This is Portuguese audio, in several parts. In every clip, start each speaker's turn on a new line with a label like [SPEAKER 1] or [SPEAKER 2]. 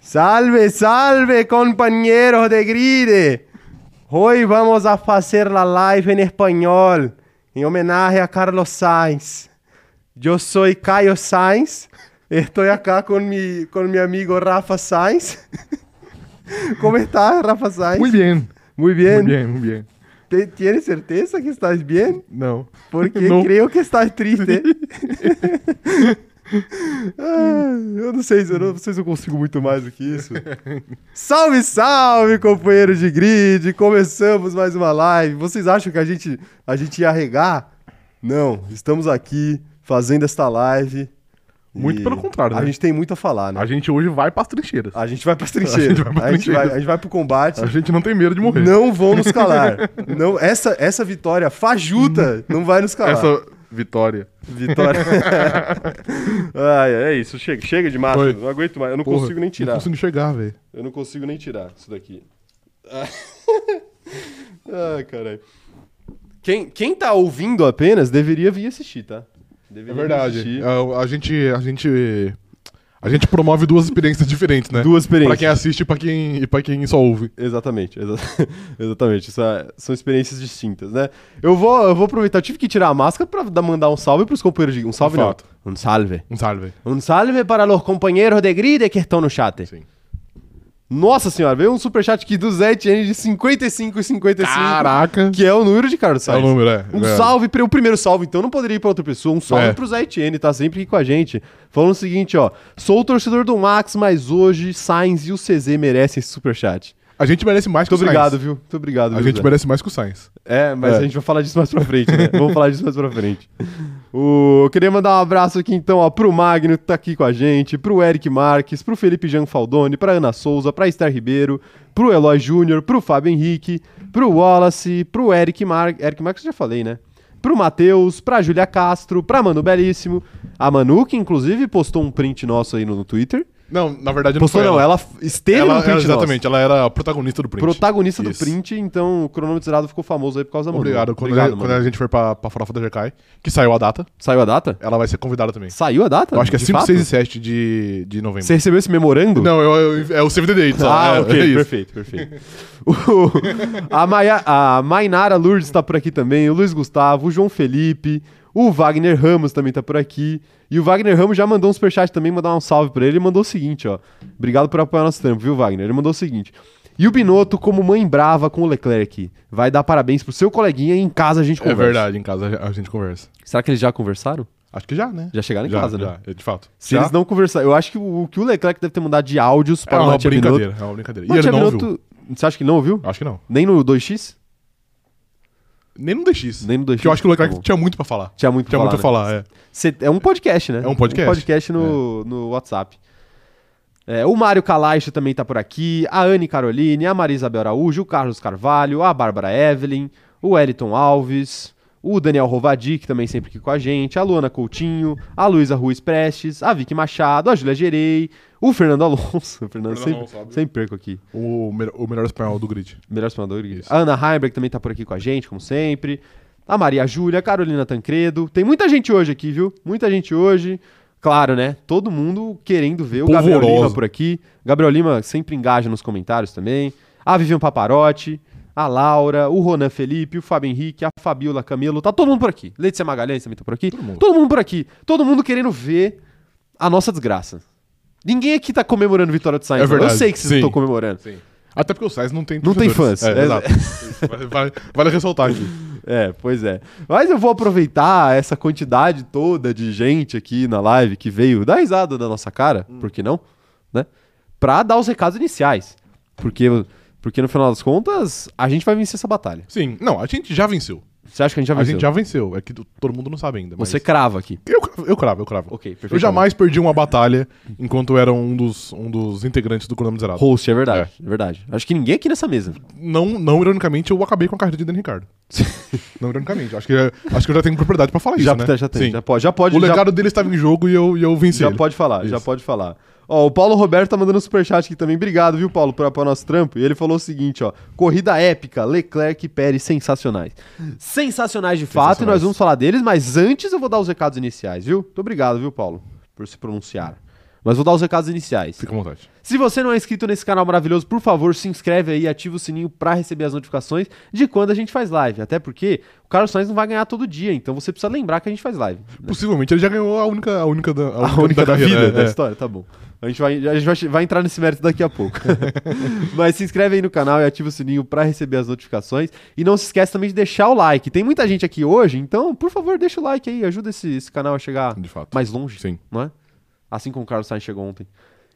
[SPEAKER 1] Salve, salve, companheiros de grid! Hoje vamos a fazer la live em espanhol, em homenagem a Carlos Sainz. Eu sou Caio Sainz, estou aqui com mi, com meu amigo Rafa Sainz. Como está, Rafa Sainz?
[SPEAKER 2] Muy bien.
[SPEAKER 1] Muy
[SPEAKER 2] Muy
[SPEAKER 1] bien.
[SPEAKER 2] bien, muy bien.
[SPEAKER 1] Te- ¿Tienes certeza que estás bien?
[SPEAKER 2] No.
[SPEAKER 1] Porque
[SPEAKER 2] No.
[SPEAKER 1] creio que estás triste. Ah, eu não sei, se- eu não sei se eu consigo muito mais do que isso. salve, salve, companheiros de grid! Começamos mais uma live. Vocês acham que a gente, a gente ia regar? Não, estamos aqui fazendo esta live.
[SPEAKER 2] Muito
[SPEAKER 1] e
[SPEAKER 2] pelo contrário,
[SPEAKER 1] A
[SPEAKER 2] né?
[SPEAKER 1] gente tem muito a falar, né?
[SPEAKER 2] A gente hoje vai pras trincheiras.
[SPEAKER 1] A gente vai pras trincheiras.
[SPEAKER 2] vai pras
[SPEAKER 1] A gente vai-
[SPEAKER 2] trincheiras.
[SPEAKER 1] a gente vai pro combate.
[SPEAKER 2] A gente não tem medo de morrer.
[SPEAKER 1] Não vão nos calar. Não, essa, essa vitória fajuta não vai nos calar.
[SPEAKER 2] Essa vitória.
[SPEAKER 1] Vitória. Ai, é isso. Chega, chega de máscara.
[SPEAKER 2] Foi.
[SPEAKER 1] Não aguento mais. Eu não
[SPEAKER 2] Porra,
[SPEAKER 1] consigo nem tirar.
[SPEAKER 2] Não consigo chegar, velho.
[SPEAKER 1] Eu não consigo nem tirar isso daqui. ah, caralho. Quem, quem tá ouvindo apenas deveria vir assistir, tá?
[SPEAKER 2] É
[SPEAKER 1] Deveria vir
[SPEAKER 2] verdade. É
[SPEAKER 1] assistir.
[SPEAKER 2] A, a gente. A gente. A gente promove duas experiências diferentes, né?
[SPEAKER 1] Duas
[SPEAKER 2] Pra
[SPEAKER 1] experiências.
[SPEAKER 2] quem assiste e pra quem, e pra quem só ouve.
[SPEAKER 1] Exatamente, exa- exatamente. Isso é- são experiências distintas, né? Eu vou, eu vou aproveitar, eu tive que tirar a máscara pra dar- mandar um salve pros companheiros de. Um salve,
[SPEAKER 2] De
[SPEAKER 1] não.
[SPEAKER 2] fato.
[SPEAKER 1] Um salve.
[SPEAKER 2] Um salve.
[SPEAKER 1] Um salve para os companheiros de grid que estão no chat.
[SPEAKER 2] Sim.
[SPEAKER 1] Nossa senhora, veio um superchat aqui do Zé Etienne de 55 e 55.
[SPEAKER 2] Caraca.
[SPEAKER 1] Que é o número de Carlos
[SPEAKER 2] É o
[SPEAKER 1] Sainz.
[SPEAKER 2] número, é.
[SPEAKER 1] Um
[SPEAKER 2] É.
[SPEAKER 1] salve para o primeiro salve, então não poderia ir para outra pessoa. Um salve
[SPEAKER 2] É.
[SPEAKER 1] pro Zé Etienne, tá sempre aqui com a gente. Falando o seguinte, ó. Sou o torcedor do Max, mas hoje Sainz e o CZ merecem esse superchat.
[SPEAKER 2] A gente merece mais que
[SPEAKER 1] Muito
[SPEAKER 2] o Sainz.
[SPEAKER 1] obrigado, viu? Muito obrigado,
[SPEAKER 2] A
[SPEAKER 1] viu,
[SPEAKER 2] gente
[SPEAKER 1] Zé?
[SPEAKER 2] merece mais que o Sainz.
[SPEAKER 1] É, mas
[SPEAKER 2] É.
[SPEAKER 1] a gente vai falar disso mais pra frente, né? Vamos falar disso mais pra frente. O, eu queria mandar um abraço aqui, então, ó, pro Magno, que tá aqui com a gente, pro Eric Marques, pro Felipe Jean Faldoni, pra Ana Souza, pra Esther Ribeiro, pro Eloy Júnior, pro Fábio Henrique, pro Wallace, pro Eric Marques. Eric Marques eu já falei, né? Pro Matheus, pra Júlia Castro, pra Manu Belíssimo. A Manu, que inclusive postou um print nosso aí no, no Twitter.
[SPEAKER 2] Não, na verdade
[SPEAKER 1] Postou
[SPEAKER 2] não
[SPEAKER 1] não,
[SPEAKER 2] foi
[SPEAKER 1] ela, esteve
[SPEAKER 2] Ela-
[SPEAKER 1] no print
[SPEAKER 2] ela-
[SPEAKER 1] nosso.
[SPEAKER 2] exatamente, ela era a protagonista do print.
[SPEAKER 1] Protagonista do
[SPEAKER 2] Isso.
[SPEAKER 1] print, então o cronômetro zerado ficou famoso aí por causa da Manu.
[SPEAKER 2] Obrigado. Quando, a,
[SPEAKER 1] Manu.
[SPEAKER 2] quando a gente for pra, pra Farofa da Jacai, que saiu a data,
[SPEAKER 1] Saiu a data?
[SPEAKER 2] ela vai ser convidada também.
[SPEAKER 1] Saiu a data?
[SPEAKER 2] Eu acho que é
[SPEAKER 1] Tá, De
[SPEAKER 2] 5,
[SPEAKER 1] fato?
[SPEAKER 2] 6 e 7 de, de novembro.
[SPEAKER 1] Você recebeu esse memorando?
[SPEAKER 2] Não, eu- eu- é o Save the Date só.
[SPEAKER 1] Ah,
[SPEAKER 2] é,
[SPEAKER 1] ok,
[SPEAKER 2] é isso.
[SPEAKER 1] perfeito, perfeito. O- a, Maia, a Mainara Lourdes tá por aqui também, o Luiz Gustavo, o João Felipe, o Wagner Ramos também tá por aqui. E o Wagner Ramos já mandou um superchat também, mandar um salve pra ele. Ele mandou o seguinte, ó. Obrigado por apoiar nosso trampo, viu, Wagner? Ele mandou o seguinte. E o Binotto, como mãe brava com o Leclerc, vai dar parabéns pro seu coleguinha e em casa a gente
[SPEAKER 2] É
[SPEAKER 1] conversa.
[SPEAKER 2] verdade, em casa a gente conversa.
[SPEAKER 1] Será que eles já conversaram?
[SPEAKER 2] Acho que já, né?
[SPEAKER 1] Já chegaram em
[SPEAKER 2] já,
[SPEAKER 1] casa, né?
[SPEAKER 2] já, é, de fato.
[SPEAKER 1] Se
[SPEAKER 2] Já?
[SPEAKER 1] eles não conversarem. Eu acho que o, o que o Leclerc deve ter mandado de áudios
[SPEAKER 2] É
[SPEAKER 1] para o
[SPEAKER 2] uma
[SPEAKER 1] Matia Binotto.
[SPEAKER 2] brincadeira, é uma brincadeira. E
[SPEAKER 1] Matia
[SPEAKER 2] ele não ouviu.
[SPEAKER 1] Binotto, você acha que ele não ouviu?
[SPEAKER 2] Acho que não.
[SPEAKER 1] Nem no 2x?
[SPEAKER 2] Nem no DX.
[SPEAKER 1] Nem no 2x.
[SPEAKER 2] Porque eu acho que o Leclerc
[SPEAKER 1] Tá bom.
[SPEAKER 2] tinha muito pra falar.
[SPEAKER 1] tinha muito pra
[SPEAKER 2] Tinha muito pra
[SPEAKER 1] falar.
[SPEAKER 2] falar, é.
[SPEAKER 1] né? Cê- é um podcast, né?
[SPEAKER 2] É um podcast.
[SPEAKER 1] podcast no, no WhatsApp. É, o Mário Calaixo também tá por aqui, a Anne Caroline, a Maria Isabel Araújo, o Carlos Carvalho, a Bárbara Evelyn, o Eliton Alves, o Daniel Rovadi, que também sempre aqui com a gente, a Luana Coutinho, a Luísa Ruiz Prestes, a Vicky Machado, a Júlia Gerei, o Fernando Alonso. O Fernando,
[SPEAKER 2] Fernando
[SPEAKER 1] sempre,
[SPEAKER 2] Alonso, óbvio.
[SPEAKER 1] sempre perco aqui.
[SPEAKER 2] O, me- o melhor espanhol do grid.
[SPEAKER 1] Melhor espanador. Guilherme.
[SPEAKER 2] Isso.
[SPEAKER 1] A Ana Heimberg também tá por aqui com a gente, como sempre. A Maria Júlia, a Carolina Tancredo. Tem muita gente hoje aqui, viu? Muita gente hoje. Claro, né? Todo mundo querendo ver. O Gabriel
[SPEAKER 2] Polvorosa.
[SPEAKER 1] Lima por aqui. Gabriel Lima sempre engaja nos comentários também. A Vivian Paparotti, a Laura, o Ronan Felipe, o Fábio Henrique, a Fabiola Camelo. Tá todo mundo por aqui. Letícia Magalhães também tá por aqui. Todo mundo,
[SPEAKER 2] mundo.
[SPEAKER 1] por aqui. Todo mundo querendo ver a nossa desgraça. Ninguém aqui tá comemorando vitória do Sainz.
[SPEAKER 2] É
[SPEAKER 1] não. Eu
[SPEAKER 2] verdade.
[SPEAKER 1] sei que vocês
[SPEAKER 2] Sim.
[SPEAKER 1] estão comemorando.
[SPEAKER 2] Sim. Até porque o Sainz não tem
[SPEAKER 1] Não tem
[SPEAKER 2] torcedores.
[SPEAKER 1] fãs.
[SPEAKER 2] É,
[SPEAKER 1] É.
[SPEAKER 2] exato. Vale- vale, vale ressaltar aqui.
[SPEAKER 1] É, pois é. Mas eu vou aproveitar essa quantidade toda de gente aqui na live que veio dar risada da nossa cara,
[SPEAKER 2] Hum.
[SPEAKER 1] por que não? Né? Pra dar os recados iniciais. Porque, porque no final das contas, a gente vai vencer essa batalha.
[SPEAKER 2] Sim. Não, a gente já venceu.
[SPEAKER 1] Você acha que a gente já
[SPEAKER 2] a
[SPEAKER 1] venceu?
[SPEAKER 2] gente já venceu. É que t- todo mundo não sabe ainda. mas-
[SPEAKER 1] Você crava aqui.
[SPEAKER 2] Eu, cravo, eu cravo, eu cravo.
[SPEAKER 1] Ok, perfeito.
[SPEAKER 2] eu jamais perdi uma batalha enquanto era um dos, um dos integrantes do Cronômetro Zerado.
[SPEAKER 1] Host, é verdade, é. verdade. Acho que ninguém aqui nessa mesa.
[SPEAKER 2] Não, não ironicamente, eu acabei com a carreira de Dani Ricardo. não ironicamente. Acho que, acho que eu já tenho propriedade pra falar
[SPEAKER 1] já, tá,
[SPEAKER 2] isso, né?
[SPEAKER 1] já tem,
[SPEAKER 2] Sim.
[SPEAKER 1] já pode. Já pode,
[SPEAKER 2] o
[SPEAKER 1] já-
[SPEAKER 2] legado dele estava em jogo e eu, e eu venci
[SPEAKER 1] Já
[SPEAKER 2] ele.
[SPEAKER 1] pode falar, já
[SPEAKER 2] Isso.
[SPEAKER 1] pode falar. Ó, o Paulo Roberto tá mandando um superchat aqui também. Obrigado, viu, Paulo, pra, pra nosso trampo. E ele falou o seguinte, ó. Corrida épica, Leclerc e Pérez sensacionais. Sensacionais de fato, e
[SPEAKER 2] Sensacionais.
[SPEAKER 1] nós vamos falar deles, mas antes eu vou dar os recados iniciais, viu? Muito obrigado, viu, Paulo, por se pronunciar. Mas vou dar os recados iniciais.
[SPEAKER 2] Fica à vontade.
[SPEAKER 1] Se você não é inscrito nesse canal maravilhoso, por favor, se inscreve aí, ativa o sininho pra receber as notificações de quando a gente faz live. Até porque o Carlos Sainz não vai ganhar todo dia, então você precisa lembrar que a gente faz live.
[SPEAKER 2] Possivelmente ele já ganhou a única, a única da,
[SPEAKER 1] A única da,
[SPEAKER 2] carreira,
[SPEAKER 1] vida,
[SPEAKER 2] é.
[SPEAKER 1] da história, tá bom. A gente, vai, a gente vai, vai entrar nesse mérito daqui a pouco. Mas se inscreve aí no canal e ativa o sininho pra receber as notificações. E não se esquece também de deixar o like. Tem muita gente aqui hoje, então, por favor, deixa o like aí. Ajuda esse, esse canal a chegar
[SPEAKER 2] De fato.
[SPEAKER 1] mais longe,
[SPEAKER 2] Sim.
[SPEAKER 1] não é? Assim como o Carlos Sainz chegou ontem.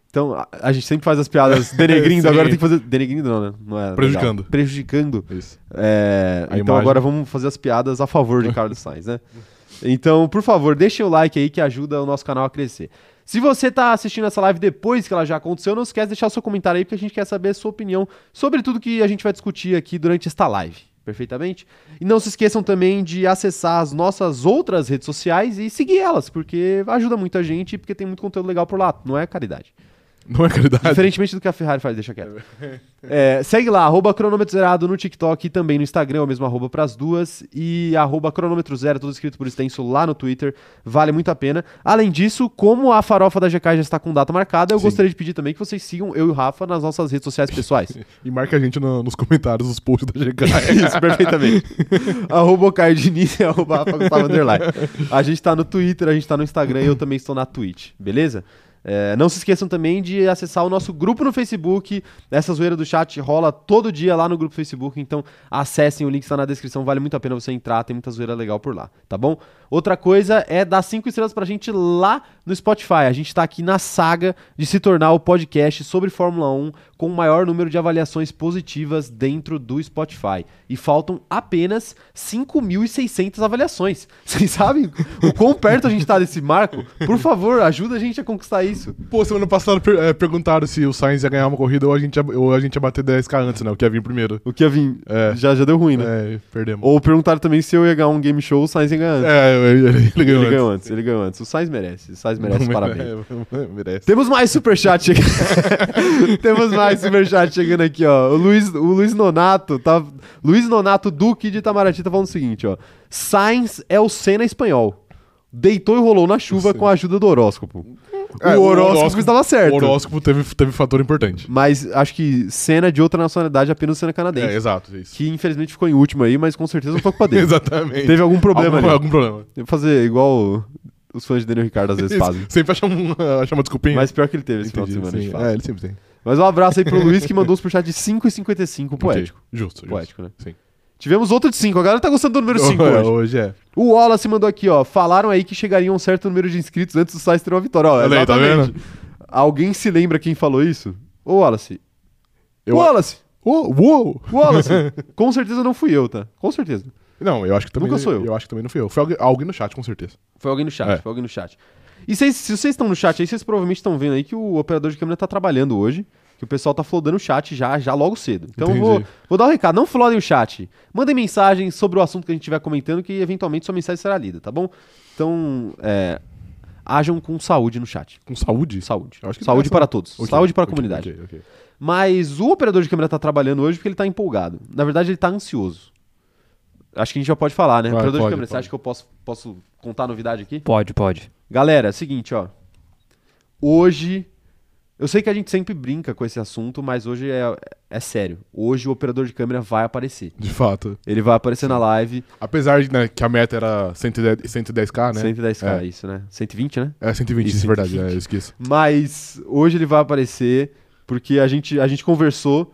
[SPEAKER 1] Então, a, a gente sempre faz as piadas denegrindo, agora
[SPEAKER 2] Sim.
[SPEAKER 1] tem que fazer... Denegrindo não, né? Não é legal.
[SPEAKER 2] Prejudicando.
[SPEAKER 1] Prejudicando.
[SPEAKER 2] Isso.
[SPEAKER 1] É,
[SPEAKER 2] A
[SPEAKER 1] então
[SPEAKER 2] imagem.
[SPEAKER 1] agora vamos fazer as piadas a favor de Carlos Sainz, né? Então, por favor, deixem o like aí que ajuda o nosso canal a crescer. Se você tá assistindo essa live depois que ela já aconteceu, não esquece de deixar o seu comentário aí, porque a gente quer saber a sua opinião sobre tudo que a gente vai discutir aqui durante esta live. Perfeitamente? E não se esqueçam também de acessar as nossas outras redes sociais e seguir elas, porque ajuda muito a gente e porque tem muito conteúdo legal por lá, não é caridade.
[SPEAKER 2] Não é caridade.
[SPEAKER 1] Diferentemente do que a Ferrari faz, deixa quieto. É, segue lá, arroba cronômetro zerado no TikTok e também no Instagram, é o mesmo arroba pras duas. E arroba cronômetro zero, tudo escrito por extenso lá no Twitter, vale muito a pena. Além disso, como a farofa da GK já está com data marcada, eu
[SPEAKER 2] Sim.
[SPEAKER 1] gostaria de pedir também que vocês sigam eu e o Rafa nas nossas redes sociais pessoais.
[SPEAKER 2] E marca a gente no- nos comentários os posts da GK.
[SPEAKER 1] Isso, perfeitamente. arroba o Caio Diniz e arroba Rafa Gustavo Underline. A gente tá no Twitter, a gente tá no Instagram e eu também estou na Twitch, beleza? É, não se esqueçam também de acessar o nosso grupo no Facebook. Essa zoeira do chat rola todo dia lá no grupo Facebook, então acessem, o link está na descrição, vale muito a pena você entrar, tem muita zoeira legal por lá, tá bom? Outra coisa é dar cinco estrelas pra gente lá no Spotify. A gente tá aqui na saga de se tornar o podcast sobre Fórmula 1 com o maior número de avaliações positivas dentro do Spotify. E faltam apenas 5.600 avaliações. Vocês sabem o quão perto a gente tá desse marco? Por favor, ajuda a gente a conquistar isso.
[SPEAKER 2] Pô, semana passada per- eh, perguntaram se o Sainz ia ganhar uma corrida ou a gente ia, ou a gente ia bater 10k antes, né? O que ia vir primeiro.
[SPEAKER 1] O que vim
[SPEAKER 2] É.
[SPEAKER 1] já, já deu ruim, né?
[SPEAKER 2] É, perdemos.
[SPEAKER 1] Ou perguntaram também se eu ia ganhar um game show, o Sainz ia ganhar antes.
[SPEAKER 2] É, ele, ele ganhou.
[SPEAKER 1] Ele
[SPEAKER 2] antes.
[SPEAKER 1] ganhou antes, ele ganhou antes. O Sainz merece, o Sainz merece,
[SPEAKER 2] Não,
[SPEAKER 1] parabéns.
[SPEAKER 2] é, merece.
[SPEAKER 1] Temos mais superchat chegando. Temos mais superchat chegando aqui, ó. O Luiz, o Luiz Nonato, tá... Luiz Nonato Duque de Itamaraty tá falando o seguinte, ó. Sainz é o Senna espanhol. Deitou e rolou na chuva
[SPEAKER 2] Sim.
[SPEAKER 1] com a ajuda do horóscopo.
[SPEAKER 2] É,
[SPEAKER 1] o,
[SPEAKER 2] o
[SPEAKER 1] horóscopo
[SPEAKER 2] horóscopo-
[SPEAKER 1] estava certo.
[SPEAKER 2] O horóscopo teve, teve fator importante.
[SPEAKER 1] Mas acho que Senna é de outra nacionalidade, apenas Senna
[SPEAKER 2] É,
[SPEAKER 1] canadense.
[SPEAKER 2] exato, é isso.
[SPEAKER 1] que infelizmente ficou em último aí, mas com certeza não foi culpa dele.
[SPEAKER 2] Exatamente.
[SPEAKER 1] Teve algum problema
[SPEAKER 2] algum,
[SPEAKER 1] ali.
[SPEAKER 2] algum problema.
[SPEAKER 1] Eu vou fazer igual os fãs de Daniel Ricardo às vezes fazem.
[SPEAKER 2] Isso, Sempre acham um, acham uma desculpinha.
[SPEAKER 1] Mas pior que ele teve esse final de
[SPEAKER 2] Entendi,
[SPEAKER 1] semana, de
[SPEAKER 2] sim.
[SPEAKER 1] fato.
[SPEAKER 2] É, ele sempre tem.
[SPEAKER 1] Mas um abraço aí pro Luiz que mandou o superchat de 5,55, poético.
[SPEAKER 2] Ok, Justo, justo.
[SPEAKER 1] Poético, né?
[SPEAKER 2] Sim.
[SPEAKER 1] Tivemos outro de 5, a galera tá gostando do número 5
[SPEAKER 2] É,
[SPEAKER 1] hoje.
[SPEAKER 2] hoje é.
[SPEAKER 1] O Wallace mandou aqui, ó. Falaram aí que chegaria um certo número de inscritos antes do Sainz ter uma vitória. Ó,
[SPEAKER 2] Olha aí, tá
[SPEAKER 1] exatamente. Alguém se lembra quem falou isso? Ô, Wallace.
[SPEAKER 2] Eu-
[SPEAKER 1] Wallace!
[SPEAKER 2] Uou, uou!
[SPEAKER 1] Wallace! com certeza não fui eu, tá? Com certeza.
[SPEAKER 2] Não, eu acho que também.
[SPEAKER 1] Nunca sou eu.
[SPEAKER 2] Eu acho que também não fui eu. Foi alguém, alguém no chat, com certeza.
[SPEAKER 1] Foi alguém no chat,
[SPEAKER 2] É.
[SPEAKER 1] foi alguém no chat. E vocês- se vocês estão no chat aí, vocês provavelmente estão vendo aí que o operador de câmera tá trabalhando hoje, que o pessoal tá flodando o chat já, já logo cedo. Então eu vou,
[SPEAKER 2] Entendi.
[SPEAKER 1] vou dar um recado, não flodem o chat. Mandem mensagem sobre o assunto que a gente estiver comentando, que eventualmente sua mensagem será lida, tá bom? Então, é, ajam com saúde no chat.
[SPEAKER 2] Com saúde?
[SPEAKER 1] Saúde.
[SPEAKER 2] Eu acho que
[SPEAKER 1] Saúde
[SPEAKER 2] é
[SPEAKER 1] para
[SPEAKER 2] saúde.
[SPEAKER 1] todos.
[SPEAKER 2] Ok,
[SPEAKER 1] Saúde para a
[SPEAKER 2] ok,
[SPEAKER 1] comunidade.
[SPEAKER 2] ok, ok.
[SPEAKER 1] Mas o operador de câmera tá trabalhando hoje porque ele tá empolgado. Na verdade, ele tá ansioso. Acho que a gente já pode falar, né?
[SPEAKER 2] Vai,
[SPEAKER 1] operador de
[SPEAKER 2] pode,
[SPEAKER 1] câmera, você
[SPEAKER 2] pode.
[SPEAKER 1] acha que eu posso, posso contar a novidade aqui?
[SPEAKER 3] Pode, pode.
[SPEAKER 1] Galera, é o seguinte, ó. Hoje. Eu sei que a gente sempre brinca com esse assunto, mas hoje é, é sério. Hoje o operador de câmera vai aparecer.
[SPEAKER 2] De fato.
[SPEAKER 1] Ele vai aparecer na live.
[SPEAKER 2] Apesar de né, que a meta era 110, 110k, né?
[SPEAKER 1] 110k,
[SPEAKER 2] É.
[SPEAKER 1] isso, né? 120, né?
[SPEAKER 2] É 120,
[SPEAKER 1] Isso,
[SPEAKER 2] isso, é verdade, é, eu esqueço.
[SPEAKER 1] Mas hoje ele vai aparecer, porque a gente, a gente conversou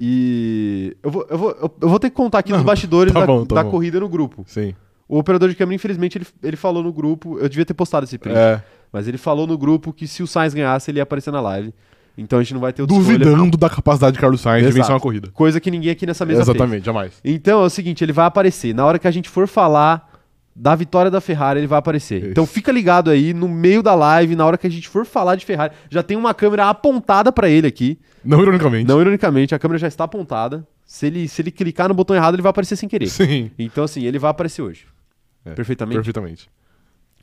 [SPEAKER 1] e. Eu vou, eu, vou, eu- eu vou ter que contar aqui nos bastidores
[SPEAKER 2] tá
[SPEAKER 1] da,
[SPEAKER 2] bom, tá
[SPEAKER 1] da
[SPEAKER 2] bom.
[SPEAKER 1] corrida no grupo.
[SPEAKER 2] Sim.
[SPEAKER 1] O operador de câmera, infelizmente, ele, ele falou no grupo. Eu devia ter postado esse print.
[SPEAKER 2] É,
[SPEAKER 1] Mas ele falou no grupo que se o Sainz ganhasse, ele ia aparecer na live. Então a gente não vai ter o
[SPEAKER 2] duvidando da capacidade de Carlos Sainz
[SPEAKER 1] Exato.
[SPEAKER 2] de vencer uma corrida.
[SPEAKER 1] Coisa que ninguém aqui nessa mesa
[SPEAKER 2] Exatamente,
[SPEAKER 1] fez.
[SPEAKER 2] jamais.
[SPEAKER 1] Então é o seguinte, ele vai aparecer. Na hora que a gente for falar da vitória da Ferrari, ele vai aparecer.
[SPEAKER 2] Isso.
[SPEAKER 1] Então fica ligado aí, no meio da live, na hora que a gente for falar de Ferrari, já tem uma câmera apontada pra ele aqui.
[SPEAKER 2] Não ironicamente.
[SPEAKER 1] Não ironicamente, a câmera já está apontada. Se ele, se ele clicar no botão errado, ele vai aparecer sem querer.
[SPEAKER 2] Sim.
[SPEAKER 1] Então assim, ele vai aparecer hoje.
[SPEAKER 2] É,
[SPEAKER 1] Perfeitamente.
[SPEAKER 2] Perfeitamente.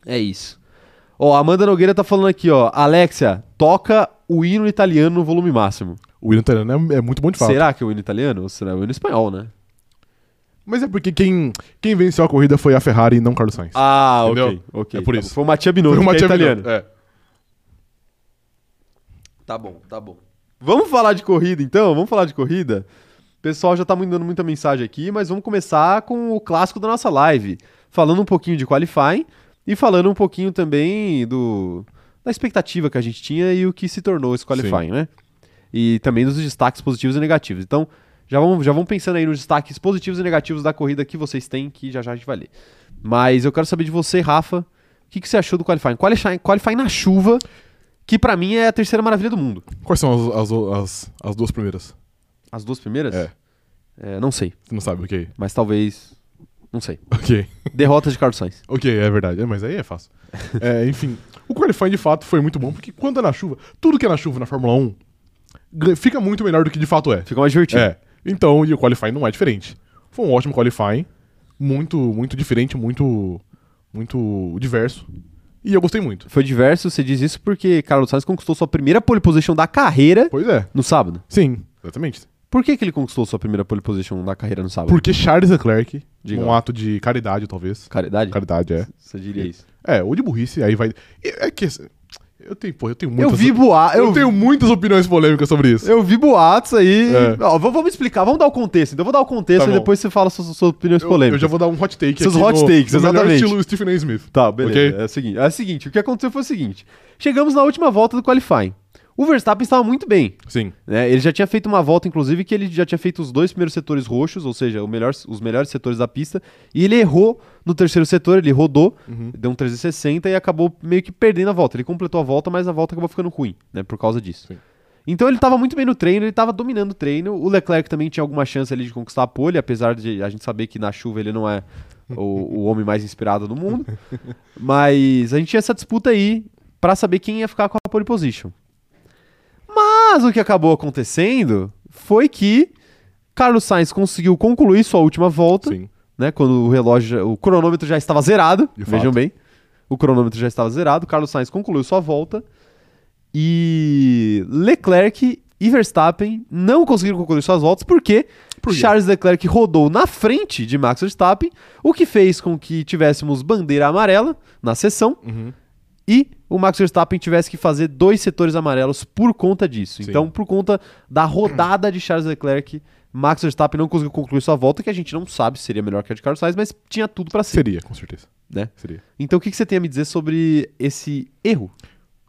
[SPEAKER 1] É isso. Ó, Amanda Nogueira tá falando aqui, ó. Alexia, toca o hino italiano no volume máximo.
[SPEAKER 2] O William Tarano é, é muito bom de fato.
[SPEAKER 1] Será que é o hino italiano? Ou será o hino espanhol, né?
[SPEAKER 2] Mas é porque quem, quem venceu a corrida foi a Ferrari e não Carlos Sainz.
[SPEAKER 1] Ah,
[SPEAKER 2] Entendeu?
[SPEAKER 1] ok. ok
[SPEAKER 2] É por
[SPEAKER 1] tá
[SPEAKER 2] isso.
[SPEAKER 1] bom. Foi o Matia Binotto,
[SPEAKER 2] uma
[SPEAKER 1] que é
[SPEAKER 2] tia
[SPEAKER 1] italiano.
[SPEAKER 2] menor. É.
[SPEAKER 3] Tá bom, tá bom.
[SPEAKER 1] Vamos falar de corrida então? Vamos falar de corrida? O pessoal já tá mandando muita mensagem aqui, mas vamos começar com o clássico da nossa live. Falando um pouquinho de qualifying e falando um pouquinho também do da expectativa que a gente tinha e o que se tornou esse qualifying, né? E também dos destaques positivos e negativos. Então, já vão, já vão pensando aí nos destaques positivos e negativos da corrida que vocês têm, que já já a gente vai ler. Mas eu quero saber de você, Rafa, o que, que você achou do qualifying? Qualifying, qualifying na chuva, que pra mim é a terceira maravilha do mundo.
[SPEAKER 2] Quais são as, as, as, as duas primeiras?
[SPEAKER 1] As duas primeiras?
[SPEAKER 2] É.
[SPEAKER 1] É, não sei,
[SPEAKER 2] Você não sabe, ok.
[SPEAKER 1] mas talvez. Não sei.
[SPEAKER 2] Ok.
[SPEAKER 1] Derrotas de Carlos Sainz.
[SPEAKER 2] Ok, é verdade. É, mas aí é fácil. É, enfim, o qualifying de fato foi muito bom, porque quando é na chuva, tudo que é na chuva na Fórmula 1 gan- fica muito melhor do que de fato é.
[SPEAKER 1] Fica mais divertido.
[SPEAKER 2] É. Então, e o qualifying não é diferente. Foi um ótimo qualifying, muito, muito diferente, muito, muito diverso. E eu gostei muito.
[SPEAKER 1] Foi diverso, você diz isso porque Carlos Sainz conquistou sua primeira pole position da carreira
[SPEAKER 2] Pois é.
[SPEAKER 1] no sábado.
[SPEAKER 2] Sim, exatamente.
[SPEAKER 1] Por que, que ele conquistou sua primeira pole position da carreira no sábado?
[SPEAKER 2] Porque Charles Leclerc,
[SPEAKER 1] Diga
[SPEAKER 2] num
[SPEAKER 1] lá.
[SPEAKER 2] ato de caridade, talvez.
[SPEAKER 1] Caridade?
[SPEAKER 2] Caridade, é.
[SPEAKER 1] Você diria isso.
[SPEAKER 2] É, ou de burrice, aí vai. É que. Eu tenho, pô, eu tenho
[SPEAKER 1] Eu
[SPEAKER 2] muitas.
[SPEAKER 1] vi boatos.
[SPEAKER 2] eu
[SPEAKER 1] Eu,
[SPEAKER 2] tenho muitas opiniões polêmicas sobre isso.
[SPEAKER 1] eu vi boatos aí.
[SPEAKER 2] É.
[SPEAKER 1] Ó, v- vamos explicar, vamos dar o contexto. Então eu vou dar o contexto
[SPEAKER 2] Tá
[SPEAKER 1] e
[SPEAKER 2] bom.
[SPEAKER 1] depois você fala suas, suas opiniões
[SPEAKER 2] Eu- Eu,
[SPEAKER 1] polêmicas.
[SPEAKER 2] já vou dar um hot take
[SPEAKER 1] Seus
[SPEAKER 2] aqui
[SPEAKER 1] hot
[SPEAKER 2] no-
[SPEAKER 1] takes,
[SPEAKER 2] no melhor
[SPEAKER 1] exatamente.
[SPEAKER 2] estilo Stephen A. Smith.
[SPEAKER 1] Tá, beleza.
[SPEAKER 2] Ok?
[SPEAKER 1] É, o seguinte, é o seguinte, o que aconteceu foi o seguinte. Chegamos na última volta do qualifying. O Verstappen estava muito bem.
[SPEAKER 2] Sim.
[SPEAKER 1] né? Ele já tinha feito uma volta, inclusive, que ele já tinha feito os dois primeiros setores roxos, ou seja, o melhor- os melhores setores da pista, e ele errou no terceiro setor, ele rodou, deu um 360 e acabou meio que perdendo a volta. Ele completou a volta, mas a volta acabou ficando ruim, né, por causa disso.
[SPEAKER 2] Sim.
[SPEAKER 1] Então ele estava muito bem no treino, ele estava dominando o treino. O Leclerc também tinha alguma chance ali de conquistar a pole, apesar de a gente saber que na chuva ele não é o, o homem mais inspirado do mundo. Mas a gente tinha essa disputa aí pra saber quem ia ficar com a pole position. Mas o que acabou acontecendo foi que Carlos Sainz conseguiu concluir sua última volta,
[SPEAKER 2] Sim.
[SPEAKER 1] né? Quando o relógio, já- o cronômetro já estava zerado.
[SPEAKER 2] De
[SPEAKER 1] vejam
[SPEAKER 2] fato.
[SPEAKER 1] bem, o cronômetro já estava zerado. Carlos Sainz concluiu sua volta e Leclerc e Verstappen não conseguiram concluir suas voltas porque
[SPEAKER 2] Por quê?
[SPEAKER 1] Charles Leclerc rodou na frente de Max Verstappen, o que fez com que tivéssemos bandeira amarela na sessão
[SPEAKER 2] Uhum.
[SPEAKER 1] e o Max Verstappen tivesse que fazer dois setores amarelos por conta disso.
[SPEAKER 2] Sim.
[SPEAKER 1] Então, por conta da rodada de Charles Leclerc, Max Verstappen não conseguiu concluir sua volta, que a gente não sabe se seria melhor que a de Carlos Sainz, mas tinha tudo pra ser,
[SPEAKER 2] Seria, com certeza.
[SPEAKER 1] né?
[SPEAKER 2] Seria.
[SPEAKER 1] Então, o que, que você tem a me dizer sobre esse erro?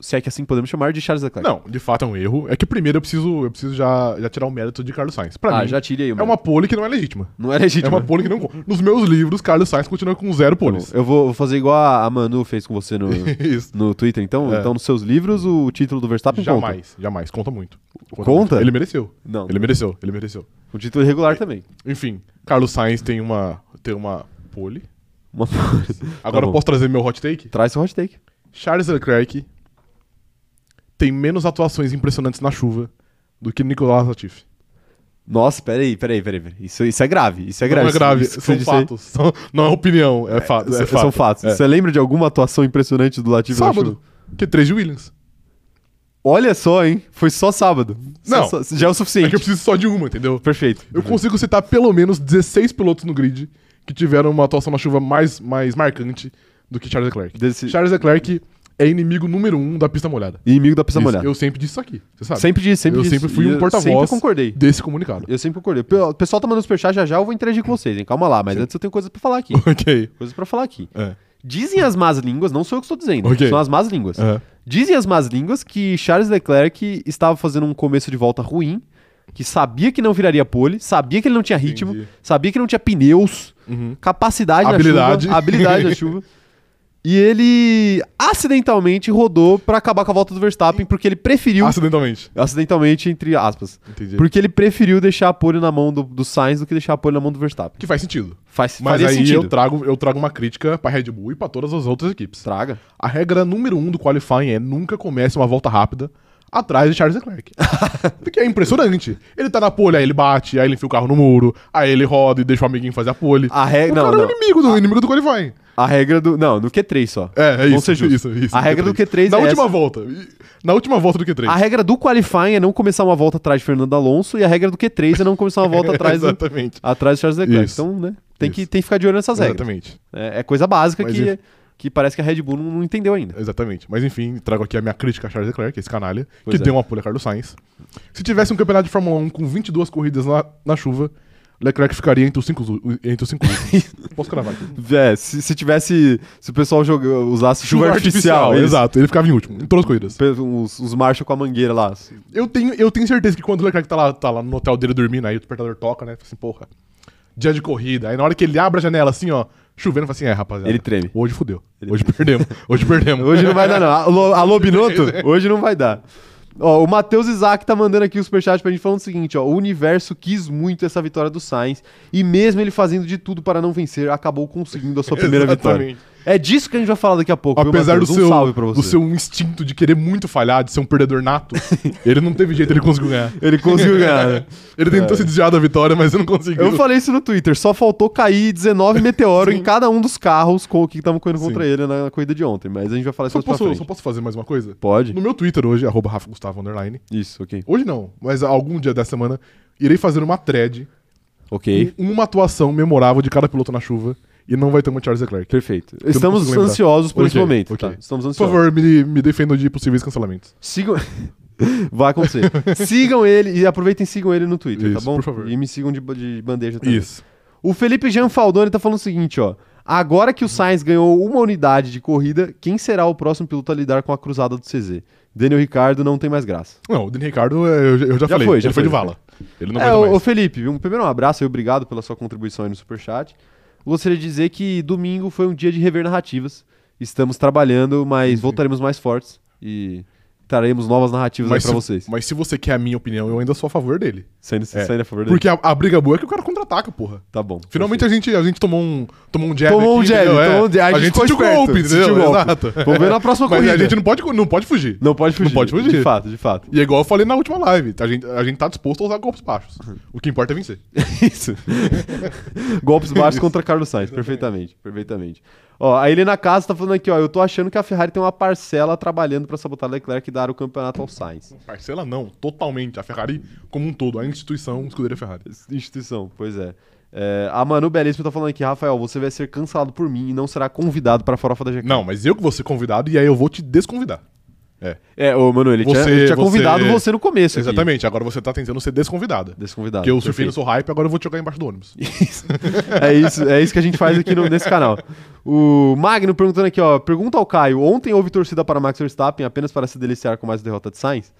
[SPEAKER 1] Se é que assim podemos chamar de Charles Leclerc.
[SPEAKER 2] Não, de fato é um erro. É que primeiro eu preciso, eu preciso já, já tirar o mérito de Carlos Sainz. Pra
[SPEAKER 1] ah,
[SPEAKER 2] mim,
[SPEAKER 1] já tirei o
[SPEAKER 2] é
[SPEAKER 1] meu.
[SPEAKER 2] uma pole que não é legítima.
[SPEAKER 1] Não é legítimo.
[SPEAKER 2] É uma pole que não. con- Nos meus livros, Carlos Sainz continua com zero
[SPEAKER 1] Tá bom.
[SPEAKER 2] poles.
[SPEAKER 1] Eu vou, vou fazer igual a a Manu fez com você no,
[SPEAKER 2] Isso.
[SPEAKER 1] no Twitter. Então,
[SPEAKER 2] É.
[SPEAKER 1] então, nos seus livros, o título do Verstappen conta.
[SPEAKER 2] Jamais, jamais. Conta muito.
[SPEAKER 1] Conta?
[SPEAKER 2] muito. Ele mereceu.
[SPEAKER 1] Não.
[SPEAKER 2] Ele mereceu, ele mereceu.
[SPEAKER 1] O título regular também.
[SPEAKER 2] Enfim, Carlos Sainz tem uma, tem uma pole.
[SPEAKER 1] Uma...
[SPEAKER 2] Agora
[SPEAKER 1] Tá bom.
[SPEAKER 2] eu posso trazer meu hot take?
[SPEAKER 1] Traz seu hot take.
[SPEAKER 2] Charles Leclerc tem menos atuações impressionantes na chuva do que Nicolas Latifi.
[SPEAKER 1] Nossa, peraí, peraí, peraí. peraí. Isso, isso é grave, isso é grave.
[SPEAKER 2] não é
[SPEAKER 1] Isso-
[SPEAKER 2] grave,
[SPEAKER 1] isso que
[SPEAKER 2] são
[SPEAKER 1] você disse aí-
[SPEAKER 2] fatos. São- não é opinião, é, fa é
[SPEAKER 1] s-
[SPEAKER 2] fato.
[SPEAKER 1] São fatos.
[SPEAKER 2] É.
[SPEAKER 1] Você lembra de alguma atuação impressionante do Latifi na chuva?
[SPEAKER 2] Sábado, que três de Williams.
[SPEAKER 1] Olha só, hein? Foi só sábado. Só-
[SPEAKER 2] Não.
[SPEAKER 1] só- já é o
[SPEAKER 2] É
[SPEAKER 1] suficiente.
[SPEAKER 2] que eu preciso só de uma, entendeu?
[SPEAKER 1] Perfeito.
[SPEAKER 2] Eu consigo citar pelo menos 16 pilotos no grid que tiveram uma atuação na chuva mais, mais marcante do que Charles Leclerc.
[SPEAKER 1] Desse-
[SPEAKER 2] Charles Leclerc é inimigo número um da pista molhada.
[SPEAKER 1] Inimigo da pista
[SPEAKER 2] Isso,
[SPEAKER 1] molhada.
[SPEAKER 2] Eu sempre disse isso aqui, você sabe.
[SPEAKER 1] Sempre disse, sempre
[SPEAKER 2] eu
[SPEAKER 1] disse.
[SPEAKER 2] sempre fui
[SPEAKER 1] E
[SPEAKER 2] um
[SPEAKER 1] eu
[SPEAKER 2] porta-voz
[SPEAKER 1] Sempre concordei.
[SPEAKER 2] desse comunicado.
[SPEAKER 1] Eu sempre concordei. Pe- O pessoal tá mandando superchat já já, eu vou interagir com vocês, hein? Calma lá, mas antes eu tenho coisas pra falar aqui.
[SPEAKER 2] ok.
[SPEAKER 1] coisas pra falar aqui.
[SPEAKER 2] É.
[SPEAKER 1] Dizem as más línguas, não sou eu que estou dizendo,
[SPEAKER 2] Ok.
[SPEAKER 1] são as más línguas.
[SPEAKER 2] É.
[SPEAKER 1] Dizem as más línguas que Charles Leclerc estava fazendo um começo de volta ruim, que sabia que não viraria pole, sabia que ele não tinha ritmo,
[SPEAKER 2] Entendi.
[SPEAKER 1] sabia que não tinha pneus,
[SPEAKER 2] Uhum.
[SPEAKER 1] capacidade na
[SPEAKER 2] Habilidade.
[SPEAKER 1] chuva, habilidade na chuva. E ele acidentalmente rodou para acabar com a volta do Verstappen, porque ele preferiu.
[SPEAKER 2] Acidentalmente.
[SPEAKER 1] Acidentalmente, entre aspas.
[SPEAKER 2] Entendi.
[SPEAKER 1] Porque ele preferiu deixar a pole na mão do, do Sainz do que deixar a pole na mão do Verstappen.
[SPEAKER 2] Que faz sentido.
[SPEAKER 1] Faz,
[SPEAKER 2] Mas
[SPEAKER 1] fazia
[SPEAKER 2] aí
[SPEAKER 1] sentido.
[SPEAKER 2] eu trago eu trago uma crítica pra Red Bull e pra todas as outras equipes. tá?
[SPEAKER 1] Traga.
[SPEAKER 2] A regra número um do qualifying é nunca comece uma volta rápida atrás de Charles Leclerc. Porque é impressionante. Ele tá na pole, aí ele bate, aí ele enfia o carro no muro, aí ele roda e deixa o amiguinho fazer a pole.
[SPEAKER 1] A re-
[SPEAKER 2] o
[SPEAKER 1] não,
[SPEAKER 2] cara é
[SPEAKER 1] não.
[SPEAKER 2] o inimigo do, inimigo do qualifying.
[SPEAKER 1] A regra do. Não, no Q3 só.
[SPEAKER 2] É, é
[SPEAKER 1] Vamos
[SPEAKER 2] isso,
[SPEAKER 1] ser justos.
[SPEAKER 2] isso, isso.
[SPEAKER 1] A regra do Q3
[SPEAKER 2] Na
[SPEAKER 1] é
[SPEAKER 2] última
[SPEAKER 1] essa.
[SPEAKER 2] volta. E- Na última volta do Q3.
[SPEAKER 1] A regra do qualifying é não começar uma volta atrás de Fernando Alonso e a regra do Q3 é não começar uma volta atrás do,
[SPEAKER 2] Exatamente.
[SPEAKER 1] atrás de Charles Leclerc.
[SPEAKER 2] Isso.
[SPEAKER 1] Então, né? Tem que,
[SPEAKER 2] Isso.
[SPEAKER 1] tem que ficar de olho nessas regras.
[SPEAKER 2] Exatamente.
[SPEAKER 1] É, é coisa básica
[SPEAKER 2] Mas
[SPEAKER 1] que
[SPEAKER 2] e-
[SPEAKER 1] que parece que a Red Bull não, não entendeu ainda.
[SPEAKER 2] Exatamente. Mas enfim, trago aqui a minha crítica a Charles Leclerc, esse canalha,
[SPEAKER 1] Pois
[SPEAKER 2] que
[SPEAKER 1] é.
[SPEAKER 2] deu uma pole a Carlos Sainz. Se tivesse um campeonato de Fórmula 1 com 22 corridas na, na chuva, Leclerc ficaria entre os cinco, zu- entre os cinco últimos. Posso cravar aqui.
[SPEAKER 1] É, se, se tivesse. Se o pessoal joga, usasse chuva, artificial, isso.
[SPEAKER 2] Exato, ele ficava em último, em todas as corridas.
[SPEAKER 1] Pe- Os, os Marshall com a mangueira lá.
[SPEAKER 2] Eu tenho, eu tenho certeza que quando o Leclerc tá lá, tá lá no hotel dele dormindo, aí o despertador toca, né? Fala assim, porra, dia de corrida. Aí na hora que ele abre a janela assim, ó, chovendo, fala assim, é, rapaziada.
[SPEAKER 1] Ele treme.
[SPEAKER 2] Hoje fudeu. Hoje perdemos. Hoje perdemos.
[SPEAKER 1] Hoje não vai dar, não. Alô, alô Binotto? Hoje não vai dar. Ó, o Matheus Isaac tá mandando aqui o superchat pra gente falando o seguinte, ó. O universo quis muito essa vitória do Sainz e mesmo ele fazendo de tudo para não vencer, acabou conseguindo a sua primeira vitória.
[SPEAKER 2] Exatamente.
[SPEAKER 1] É disso que a gente vai falar daqui a pouco, viu,
[SPEAKER 2] Apesar do
[SPEAKER 1] Matheus?
[SPEAKER 2] seu,
[SPEAKER 1] Um salve pra
[SPEAKER 2] do
[SPEAKER 1] você.
[SPEAKER 2] seu instinto de querer muito falhar, de ser um perdedor nato, ele não teve jeito, ele conseguiu É. ganhar.
[SPEAKER 1] Ele conseguiu ganhar, né?
[SPEAKER 2] Ele tentou se desviar da vitória, mas não conseguiu.
[SPEAKER 1] Eu falei isso no Twitter, só faltou cair 19 meteoros em cada um dos carros com, que estavam correndo contra
[SPEAKER 2] Sim.
[SPEAKER 1] ele na, na corrida de ontem, mas a gente vai falar isso
[SPEAKER 2] só
[SPEAKER 1] mais pra
[SPEAKER 2] posso,
[SPEAKER 1] frente.
[SPEAKER 2] só posso fazer mais uma coisa?
[SPEAKER 1] Pode?
[SPEAKER 2] No meu Twitter hoje, arroba Rafa Gustavo Underline.
[SPEAKER 1] Isso, ok.
[SPEAKER 2] Hoje não, mas algum dia da semana, irei fazer uma thread
[SPEAKER 1] Ok.
[SPEAKER 2] com uma atuação memorável de cada piloto na chuva e não vai ter uma Charles Leclerc.
[SPEAKER 1] Perfeito.
[SPEAKER 2] não
[SPEAKER 1] Estamos
[SPEAKER 2] consigo lembrar.
[SPEAKER 1] ansiosos por esse
[SPEAKER 2] Ok,
[SPEAKER 1] momento.
[SPEAKER 2] ok.
[SPEAKER 1] tá? Estamos
[SPEAKER 2] Por
[SPEAKER 1] ansiosos.
[SPEAKER 2] favor, me, me defendam de possíveis cancelamentos.
[SPEAKER 1] Sigam. Vai acontecer. sigam ele e aproveitem e sigam ele no Twitter, tá
[SPEAKER 2] Isso,
[SPEAKER 1] bom?
[SPEAKER 2] por favor.
[SPEAKER 1] E me sigam de, ba- de bandeja também. O Felipe Jean Faldoni tá falando o seguinte, ó. Agora que o Sainz ganhou uma unidade de corrida, quem será o próximo piloto a lidar com a cruzada do CZ? Daniel Ricardo não tem mais graça.
[SPEAKER 2] Não, o Dani Ricardo, é, eu, já- eu já, falei,
[SPEAKER 1] foi,
[SPEAKER 2] ele
[SPEAKER 1] já
[SPEAKER 2] foi de
[SPEAKER 1] foi,
[SPEAKER 2] vala. Ele não
[SPEAKER 1] é,
[SPEAKER 2] aguenta
[SPEAKER 1] ô, ô
[SPEAKER 2] mais.
[SPEAKER 1] Felipe, um, primeiro um abraço e obrigado pela sua contribuição aí no Superchat. Gostaria de dizer que domingo foi um dia de rever narrativas. Estamos trabalhando, mas voltaremos mais fortes e traremos novas narrativas aí
[SPEAKER 2] Mas
[SPEAKER 1] pra
[SPEAKER 2] se,
[SPEAKER 1] vocês.
[SPEAKER 2] mas se você quer a minha opinião, eu ainda sou a favor dele.
[SPEAKER 1] Saindo,
[SPEAKER 2] É,
[SPEAKER 1] saindo a favor dele.
[SPEAKER 2] Porque a, a briga boa é que o cara contra-ataca, porra.
[SPEAKER 1] Tá bom.
[SPEAKER 2] Finalmente a gente, a gente tomou um tomou um jab
[SPEAKER 1] Tomou um
[SPEAKER 2] aqui,
[SPEAKER 1] jab,
[SPEAKER 2] entendeu? É,
[SPEAKER 1] tomou um jab. A
[SPEAKER 2] A,
[SPEAKER 1] gente
[SPEAKER 2] gente
[SPEAKER 1] ficou
[SPEAKER 2] sentiu
[SPEAKER 1] esperto,
[SPEAKER 2] golpe, entendeu?
[SPEAKER 1] sentiu golpe.
[SPEAKER 2] Exato.
[SPEAKER 1] Vamos ver na próxima
[SPEAKER 2] Mas a
[SPEAKER 1] corrida.
[SPEAKER 2] gente não pode, não pode fugir.
[SPEAKER 1] Não pode fugir.
[SPEAKER 2] Não pode fugir.
[SPEAKER 1] De fato, de fato.
[SPEAKER 2] E é igual eu falei na última live, a gente, a gente tá disposto a usar golpes baixos.
[SPEAKER 1] Uhum.
[SPEAKER 2] O que importa é vencer.
[SPEAKER 1] Isso. Golpes baixos contra Carlos Sainz. Perfeitamente, perfeitamente. Ó, a Helena Casa tá falando aqui, ó. Eu tô achando que a Ferrari tem uma parcela trabalhando pra sabotar Leclerc e dar o campeonato ao Sainz.
[SPEAKER 2] Parcela não, totalmente. A Ferrari como um todo, a instituição escuderia Ferrari.
[SPEAKER 1] Instituição, pois é. É, a Manu Belíssimo tá falando aqui, Rafael, você vai ser cancelado por mim e não será convidado pra farofa da GK.
[SPEAKER 2] Não, mas eu que vou ser convidado e aí eu vou te desconvidar. É,
[SPEAKER 1] É, ô Manu, ele tinha,
[SPEAKER 2] Você-
[SPEAKER 1] ele tinha
[SPEAKER 2] você-
[SPEAKER 1] convidado você no começo. aqui.
[SPEAKER 2] exatamente. Agora você tá tentando ser desconvidada.
[SPEAKER 1] Desconvidado.
[SPEAKER 2] Porque eu surfei
[SPEAKER 1] perfeito.
[SPEAKER 2] no seu hype, agora eu vou te jogar embaixo do ônibus.
[SPEAKER 1] Isso. É isso, é isso que a gente faz aqui no- nesse canal. O Magno perguntando aqui, ó. Pergunta ao Caio: ontem houve torcida para Max Verstappen apenas para se deliciar com mais derrota de Sainz?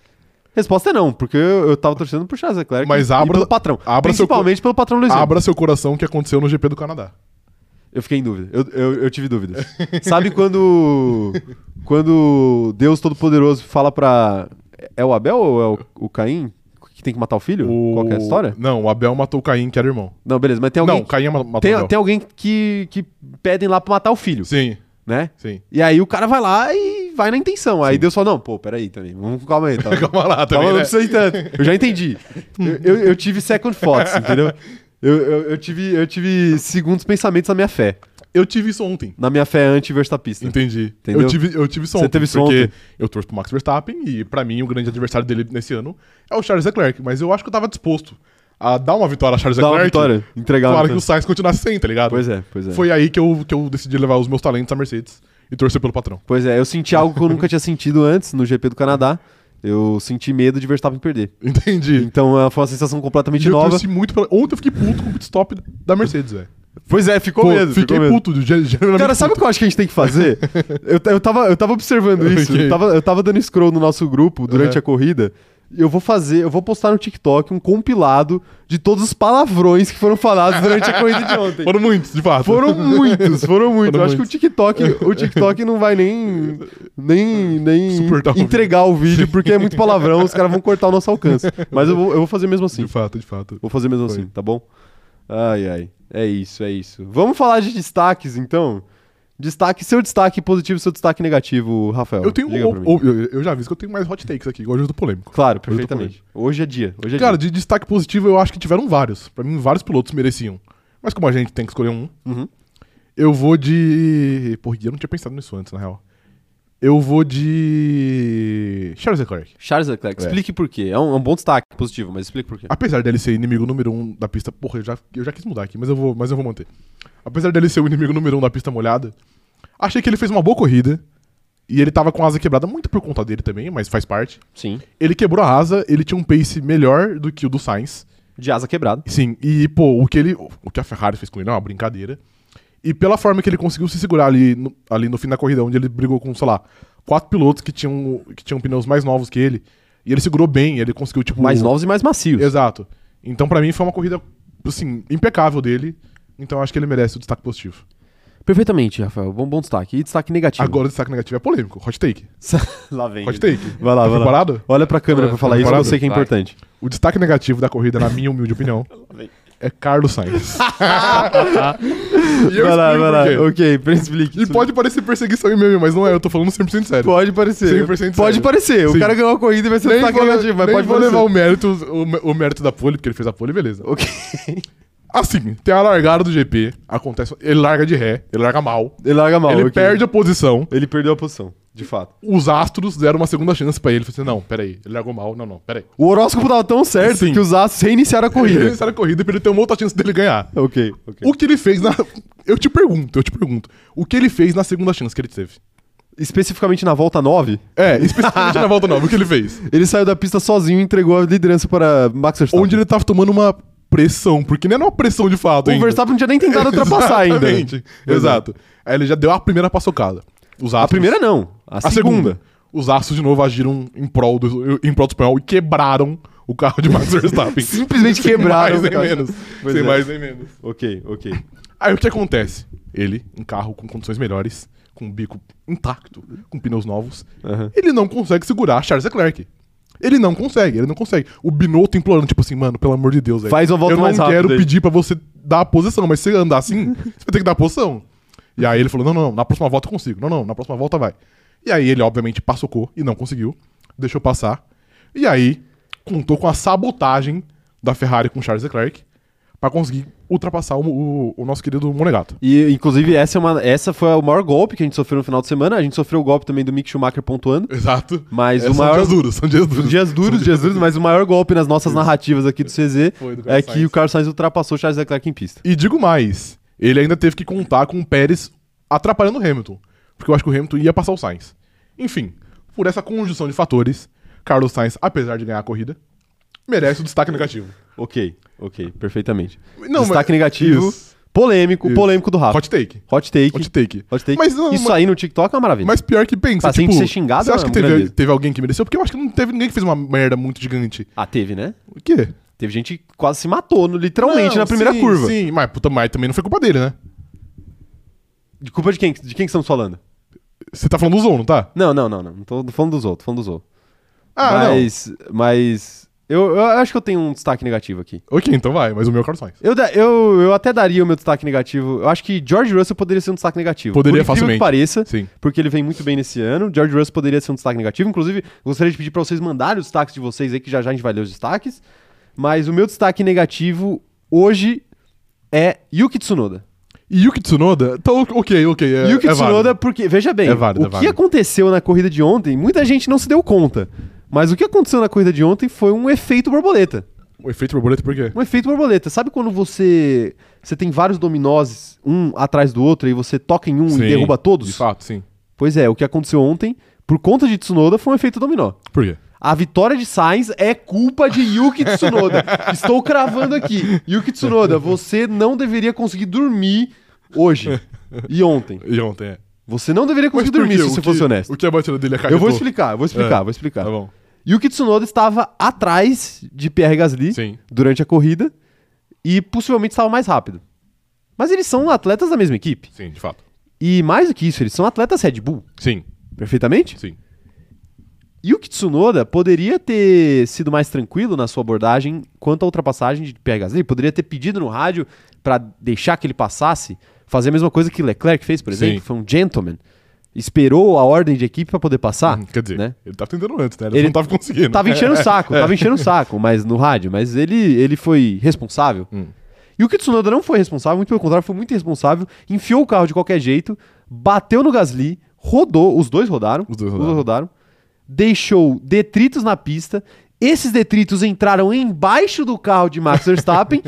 [SPEAKER 1] Resposta é não, porque eu, eu tava torcendo pro Charles Leclerc
[SPEAKER 2] Mas
[SPEAKER 1] e
[SPEAKER 2] abra-
[SPEAKER 1] pelo patrão.
[SPEAKER 2] abra seu
[SPEAKER 1] principalmente pelo patrão Luiz. Hamilton.
[SPEAKER 2] Abra seu coração que aconteceu no GP do Canadá.
[SPEAKER 1] Eu fiquei em dúvida. Eu, eu, eu tive dúvidas. Sabe quando. Quando Deus Todo-Poderoso fala pra. É o Abel ou é o, o Caim? Que tem que matar o filho? Qual que é a história?
[SPEAKER 2] Não, o Abel matou o Caim, que era irmão.
[SPEAKER 1] Não, beleza, mas tem alguém.
[SPEAKER 2] Não, Caim ma- matou o
[SPEAKER 1] tem,
[SPEAKER 2] Abel.
[SPEAKER 1] tem alguém que, que pedem lá pra matar o filho,
[SPEAKER 2] Sim,
[SPEAKER 1] né?
[SPEAKER 2] sim.
[SPEAKER 1] E aí o cara vai lá e vai na intenção. Aí Deus fala, não, pô, peraí também, vamos com calma aí. Tá? calma,
[SPEAKER 2] Calma lá também,
[SPEAKER 1] não
[SPEAKER 2] né?
[SPEAKER 1] precisa ir tanto. Eu já entendi. Eu, eu, eu tive second thoughts, entendeu? Eu, eu, eu tive, eu tive segundos pensamentos na minha fé.
[SPEAKER 2] Eu tive isso ontem.
[SPEAKER 1] Na minha fé anti-verstapista.
[SPEAKER 2] Entendi.
[SPEAKER 1] Entendeu?
[SPEAKER 2] Eu tive, eu tive isso
[SPEAKER 1] Você
[SPEAKER 2] ontem.
[SPEAKER 1] teve isso
[SPEAKER 2] porque
[SPEAKER 1] ontem?
[SPEAKER 2] eu torço pro Max Verstappen e pra mim o grande adversário dele nesse ano é o Charles Leclerc. Mas eu acho que eu tava disposto a dar uma vitória a Charles
[SPEAKER 1] Dar uma
[SPEAKER 2] Leclerc.
[SPEAKER 1] vitória, entregar uma
[SPEAKER 2] Claro que
[SPEAKER 1] vitória.
[SPEAKER 2] o Sainz continuasse sem, tá ligado?
[SPEAKER 1] Pois é, pois é.
[SPEAKER 2] Foi aí que eu, que eu decidi levar os meus talentos à Mercedes e torcer pelo patrão.
[SPEAKER 1] Pois é, eu senti algo que eu nunca tinha sentido antes no GP do Canadá. Eu senti medo de Verstappen perder.
[SPEAKER 2] Entendi.
[SPEAKER 1] Então eh, foi uma sensação completamente
[SPEAKER 2] E eu
[SPEAKER 1] nova.
[SPEAKER 2] torci muito pela... Ontem eu fiquei puto com o pit stop da Mercedes, velho.
[SPEAKER 1] Pois é, ficou
[SPEAKER 2] Pô,
[SPEAKER 1] medo.
[SPEAKER 2] Fiquei
[SPEAKER 1] ficou medo.
[SPEAKER 2] puto, ge- geralmente
[SPEAKER 1] Cara, sabe o que eu acho que a gente tem que fazer? eu, ta- eu, tava, eu tava observando isso,
[SPEAKER 2] Ok.
[SPEAKER 1] eu, tava, eu tava dando scroll no nosso grupo durante
[SPEAKER 2] Uhum.
[SPEAKER 1] a corrida. e Eu vou fazer, eu vou postar no TikTok um compilado de todos os palavrões que foram falados durante a corrida de ontem.
[SPEAKER 2] Foram muitos, de fato.
[SPEAKER 1] Foram muitos, foram muitos. Eu acho que o
[SPEAKER 2] muitos.
[SPEAKER 1] TikTok, o TikTok não vai nem, nem, nem
[SPEAKER 2] Suportar o vídeo.
[SPEAKER 1] entregar o vídeo, porque é muito palavrão, os caras vão cortar o nosso alcance. Mas eu vou, eu vou fazer mesmo assim.
[SPEAKER 2] De fato, de fato.
[SPEAKER 1] Vou fazer mesmo
[SPEAKER 2] Foi.
[SPEAKER 1] assim, tá bom? Ai, ai. É isso, é isso. Vamos falar de destaques, então? Destaque, seu destaque positivo, seu destaque negativo, Rafael.
[SPEAKER 2] Eu tenho...
[SPEAKER 1] Diga pra
[SPEAKER 2] ou-
[SPEAKER 1] mim.
[SPEAKER 2] ou- eu, eu já aviso que eu tenho mais hot takes aqui, igual o jogo do polêmico.
[SPEAKER 1] Claro,
[SPEAKER 2] tô com ele.
[SPEAKER 1] perfeitamente. Hoje é dia, hoje é
[SPEAKER 2] Cara,
[SPEAKER 1] dia.
[SPEAKER 2] de destaque positivo, eu acho que tiveram vários. Pra mim, vários pilotos mereciam. Mas como a gente tem que escolher um,
[SPEAKER 1] Uhum.
[SPEAKER 2] eu vou de. Porra, eu não tinha pensado nisso antes, na real. Eu vou de. Charles Leclerc.
[SPEAKER 1] Charles Leclerc,
[SPEAKER 2] É.
[SPEAKER 1] explique por quê. É um, é um bom destaque positivo, mas explique por quê.
[SPEAKER 2] Apesar dele ser inimigo número um da pista. Porra, eu já, eu já quis mudar aqui, mas eu, vou, mas eu vou manter. Apesar dele ser o inimigo número um da pista molhada, Achei que ele fez uma boa corrida. E ele tava com a asa quebrada muito por conta dele também, mas faz parte.
[SPEAKER 1] Sim.
[SPEAKER 2] Ele quebrou a asa, ele tinha um pace melhor do que o do Sainz.
[SPEAKER 1] De asa quebrada.
[SPEAKER 2] Sim, e pô, o que ele. O que a Ferrari fez com ele é uma brincadeira. E pela forma que ele conseguiu se segurar ali no, ali no fim da corrida, onde ele brigou com, sei lá, quatro pilotos que tinham, que tinham pneus mais novos que ele. E ele segurou bem, ele conseguiu, tipo.
[SPEAKER 1] Mais novos e mais macios.
[SPEAKER 2] Exato. Então, pra mim, foi uma corrida, assim, impecável dele. Então, acho que ele merece o destaque positivo.
[SPEAKER 1] Perfeitamente, Rafael. Bom, bom destaque. E destaque negativo.
[SPEAKER 2] Agora, o destaque negativo é polêmico. Hot take.
[SPEAKER 1] Lá vem.
[SPEAKER 2] Hot take.
[SPEAKER 1] Vai lá,
[SPEAKER 2] Tá
[SPEAKER 1] vai lá.
[SPEAKER 2] preparado? Tá
[SPEAKER 1] Olha pra câmera pra falar isso, eu
[SPEAKER 2] Preparado?
[SPEAKER 1] sei que é
[SPEAKER 3] Vai.
[SPEAKER 1] importante.
[SPEAKER 2] O destaque negativo da corrida, na minha humilde opinião,
[SPEAKER 1] vem.
[SPEAKER 2] é Carlos Sainz. E eu
[SPEAKER 1] Vai lá,
[SPEAKER 2] explico
[SPEAKER 1] vai
[SPEAKER 2] por
[SPEAKER 1] lá.
[SPEAKER 2] quê.
[SPEAKER 1] Ok, explique.
[SPEAKER 2] E pode parecer perseguição e meme, mas não é, eu tô falando 100% sério.
[SPEAKER 1] Pode parecer.
[SPEAKER 2] 100%
[SPEAKER 1] Pode
[SPEAKER 2] sério.
[SPEAKER 1] parecer. O
[SPEAKER 2] Sim.
[SPEAKER 1] cara ganhou a corrida e vai ser
[SPEAKER 2] Nem
[SPEAKER 1] destaque
[SPEAKER 2] vou,
[SPEAKER 1] negativo, mas
[SPEAKER 2] nem
[SPEAKER 1] pode
[SPEAKER 2] vou
[SPEAKER 1] parecer.
[SPEAKER 2] levar o mérito, o, mé- o mérito da pole, porque ele fez a pole, beleza.
[SPEAKER 1] Ok.
[SPEAKER 2] Assim, tem a largada do GP, acontece, ele larga de ré, ele larga mal,
[SPEAKER 1] Ele larga mal.
[SPEAKER 2] ele
[SPEAKER 1] ok.
[SPEAKER 2] perde a posição,
[SPEAKER 1] Ele perdeu a posição, de fato.
[SPEAKER 2] os astros deram uma segunda chance pra ele. Ele falou assim, não, peraí, ele largou mal, não, não, peraí.
[SPEAKER 1] O horóscopo tava tão certo
[SPEAKER 2] Sim.
[SPEAKER 1] que os astros reiniciaram a
[SPEAKER 2] Ele
[SPEAKER 1] corrida.
[SPEAKER 2] iniciaram a corrida pra ele ter uma outra chance dele ganhar.
[SPEAKER 1] ok, ok.
[SPEAKER 2] O que ele fez na... Eu te pergunto, eu te pergunto. O que ele fez na segunda chance que ele teve?
[SPEAKER 1] Especificamente na volta 9,
[SPEAKER 2] É, especificamente na volta nova, o que ele fez?
[SPEAKER 1] ele saiu da pista sozinho e entregou a liderança para Max Verstappen.
[SPEAKER 2] Onde ele tava tomando uma pressão, porque não era uma pressão de fato
[SPEAKER 1] O
[SPEAKER 2] ainda.
[SPEAKER 1] Verstappen não tinha nem tentado ultrapassar ainda.
[SPEAKER 2] Exatamente, Exato. Aí ele já deu a primeira passocada. Os
[SPEAKER 1] A
[SPEAKER 2] astros-
[SPEAKER 1] primeira não, a,
[SPEAKER 2] A
[SPEAKER 1] segunda.
[SPEAKER 2] segunda. Os astros de novo agiram em prol do, em prol do espanhol e quebraram o carro de Max Verstappen.
[SPEAKER 1] Simplesmente
[SPEAKER 2] Sem
[SPEAKER 1] quebraram o
[SPEAKER 2] Mais nem
[SPEAKER 1] carro.
[SPEAKER 2] menos.
[SPEAKER 1] Pois
[SPEAKER 2] Sem
[SPEAKER 1] é.
[SPEAKER 2] mais nem menos.
[SPEAKER 1] Ok, ok.
[SPEAKER 2] Aí o que acontece? Ele, um carro com condições melhores, com o bico intacto, com pneus novos,
[SPEAKER 1] Aham.
[SPEAKER 2] ele não consegue segurar Charles Leclerc. Ele não consegue, ele não consegue. O Binotto implorando, tipo assim, mano, pelo amor de Deus, velho.
[SPEAKER 1] Faz uma volta
[SPEAKER 2] Eu não
[SPEAKER 1] mais rápida
[SPEAKER 2] quero
[SPEAKER 1] aí."
[SPEAKER 2] pedir pra você dar a posição, mas se você andar assim, você vai ter que dar a posição. E aí ele falou: não, não, não, na próxima volta eu consigo. Não, não, na próxima volta vai. E aí ele, obviamente, passocou e não conseguiu. Deixou passar. E aí, contou com a sabotagem da Ferrari com Charles Leclerc pra conseguir ultrapassar o, o- o nosso querido Monegato.
[SPEAKER 1] E, inclusive, essa, é uma, essa foi o maior golpe que a gente sofreu no final de semana. A gente sofreu o golpe também do Mick Schumacher pontuando.
[SPEAKER 2] Exato.
[SPEAKER 1] Mas o
[SPEAKER 2] É, são
[SPEAKER 1] maior-
[SPEAKER 2] dias duros, são dias duros.
[SPEAKER 1] Dias duros, dias duros, mas o maior golpe nas nossas narrativas aqui do CZ
[SPEAKER 2] Foi do Carlos
[SPEAKER 1] é que
[SPEAKER 2] Sainz.
[SPEAKER 1] o Carlos Sainz ultrapassou o Charles Leclerc em pista.
[SPEAKER 2] E digo mais, ele ainda teve que contar com o Pérez atrapalhando o Hamilton, porque eu acho que o Hamilton ia passar o Sainz. Enfim, por essa conjunção de fatores, Carlos Sainz, apesar de ganhar a corrida, merece o destaque negativo.
[SPEAKER 1] Ok, ok, perfeitamente.
[SPEAKER 2] Não,
[SPEAKER 1] Destaque
[SPEAKER 2] mas-
[SPEAKER 1] negativo,
[SPEAKER 2] Isso.
[SPEAKER 1] polêmico,
[SPEAKER 2] Isso.
[SPEAKER 1] polêmico do Rafa.
[SPEAKER 2] Hot take.
[SPEAKER 1] Hot take.
[SPEAKER 2] Hot take.
[SPEAKER 1] Hot take.
[SPEAKER 2] Mas não,
[SPEAKER 1] Isso
[SPEAKER 2] mas-
[SPEAKER 1] aí no TikTok é uma maravilha.
[SPEAKER 2] Mas pior que pensa,
[SPEAKER 1] Tá, sem
[SPEAKER 2] tipo,
[SPEAKER 1] ser xingado,
[SPEAKER 2] você acha
[SPEAKER 1] é
[SPEAKER 2] que
[SPEAKER 1] um
[SPEAKER 2] teve,
[SPEAKER 1] grande-
[SPEAKER 2] teve alguém que mereceu? Porque eu acho que não teve ninguém que fez uma merda muito gigante.
[SPEAKER 1] Ah, teve, né?
[SPEAKER 2] O quê?
[SPEAKER 1] Teve gente que quase se matou, no- literalmente,
[SPEAKER 2] Não,
[SPEAKER 1] na primeira
[SPEAKER 2] sim,
[SPEAKER 1] curva.
[SPEAKER 2] Sim, mas, puta, mas também não foi culpa dele, né?
[SPEAKER 1] De culpa de quem? De quem que estamos falando?
[SPEAKER 2] Você tá falando do Zon, não tá?
[SPEAKER 1] Não, não, não, não. Não tô falando dos outros, falando dos outros.
[SPEAKER 2] Ah,
[SPEAKER 1] mas, mas eu, eu acho que eu tenho um destaque negativo aqui.
[SPEAKER 2] não. Ok, então vai, mas o meu é o Carlos Sainz.
[SPEAKER 1] Eu, da- eu, eu até daria o meu destaque negativo. Eu acho que George Russell poderia ser um destaque negativo.
[SPEAKER 2] Poderia
[SPEAKER 1] Por incrível que
[SPEAKER 2] facilmente.
[SPEAKER 1] pareça,
[SPEAKER 2] Sim.
[SPEAKER 1] porque ele vem muito bem nesse ano. George Russell poderia ser um destaque negativo. Inclusive, gostaria de pedir pra vocês mandarem os destaques de vocês aí, que já já a gente vai ler os destaques. Mas o meu destaque negativo hoje é Yuki Tsunoda.
[SPEAKER 2] E Yuki Tsunoda? Então, ok, ok. É,
[SPEAKER 1] Yuki
[SPEAKER 2] é válido.
[SPEAKER 1] Tsunoda, porque, veja bem,
[SPEAKER 2] É válido,
[SPEAKER 1] o
[SPEAKER 2] é
[SPEAKER 1] que
[SPEAKER 2] válido.
[SPEAKER 1] aconteceu na corrida de ontem, muita gente não se deu conta. Mas o que aconteceu na corrida de ontem foi um efeito borboleta.
[SPEAKER 2] O efeito borboleta por quê?
[SPEAKER 1] Um efeito borboleta. Sabe quando você você tem vários dominós, um atrás do outro, e você toca em um
[SPEAKER 2] Sim,
[SPEAKER 1] e derruba todos?
[SPEAKER 2] De fato, sim.
[SPEAKER 1] Pois é, o que aconteceu ontem, por conta de Tsunoda, foi um efeito dominó.
[SPEAKER 2] Por quê?
[SPEAKER 1] A vitória de Sainz é culpa de Yuki Tsunoda. Estou cravando aqui. Yuki Tsunoda, você não deveria conseguir dormir hoje e ontem.
[SPEAKER 2] E ontem, é.
[SPEAKER 1] Você não deveria
[SPEAKER 2] Mas
[SPEAKER 1] conseguir
[SPEAKER 2] por
[SPEAKER 1] dormir
[SPEAKER 2] quê?
[SPEAKER 1] se
[SPEAKER 2] O
[SPEAKER 1] você
[SPEAKER 2] que-
[SPEAKER 1] fosse honesto.
[SPEAKER 2] O que a batida dele
[SPEAKER 1] Eu
[SPEAKER 2] acarretou?
[SPEAKER 1] vou explicar, eu vou explicar,
[SPEAKER 2] É,
[SPEAKER 1] vou explicar.
[SPEAKER 2] Tá bom.
[SPEAKER 1] Yuki Tsunoda estava atrás de Pierre Gasly
[SPEAKER 2] Sim.
[SPEAKER 1] durante a corrida e possivelmente estava mais rápido. Mas eles são atletas da mesma equipe.
[SPEAKER 2] Sim, de fato.
[SPEAKER 1] E mais do que isso, eles são atletas Red Bull,
[SPEAKER 2] Sim,
[SPEAKER 1] perfeitamente.
[SPEAKER 2] sim.
[SPEAKER 1] Yuki Tsunoda poderia ter sido mais tranquilo na sua abordagem quanto à ultrapassagem de Pierre Gasly, poderia ter pedido no rádio para deixar que ele passasse, fazer a mesma coisa que Leclerc fez, por
[SPEAKER 2] Sim.
[SPEAKER 1] exemplo, foi um gentleman. Esperou a ordem de equipe para poder passar.
[SPEAKER 2] Hum, Quer dizer,
[SPEAKER 1] né?
[SPEAKER 2] ele tava tentando antes, né? Ele,
[SPEAKER 1] Ele
[SPEAKER 2] não tava conseguindo. É,
[SPEAKER 1] Tava enchendo o saco, tava enchendo o saco, mas no rádio. Mas ele, ele foi responsável.
[SPEAKER 2] Hum.
[SPEAKER 1] E o Kitsunoda não foi responsável, muito pelo contrário, foi muito irresponsável. Enfiou o carro de qualquer jeito, bateu no Gasly, rodou, os dois rodaram.
[SPEAKER 2] Os dois rodaram.
[SPEAKER 1] deixou detritos na pista. Esses detritos entraram embaixo do carro de Max Verstappen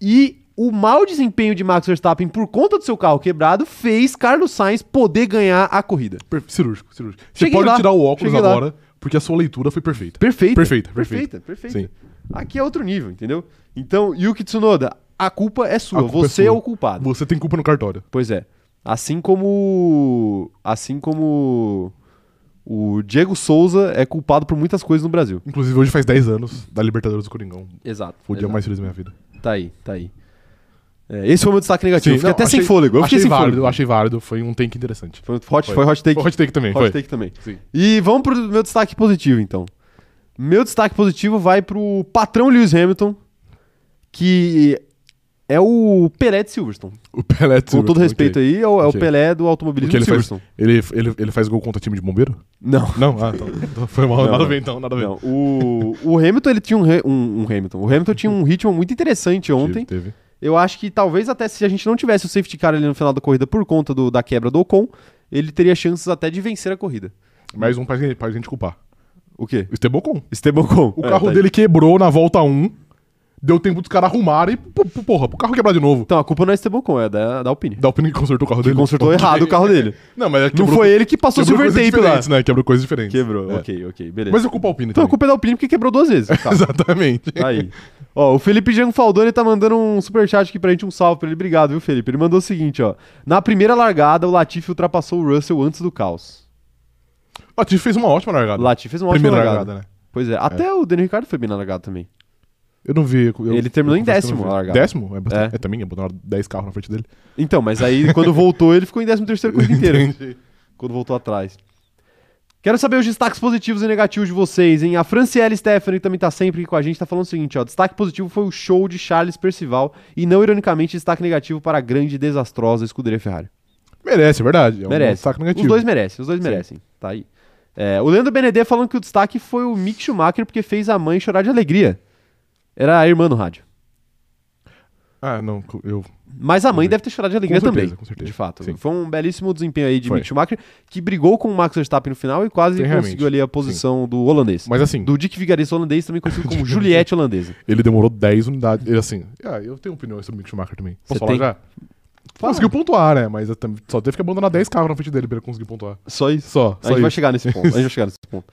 [SPEAKER 1] e o mau desempenho de Max Verstappen por conta do seu carro quebrado fez Carlos Sainz poder ganhar a corrida.
[SPEAKER 2] Per- Cirúrgico, cirúrgico.
[SPEAKER 1] Cheguei
[SPEAKER 2] Você pode
[SPEAKER 1] lá,
[SPEAKER 2] tirar o óculos
[SPEAKER 1] cheguei lá.
[SPEAKER 2] agora, porque a sua leitura foi perfeita.
[SPEAKER 1] Perfeita.
[SPEAKER 2] Perfeita,
[SPEAKER 1] perfeita.
[SPEAKER 2] perfeita.
[SPEAKER 1] Perfeita.
[SPEAKER 2] Sim.
[SPEAKER 1] Aqui é outro nível, entendeu? Então, Yuki Tsunoda, a culpa é sua.
[SPEAKER 2] A culpa é
[SPEAKER 1] você é,
[SPEAKER 2] sua.
[SPEAKER 1] o culpado.
[SPEAKER 2] Você tem culpa no cartório.
[SPEAKER 1] Pois é. Assim como. Assim como. O Diego Souza é culpado por muitas coisas no Brasil.
[SPEAKER 2] Inclusive, hoje faz 10 anos da Libertadores do Coringão.
[SPEAKER 1] Exato.
[SPEAKER 2] Foi o dia mais feliz da minha vida.
[SPEAKER 1] Tá aí, tá aí. É, esse foi o meu destaque negativo.
[SPEAKER 2] Sim,
[SPEAKER 1] eu fiquei
[SPEAKER 2] não,
[SPEAKER 1] até sem
[SPEAKER 2] achei-
[SPEAKER 1] fôlego. Eu fiquei
[SPEAKER 2] achei
[SPEAKER 1] sem
[SPEAKER 2] válido,
[SPEAKER 1] fôlego.
[SPEAKER 2] Achei válido, foi um take interessante.
[SPEAKER 1] Foi hot, foi hot take.
[SPEAKER 2] Foi hot take também,
[SPEAKER 1] Hot
[SPEAKER 2] foi.
[SPEAKER 1] take também.
[SPEAKER 2] Sim.
[SPEAKER 1] E vamos pro meu destaque positivo, então. Meu destaque positivo vai pro patrão Lewis Hamilton, que é o Pelé de Silverstone.
[SPEAKER 2] O Pelé
[SPEAKER 1] Com todo respeito aí, é o, é o
[SPEAKER 2] Ok.
[SPEAKER 1] Pelé do
[SPEAKER 2] O
[SPEAKER 1] automobilismo
[SPEAKER 2] que ele
[SPEAKER 1] de
[SPEAKER 2] faz?
[SPEAKER 1] Silverstone.
[SPEAKER 2] Ele, ele, ele faz gol contra time de bombeiro?
[SPEAKER 1] Não.
[SPEAKER 2] Não, ah, então, então foi mal.
[SPEAKER 1] Não,
[SPEAKER 2] nada
[SPEAKER 1] não.
[SPEAKER 2] a ver então, nada a ver.
[SPEAKER 1] Não, o, o Hamilton ele tinha um, re- um- um Hamilton. O Hamilton tinha um ritmo muito interessante ontem.
[SPEAKER 2] Teve.
[SPEAKER 1] Eu acho que talvez até se a gente não tivesse o safety car ali no final da corrida por conta do- da quebra do Ocon, ele teria chances até de vencer a corrida.
[SPEAKER 2] Mais um pra gente, pra gente culpar.
[SPEAKER 1] O quê?
[SPEAKER 2] O Estebocon.
[SPEAKER 1] Esteban Ocon.
[SPEAKER 2] O
[SPEAKER 1] É,
[SPEAKER 2] carro
[SPEAKER 1] tá aí.
[SPEAKER 2] dele quebrou na volta 1. Deu tempo dos caras arrumarem e, pô, pô, porra, pro carro quebrar de novo.
[SPEAKER 1] Então a culpa não é Esteban Ocon, é da, da Alpine.
[SPEAKER 2] Da opinião que consertou o carro
[SPEAKER 1] Ele
[SPEAKER 2] dele.
[SPEAKER 1] consertou errado o carro dele.
[SPEAKER 2] Não, mas é
[SPEAKER 1] Não
[SPEAKER 2] quebrou-
[SPEAKER 1] foi ele que passou
[SPEAKER 2] quebrou
[SPEAKER 1] silver
[SPEAKER 2] coisas
[SPEAKER 1] tape lá.
[SPEAKER 2] diferentes, né? Quebrou coisas diferentes.
[SPEAKER 1] Quebrou,
[SPEAKER 2] É.
[SPEAKER 1] ok, ok, beleza.
[SPEAKER 2] Mas eu culpo a Alpine
[SPEAKER 1] Então a
[SPEAKER 2] também.
[SPEAKER 1] culpa é da Alpine porque quebrou duas vezes. o carro.
[SPEAKER 2] Exatamente.
[SPEAKER 1] Tá Aí. Ó, o Felipe Jean Faldoni tá mandando um superchat aqui pra gente, um salve pra ele. Obrigado, viu, Felipe? Ele mandou o seguinte, ó. Na primeira largada, o Latifi ultrapassou o Russell antes do caos.
[SPEAKER 2] O Latifi fez uma ótima
[SPEAKER 1] O
[SPEAKER 2] largada.
[SPEAKER 1] Latifi fez uma
[SPEAKER 2] Primeira
[SPEAKER 1] ótima
[SPEAKER 2] largada.
[SPEAKER 1] largada.
[SPEAKER 2] né?
[SPEAKER 1] Pois é, até o Daniel Ricardo foi bem na largada também.
[SPEAKER 2] Eu não vi. eu-
[SPEAKER 1] Ele terminou em
[SPEAKER 2] eu confesso que
[SPEAKER 1] décimo
[SPEAKER 2] eu não vi.
[SPEAKER 1] a largada.
[SPEAKER 2] Décimo? É, bastante-
[SPEAKER 1] É.
[SPEAKER 2] é também, abandonaram 10 carros na frente dele.
[SPEAKER 1] Então, mas aí quando voltou, ele ficou em 13 terceiro corrida inteira. quando voltou atrás. Quero saber os destaques positivos e negativos de vocês, hein? A Franciele Stephanie que também tá sempre aqui com a gente, tá falando o seguinte, ó. Destaque positivo foi o show de Charles Percival e não, ironicamente, destaque negativo para a grande e desastrosa escuderia Ferrari.
[SPEAKER 2] Merece, é verdade. É um
[SPEAKER 1] Merece.
[SPEAKER 2] destaque negativo.
[SPEAKER 1] Os dois merecem, os dois
[SPEAKER 2] Sim.
[SPEAKER 1] merecem. Tá aí. É, o Leandro Benedê falando que o destaque foi o Mick Schumacher porque fez a mãe chorar de alegria. Era a irmã no rádio.
[SPEAKER 2] Ah, não, co- eu.
[SPEAKER 1] Mas a mãe
[SPEAKER 2] Uhum.
[SPEAKER 1] deve ter chorado de alegria
[SPEAKER 2] Com certeza,
[SPEAKER 1] também.
[SPEAKER 2] com certeza.
[SPEAKER 1] De fato.
[SPEAKER 2] Sim.
[SPEAKER 1] Foi um belíssimo desempenho aí de
[SPEAKER 2] Foi.
[SPEAKER 1] Mick Schumacher, que brigou com o Max Verstappen no final e quase
[SPEAKER 2] Sim, realmente.
[SPEAKER 1] conseguiu ali a posição do holandês.
[SPEAKER 2] Mas assim,
[SPEAKER 1] Do Dick Vigarista holandês, também conhecido como Juliette holandesa.
[SPEAKER 2] ele demorou 10 unidades. Ele assim. Ah, eu tenho opiniões sobre o Mick Schumacher também.
[SPEAKER 1] Você
[SPEAKER 2] Posso falar
[SPEAKER 1] tem?
[SPEAKER 2] já? Conseguiu pontuar, né? Mas eu tam- só teve que abandonar 10 carros na frente dele pra ele conseguir pontuar.
[SPEAKER 1] Só isso.
[SPEAKER 2] Só.
[SPEAKER 1] A
[SPEAKER 2] só
[SPEAKER 1] gente vai
[SPEAKER 2] isso.
[SPEAKER 1] chegar nesse ponto. A gente vai chegar nesse ponto.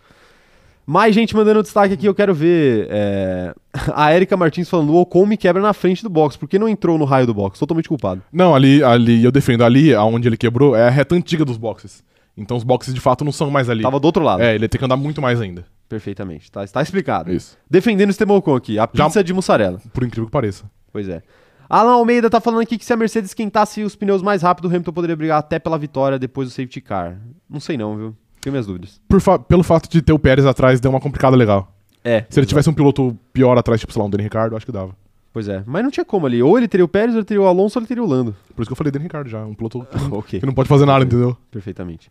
[SPEAKER 1] Mais gente mandando destaque aqui, eu quero ver. é, A Erika Martins falando: o Ocon me quebra na frente do box. Por que não entrou no raio do box? Totalmente culpado.
[SPEAKER 2] Não, ali, ali eu defendo. Ali, aonde ele quebrou, é a reta antiga dos boxes. Então os boxes de fato não são mais ali.
[SPEAKER 1] Tava do outro lado.
[SPEAKER 2] É, ele tem que andar muito mais ainda.
[SPEAKER 1] Perfeitamente. Tá, está explicado.
[SPEAKER 2] Isso.
[SPEAKER 1] Defendendo o Stemocon aqui. A
[SPEAKER 2] Já-
[SPEAKER 1] pizza de mussarela.
[SPEAKER 2] Por incrível que pareça.
[SPEAKER 1] Pois é. Alan Almeida tá falando aqui que se a Mercedes esquentasse os pneus mais rápido, o Hamilton poderia brigar até pela vitória depois do safety car. Não sei não, viu? Tenho minhas dúvidas.
[SPEAKER 2] Por fa- pelo fato de ter o Pérez atrás, deu uma complicada legal.
[SPEAKER 1] É.
[SPEAKER 2] Se ele tivesse um piloto pior atrás, tipo, sei lá, um Danny Ricardo, acho que dava.
[SPEAKER 1] Pois é. Mas não tinha como ali. Ou ele teria o Pérez, ou ele teria o Alonso, ou ele teria o Lando.
[SPEAKER 2] Por isso que eu falei Danny Ricardo já. Um piloto que não-
[SPEAKER 1] Ah, ok.
[SPEAKER 2] que não pode fazer nada, entendeu?
[SPEAKER 1] Perfeitamente.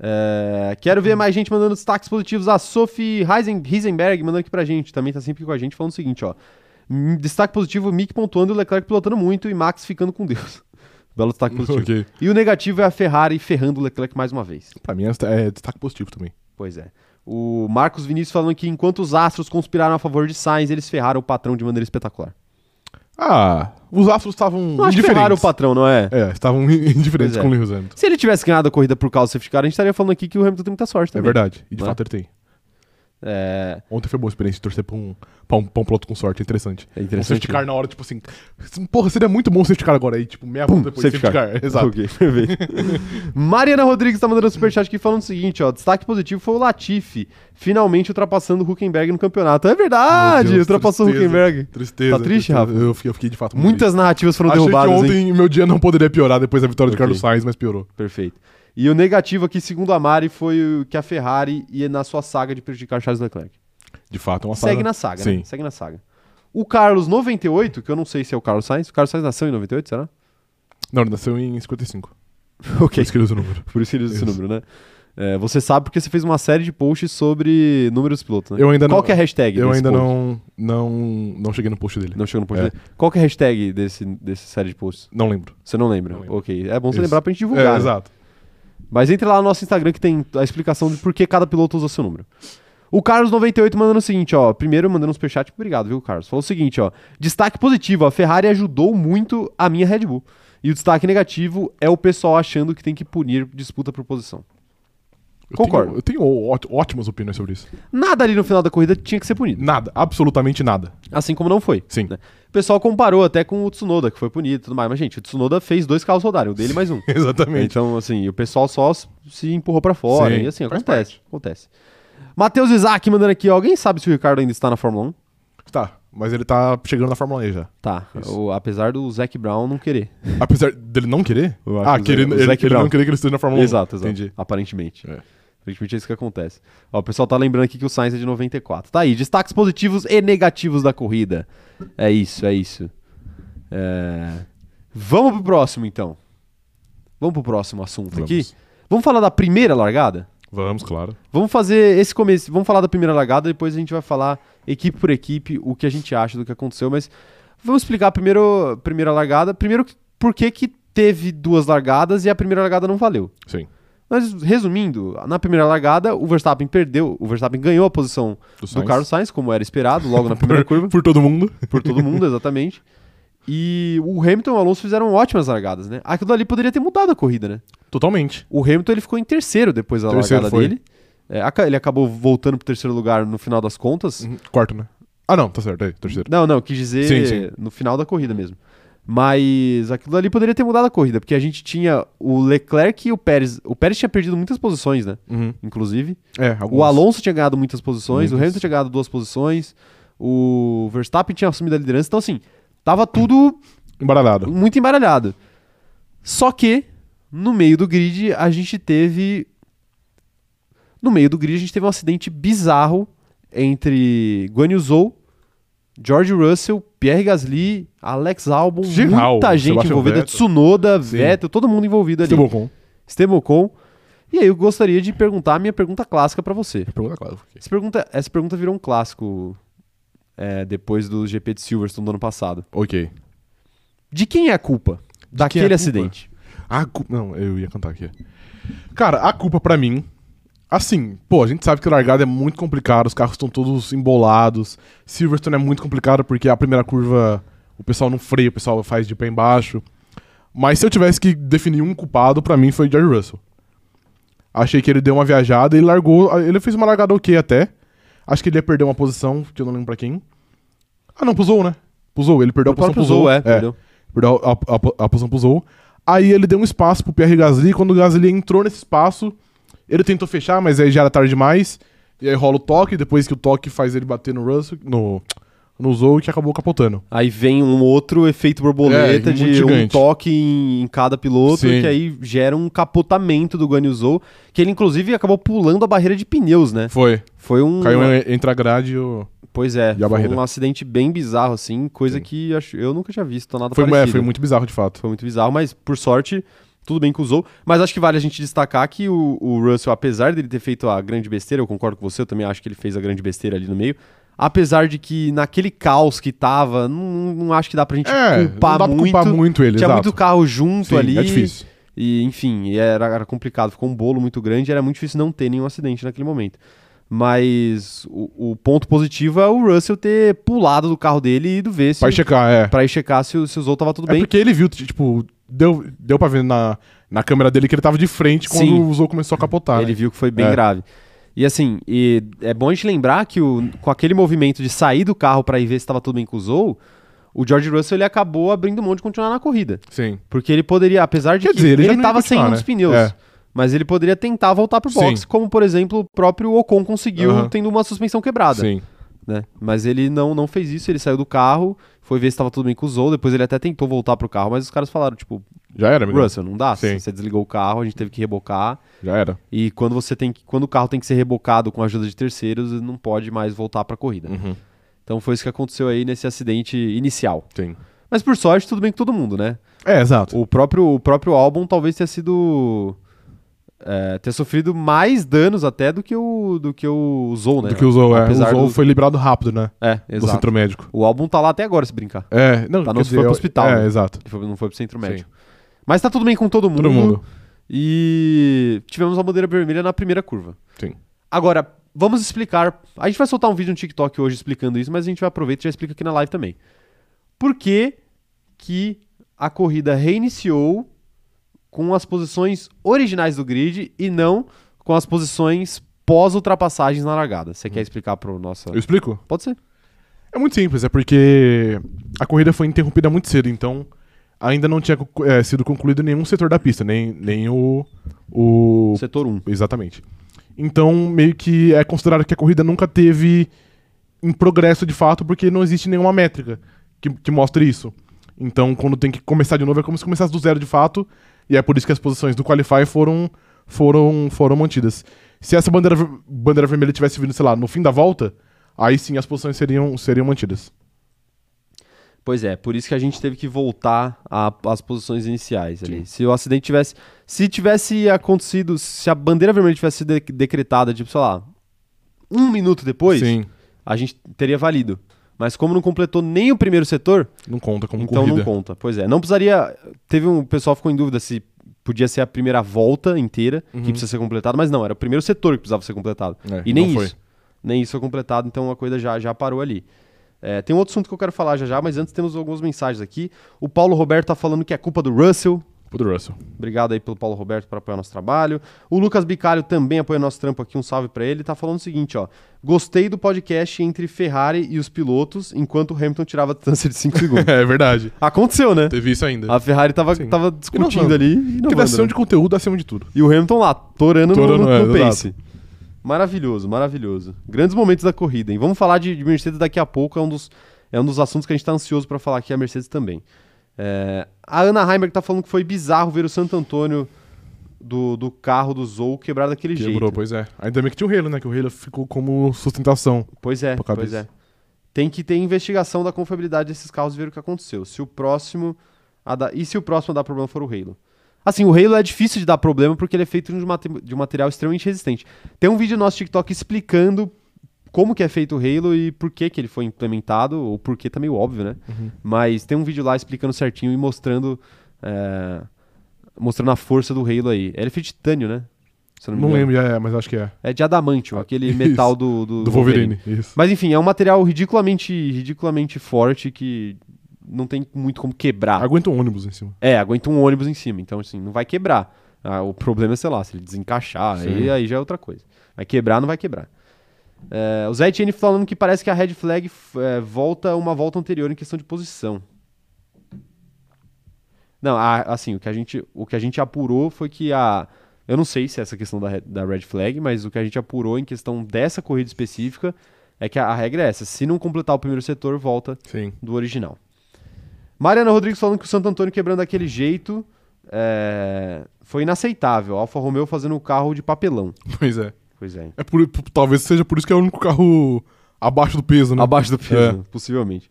[SPEAKER 1] É, quero ver mais gente mandando destaques positivos. A Sophie Heisen- Heisenberg mandando aqui pra gente. Também tá sempre aqui com a gente falando o seguinte, ó. Hum, Destaque positivo, Mick pontuando, Leclerc pilotando muito e Max ficando com Deus. Belo destaque positivo.
[SPEAKER 2] Ok.
[SPEAKER 1] E o negativo é a Ferrari ferrando o Leclerc mais uma vez.
[SPEAKER 2] Pra mim é, é destaque positivo também.
[SPEAKER 1] Pois é. O Marcos Vinícius falando que enquanto os astros conspiraram a favor de Sainz, eles ferraram o patrão de maneira espetacular.
[SPEAKER 2] Ah, os astros estavam
[SPEAKER 1] Não acho que ferraram o
[SPEAKER 2] indiferentes.
[SPEAKER 1] patrão, não é?
[SPEAKER 2] É, estavam
[SPEAKER 1] Pois
[SPEAKER 2] indiferentes
[SPEAKER 1] é.
[SPEAKER 2] com o Lewis Hamilton.
[SPEAKER 1] Se ele tivesse ganhado a corrida por causa do safety car, a gente estaria falando aqui que o Hamilton tem muita sorte
[SPEAKER 2] É
[SPEAKER 1] também.
[SPEAKER 2] verdade. E de
[SPEAKER 1] Né?
[SPEAKER 2] fato ele tem.
[SPEAKER 1] É,
[SPEAKER 2] Ontem foi boa a experiência de torcer pra um, pra um, pra um piloto com sorte. É interessante.
[SPEAKER 1] é
[SPEAKER 2] Um
[SPEAKER 1] interessante.
[SPEAKER 2] safety car na hora, tipo assim. Porra, seria muito bom um safety car agora aí, tipo, meia volta depois
[SPEAKER 1] safety
[SPEAKER 2] Exato.
[SPEAKER 1] Ok, perfeito. Mariana Rodrigues tá mandando um superchat aqui falando o seguinte, ó. Destaque positivo foi o Latifi, finalmente ultrapassando o Huckenberg no campeonato. É verdade,
[SPEAKER 2] Meu Deus,
[SPEAKER 1] ultrapassou o
[SPEAKER 2] tristeza.
[SPEAKER 1] Huckenberg.
[SPEAKER 2] Tristeza.
[SPEAKER 1] Tá triste,
[SPEAKER 2] tristeza.
[SPEAKER 1] Rafa?
[SPEAKER 2] Eu fiquei, eu fiquei de fato muito
[SPEAKER 1] Muitas narrativas foram
[SPEAKER 2] triste. Achei
[SPEAKER 1] derrubadas,
[SPEAKER 2] que
[SPEAKER 1] hein?
[SPEAKER 2] ontem meu dia não poderia piorar depois da vitória de
[SPEAKER 1] Ok.
[SPEAKER 2] Carlos Sainz, mas piorou.
[SPEAKER 1] Perfeito. E o negativo aqui, segundo a Mari, foi o que a Ferrari ia na sua saga de prejudicar Charles Leclerc.
[SPEAKER 2] De fato, é uma
[SPEAKER 1] Segue
[SPEAKER 2] saga-
[SPEAKER 1] na saga,
[SPEAKER 2] Sim.
[SPEAKER 1] né? Segue na saga. O Carlos 98, que eu não sei se é o Carlos Sainz. O Carlos Sainz nasceu em 98, será?
[SPEAKER 2] Não, ele nasceu em 55.
[SPEAKER 1] ok.
[SPEAKER 2] Por isso que ele usa o número.
[SPEAKER 1] Por isso que ele usa esse
[SPEAKER 2] Isso.
[SPEAKER 1] número, né? É, você sabe porque você fez uma série de posts sobre números pilotos, né?
[SPEAKER 2] Eu ainda
[SPEAKER 1] Qual
[SPEAKER 2] não-
[SPEAKER 1] que é a hashtag
[SPEAKER 2] Eu
[SPEAKER 1] desse
[SPEAKER 2] ainda
[SPEAKER 1] post?
[SPEAKER 2] não, não, não cheguei no post dele.
[SPEAKER 1] Não chegou no post
[SPEAKER 2] É.
[SPEAKER 1] dele. Qual que é a hashtag desse, desse série de posts?
[SPEAKER 2] Não lembro.
[SPEAKER 1] Você não lembra?
[SPEAKER 2] Não lembro.
[SPEAKER 1] Ok. É bom você
[SPEAKER 2] Isso.
[SPEAKER 1] lembrar pra gente divulgar.
[SPEAKER 2] É,
[SPEAKER 1] né?
[SPEAKER 2] exato.
[SPEAKER 1] Mas entre lá no nosso Instagram que tem a explicação de por que cada piloto usa seu número. O Carlos98 mandando o seguinte, ó. Primeiro mandando um superchat, obrigado, viu, Carlos? Falou o seguinte, ó. Destaque positivo, a Ferrari ajudou muito a minha Red Bull. E o destaque negativo é o pessoal achando que tem que punir disputa por posição.
[SPEAKER 2] Eu
[SPEAKER 1] Concordo.
[SPEAKER 2] Tenho, um- eu tenho ó- ótimas opiniões sobre isso.
[SPEAKER 1] Nada ali no final da corrida tinha que ser punido.
[SPEAKER 2] Nada, absolutamente nada.
[SPEAKER 1] Assim como não foi.
[SPEAKER 2] Sim.
[SPEAKER 1] né? O pessoal comparou até com o Tsunoda, que foi punido e tudo mais. Mas, gente, o Tsunoda fez dois carros rodarem, o dele mais um.
[SPEAKER 2] Exatamente.
[SPEAKER 1] Então, assim, o pessoal só s- se empurrou pra fora.
[SPEAKER 2] Sim,
[SPEAKER 1] e assim,
[SPEAKER 2] faz
[SPEAKER 1] acontece. Acontece. Matheus Isaac mandando aqui, ó. Alguém sabe se o Ricardo ainda está na Fórmula 1? É.
[SPEAKER 2] Tá, mas ele tá chegando na Fórmula E já.
[SPEAKER 1] Tá. O- apesar do Zac Brown não querer.
[SPEAKER 2] Apesar dele não querer?
[SPEAKER 1] Eu acho
[SPEAKER 2] Ah,
[SPEAKER 1] que o
[SPEAKER 2] querer,
[SPEAKER 1] Zac- o
[SPEAKER 2] ele,
[SPEAKER 1] Zac
[SPEAKER 2] ele
[SPEAKER 1] Brown.
[SPEAKER 2] não querer que ele esteja na Fórmula 1.
[SPEAKER 1] exato, exato.
[SPEAKER 2] Entendi.
[SPEAKER 1] Aparentemente.
[SPEAKER 2] É.
[SPEAKER 1] Aparentemente é isso que acontece. Ó, o pessoal tá lembrando aqui que o Sainz é de 94. Tá aí, destaques positivos e negativos da corrida. É isso, é isso. É, Vamos pro próximo, então. Vamos pro próximo assunto
[SPEAKER 2] Vamos.
[SPEAKER 1] aqui. Vamos falar da primeira largada?
[SPEAKER 2] Vamos, claro.
[SPEAKER 1] Vamos fazer esse começo. Vamos falar da primeira largada, depois a gente vai falar equipe por equipe o que a gente acha do que aconteceu, mas vamos explicar primeiro a primeira largada. Primeiro, por que, que teve duas largadas e a primeira largada não valeu.
[SPEAKER 2] Sim.
[SPEAKER 1] Mas resumindo, na primeira largada, o Verstappen perdeu, o Verstappen ganhou a posição
[SPEAKER 2] Do
[SPEAKER 1] do
[SPEAKER 2] Sainz.
[SPEAKER 1] Carlos Sainz, como era esperado, logo na primeira curva,
[SPEAKER 2] Por todo mundo.
[SPEAKER 1] por todo mundo, exatamente. E o Hamilton e o Alonso fizeram ótimas largadas, né? Aquilo ali poderia ter mudado a corrida, né?
[SPEAKER 2] Totalmente.
[SPEAKER 1] O Hamilton ele ficou em terceiro depois da
[SPEAKER 2] Terceiro
[SPEAKER 1] largada
[SPEAKER 2] foi.
[SPEAKER 1] dele. É, aca- ele acabou voltando pro terceiro lugar no final das contas.
[SPEAKER 2] Quarto, né? Ah, não, tá certo. Aí, terceiro.
[SPEAKER 1] Não, não, quis dizer
[SPEAKER 2] Sim, sim.
[SPEAKER 1] no final da corrida mesmo. Mas aquilo ali poderia ter mudado a corrida, porque a gente tinha o Leclerc e o Pérez. O Pérez tinha perdido muitas posições, né?
[SPEAKER 2] Uhum.
[SPEAKER 1] Inclusive.
[SPEAKER 2] É,
[SPEAKER 1] O
[SPEAKER 2] alguns.
[SPEAKER 1] Alonso tinha ganhado muitas posições, o
[SPEAKER 2] Muitas.
[SPEAKER 1] Hamilton tinha ganhado duas posições, o Verstappen tinha assumido a liderança. Então, assim, tava tudo
[SPEAKER 2] Embaralhado.
[SPEAKER 1] muito embaralhado. Só que, no meio do grid, a gente teve. No meio do grid, a gente teve um acidente bizarro entre Guan Yu Zhou, George Russell, Pierre Gasly, Alex Albon,
[SPEAKER 2] Geral,
[SPEAKER 1] muita gente
[SPEAKER 2] Sebastian
[SPEAKER 1] envolvida,
[SPEAKER 2] Vettel.
[SPEAKER 1] Tsunoda,
[SPEAKER 2] Sim.
[SPEAKER 1] Vettel, todo mundo envolvido ali.
[SPEAKER 2] Tem bom com.
[SPEAKER 1] Esteban Ocon. E aí eu gostaria de perguntar a minha pergunta clássica pra você.
[SPEAKER 2] Pergunta claro.
[SPEAKER 1] Essa pergunta, essa pergunta virou um clássico é, depois do GP de Silverstone do ano passado.
[SPEAKER 2] Ok.
[SPEAKER 1] De quem é a culpa daquele
[SPEAKER 2] culpa?
[SPEAKER 1] acidente?
[SPEAKER 2] A culpa. Não, eu ia cantar aqui. Cara, a culpa pra mim. Assim, pô, a gente sabe que a largada é muito complicada, os carros estão todos embolados. Silverstone é muito complicado porque a primeira curva o pessoal não freia, o pessoal faz de pé embaixo. Mas se eu tivesse que definir um culpado, pra mim foi o George Russell. Achei que ele deu uma viajada e largou. Ele fez uma largada ok até. Acho que ele ia perder uma posição, que eu não lembro pra quem. Ah, não, pusou, né? Pusou, ele
[SPEAKER 1] O
[SPEAKER 2] perdeu a posição
[SPEAKER 1] próprio
[SPEAKER 2] pro
[SPEAKER 1] Zou,
[SPEAKER 2] Zou.
[SPEAKER 1] é, entendeu?
[SPEAKER 2] perdeu a, a, a posição pro Zou. Aí ele deu um espaço pro Pierre Gasly. Quando o Gasly entrou nesse espaço, ele tentou fechar, mas aí já era tarde demais. E aí rola o toque, depois que o toque faz ele bater no Russell, no, no Zou, que acabou capotando.
[SPEAKER 1] Aí vem um outro efeito borboleta
[SPEAKER 2] É, muito
[SPEAKER 1] de um
[SPEAKER 2] gigante.
[SPEAKER 1] toque em, em cada piloto,
[SPEAKER 2] Sim.
[SPEAKER 1] que aí gera um capotamento do Guan Yu Zhou, que ele inclusive acabou pulando a barreira de pneus, né?
[SPEAKER 2] Foi.
[SPEAKER 1] Foi um.
[SPEAKER 2] Caiu en- entre a grade e o...
[SPEAKER 1] Pois é,
[SPEAKER 2] e a
[SPEAKER 1] foi
[SPEAKER 2] barreira.
[SPEAKER 1] um acidente bem bizarro, assim, coisa
[SPEAKER 2] Sim.
[SPEAKER 1] que acho- eu nunca tinha visto, nada
[SPEAKER 2] Foi, é,
[SPEAKER 1] parecido. né?
[SPEAKER 2] foi muito bizarro, de fato.
[SPEAKER 1] Foi muito bizarro, mas por sorte, tudo bem que usou. Mas acho que vale a gente destacar que o, o Russell, apesar dele ter feito a grande besteira, eu concordo com você, eu também acho que ele fez a grande besteira ali no meio. Apesar de que naquele caos que tava, não, não acho que dá pra gente
[SPEAKER 2] É,
[SPEAKER 1] culpar,
[SPEAKER 2] não dá pra
[SPEAKER 1] muito.
[SPEAKER 2] culpar muito ele,
[SPEAKER 1] Tinha
[SPEAKER 2] exato.
[SPEAKER 1] muito carro junto
[SPEAKER 2] Sim,
[SPEAKER 1] ali.
[SPEAKER 2] é difícil.
[SPEAKER 1] E, enfim, e era, era complicado, ficou um bolo muito grande, era muito difícil não ter nenhum acidente naquele momento. Mas o, o ponto positivo é o Russell ter pulado do carro dele e do ver se.
[SPEAKER 2] Vai checar, é.
[SPEAKER 1] Pra ir checar se, o- se o Zou tava tudo
[SPEAKER 2] É
[SPEAKER 1] bem.
[SPEAKER 2] porque ele viu, t- tipo, deu, deu pra ver na, na câmera dele que ele tava de frente quando
[SPEAKER 1] Sim.
[SPEAKER 2] o Zou começou a capotar.
[SPEAKER 1] Ele
[SPEAKER 2] né?
[SPEAKER 1] viu que foi bem
[SPEAKER 2] É.
[SPEAKER 1] grave. E assim, e é bom a gente lembrar que o- com aquele movimento de sair do carro para ir ver se estava tudo bem com o Zou, o George Russell ele acabou abrindo mão de continuar na corrida.
[SPEAKER 2] Sim.
[SPEAKER 1] Porque ele poderia, apesar de
[SPEAKER 2] Quer
[SPEAKER 1] que
[SPEAKER 2] dizer, ele já não ia
[SPEAKER 1] estava sem um
[SPEAKER 2] continuar,
[SPEAKER 1] dos
[SPEAKER 2] né?
[SPEAKER 1] pneus,
[SPEAKER 2] É.
[SPEAKER 1] mas ele poderia tentar voltar pro box,
[SPEAKER 2] Sim.
[SPEAKER 1] como por exemplo o próprio Ocon conseguiu
[SPEAKER 2] Aham.
[SPEAKER 1] tendo uma suspensão quebrada.
[SPEAKER 2] Sim.
[SPEAKER 1] né? Mas ele não, não fez isso, ele saiu do carro, foi ver se estava tudo bem com o Zou, depois ele até tentou voltar pro carro, mas os caras falaram, tipo,
[SPEAKER 2] Já era, amigo.
[SPEAKER 1] Russell, não dá,
[SPEAKER 2] Sim.
[SPEAKER 1] você desligou o carro, a gente teve que rebocar.
[SPEAKER 2] Já era.
[SPEAKER 1] E quando você tem que, quando o carro tem que ser rebocado com a ajuda de terceiros, não pode mais voltar para a corrida.
[SPEAKER 2] Uhum.
[SPEAKER 1] Então foi isso que aconteceu aí nesse acidente inicial.
[SPEAKER 2] Sim.
[SPEAKER 1] Mas por sorte, tudo bem com todo mundo, né?
[SPEAKER 2] É, exato.
[SPEAKER 1] O próprio o próprio álbum talvez tenha sido é, ter sofrido mais danos até do que o do que o Zou, né?
[SPEAKER 2] do que usou, é.
[SPEAKER 1] Apesar
[SPEAKER 2] Usou
[SPEAKER 1] do-
[SPEAKER 2] foi liberado rápido, né?
[SPEAKER 1] É,
[SPEAKER 2] Do
[SPEAKER 1] exato.
[SPEAKER 2] centro médico.
[SPEAKER 1] O álbum tá lá até agora se brincar.
[SPEAKER 2] É, não,
[SPEAKER 1] Tá,
[SPEAKER 2] quer
[SPEAKER 1] não se foi pro
[SPEAKER 2] eu-
[SPEAKER 1] hospital,
[SPEAKER 2] É,
[SPEAKER 1] né?
[SPEAKER 2] exato.
[SPEAKER 1] Ele foi- não foi pro centro médico. Mas tá tudo bem com todo mundo.
[SPEAKER 2] Todo mundo.
[SPEAKER 1] E tivemos a bandeira vermelha na primeira curva.
[SPEAKER 2] Sim.
[SPEAKER 1] Agora, Vamos explicar. A gente vai soltar um vídeo no TikTok hoje explicando isso, mas a gente vai aproveitar e já explica aqui na live também. Por que, que a corrida reiniciou com as posições originais do grid e não com as posições pós-ultrapassagens na largada? Você quer explicar para o nosso.
[SPEAKER 2] Hum. Eu explico?
[SPEAKER 1] Pode ser.
[SPEAKER 2] É muito simples, é porque a corrida foi interrompida muito cedo, então ainda não tinha co- eh, sido concluído nenhum setor da pista, nem, nem o, o.
[SPEAKER 1] Setor 1.
[SPEAKER 2] Exatamente. Então, meio que é considerado que a corrida nunca teve em progresso de fato, porque não existe nenhuma métrica que, que mostre isso. Então, quando tem que começar de novo, é como se começasse do zero de fato, e é por isso que as posições do Qualify foram, foram, foram mantidas. Se essa bandeira, ver- bandeira vermelha tivesse vindo, sei lá, no fim da volta, aí sim as posições seriam, seriam mantidas.
[SPEAKER 1] Pois é, por isso que a gente teve que voltar a- às posições iniciais ali. Se o acidente tivesse. Se tivesse acontecido. Se a bandeira vermelha tivesse sido de- decretada, tipo, sei lá, um minuto depois,
[SPEAKER 2] Sim,
[SPEAKER 1] a gente teria valido. Mas como não completou nem o primeiro setor,
[SPEAKER 2] não conta como
[SPEAKER 1] então
[SPEAKER 2] corrida.
[SPEAKER 1] não conta. Pois é, não precisaria. Teve um o pessoal ficou em dúvida se podia ser a primeira volta inteira que precisa ser completada, mas não, era o primeiro setor que precisava ser completado.
[SPEAKER 2] Uhum. É,
[SPEAKER 1] e nem
[SPEAKER 2] não foi.
[SPEAKER 1] isso. Nem isso foi completado, então a coisa já, já parou ali. É, tem um outro assunto que eu quero falar já já, mas antes temos algumas mensagens aqui. O Paulo Roberto tá falando que é culpa do Russell.
[SPEAKER 2] Pro Russell.
[SPEAKER 1] Obrigado aí pelo Paulo Roberto para apoiar nosso trabalho. O Lucas Bicalho também apoia nosso trampo aqui, um salve para ele. Tá falando o seguinte, ó. Gostei do podcast entre Ferrari e os pilotos, enquanto o Hamilton tirava a distância de 5 segundos.
[SPEAKER 2] é verdade.
[SPEAKER 1] Aconteceu, né?
[SPEAKER 2] Teve isso ainda.
[SPEAKER 1] A Ferrari tava,
[SPEAKER 2] Sim.
[SPEAKER 1] tava discutindo
[SPEAKER 2] Inovando.
[SPEAKER 1] ali. inovando,
[SPEAKER 2] Criação
[SPEAKER 1] né?
[SPEAKER 2] de conteúdo acima de tudo.
[SPEAKER 1] E o Hamilton lá, torando, no-
[SPEAKER 2] Torando,
[SPEAKER 1] no,
[SPEAKER 2] é,
[SPEAKER 1] no
[SPEAKER 2] exato.
[SPEAKER 1] pace. Maravilhoso, maravilhoso. Grandes momentos da corrida, hein? Vamos falar de, de Mercedes daqui a pouco, é um dos, é um dos assuntos que a gente tá ansioso para falar aqui, a Mercedes também. É, a Ana Heimberg tá falando que foi bizarro ver o Santo Antônio do, do carro do Zou quebrar daquele
[SPEAKER 2] Quebrou,
[SPEAKER 1] jeito.
[SPEAKER 2] pois é. Ainda bem que tinha o Halo, né? Que o Halo ficou como sustentação.
[SPEAKER 1] Pois é,
[SPEAKER 2] Pra
[SPEAKER 1] pois
[SPEAKER 2] cabeça.
[SPEAKER 1] é. Tem que ter investigação da confiabilidade desses carros e ver o que aconteceu. Se o próximo. a dar- E se o próximo a dar problema for o Halo? Assim, o Halo é difícil de dar problema porque ele é feito de um, mate- de um material extremamente resistente. Tem um vídeo no nosso TikTok explicando como que é feito o Halo e por que, que ele foi implementado, ou por que tá meio óbvio, né? Mas tem um vídeo lá explicando certinho e mostrando. é, Mostrando a força do Halo aí. Ele é feito de titânio, né? Se eu
[SPEAKER 2] Não
[SPEAKER 1] me engano.
[SPEAKER 2] lembro, é, mas acho que é.
[SPEAKER 1] É de adamantium,
[SPEAKER 2] Ah,
[SPEAKER 1] aquele
[SPEAKER 2] isso.
[SPEAKER 1] metal do, do,
[SPEAKER 2] Do Wolverine. Isso.
[SPEAKER 1] mas enfim, é um material ridiculamente, ridiculamente forte que não tem muito como quebrar.
[SPEAKER 2] Aguenta um ônibus em cima.
[SPEAKER 1] É, aguenta um ônibus em cima, então assim, não vai quebrar. Ah, o problema é, sei lá, se ele desencaixar, aí,
[SPEAKER 2] Sim.
[SPEAKER 1] aí já é outra coisa. Vai quebrar, não vai quebrar. É, o Zé Etienne falando que parece que a red flag f- é, volta uma volta anterior em questão de posição. Não, a- assim, o que, a gente, o que a gente apurou foi que a. Eu não sei se é essa questão da, re- da red flag, mas o que a gente apurou em questão dessa corrida específica é que a, a regra é essa: se não completar o primeiro setor, volta
[SPEAKER 2] Sim.
[SPEAKER 1] do original. Mariana Rodrigues falando que o Santo Antônio quebrando daquele jeito é, foi inaceitável. A Alfa Romeo fazendo um carro de papelão.
[SPEAKER 2] Pois é.
[SPEAKER 1] Pois é.
[SPEAKER 2] é por, por- talvez seja por isso que é o único carro abaixo do peso, né?
[SPEAKER 1] Abaixo do peso, possivelmente.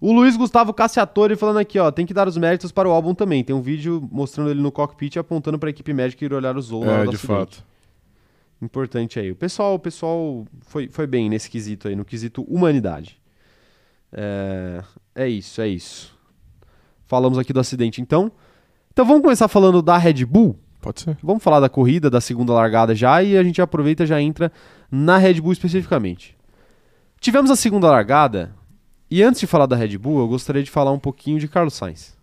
[SPEAKER 1] O Luiz Gustavo Cassiatore falando aqui, ó, tem que dar os méritos para o álbum também. Tem um vídeo mostrando ele no cockpit e apontando para a equipe médica ir olhar o Zou na hora
[SPEAKER 2] É,
[SPEAKER 1] do
[SPEAKER 2] de
[SPEAKER 1] acidente.
[SPEAKER 2] fato.
[SPEAKER 1] Importante aí. O pessoal, o pessoal foi, foi bem nesse quesito aí, no quesito humanidade. É, é isso, é isso. Falamos aqui do acidente, então. Então vamos começar falando da Red Bull.
[SPEAKER 2] Pode ser.
[SPEAKER 1] Vamos falar da corrida, da segunda largada já, e a gente aproveita e já entra na Red Bull especificamente. Tivemos a segunda largada, e antes de falar da Red Bull, eu gostaria de falar um pouquinho de Carlos Sainz.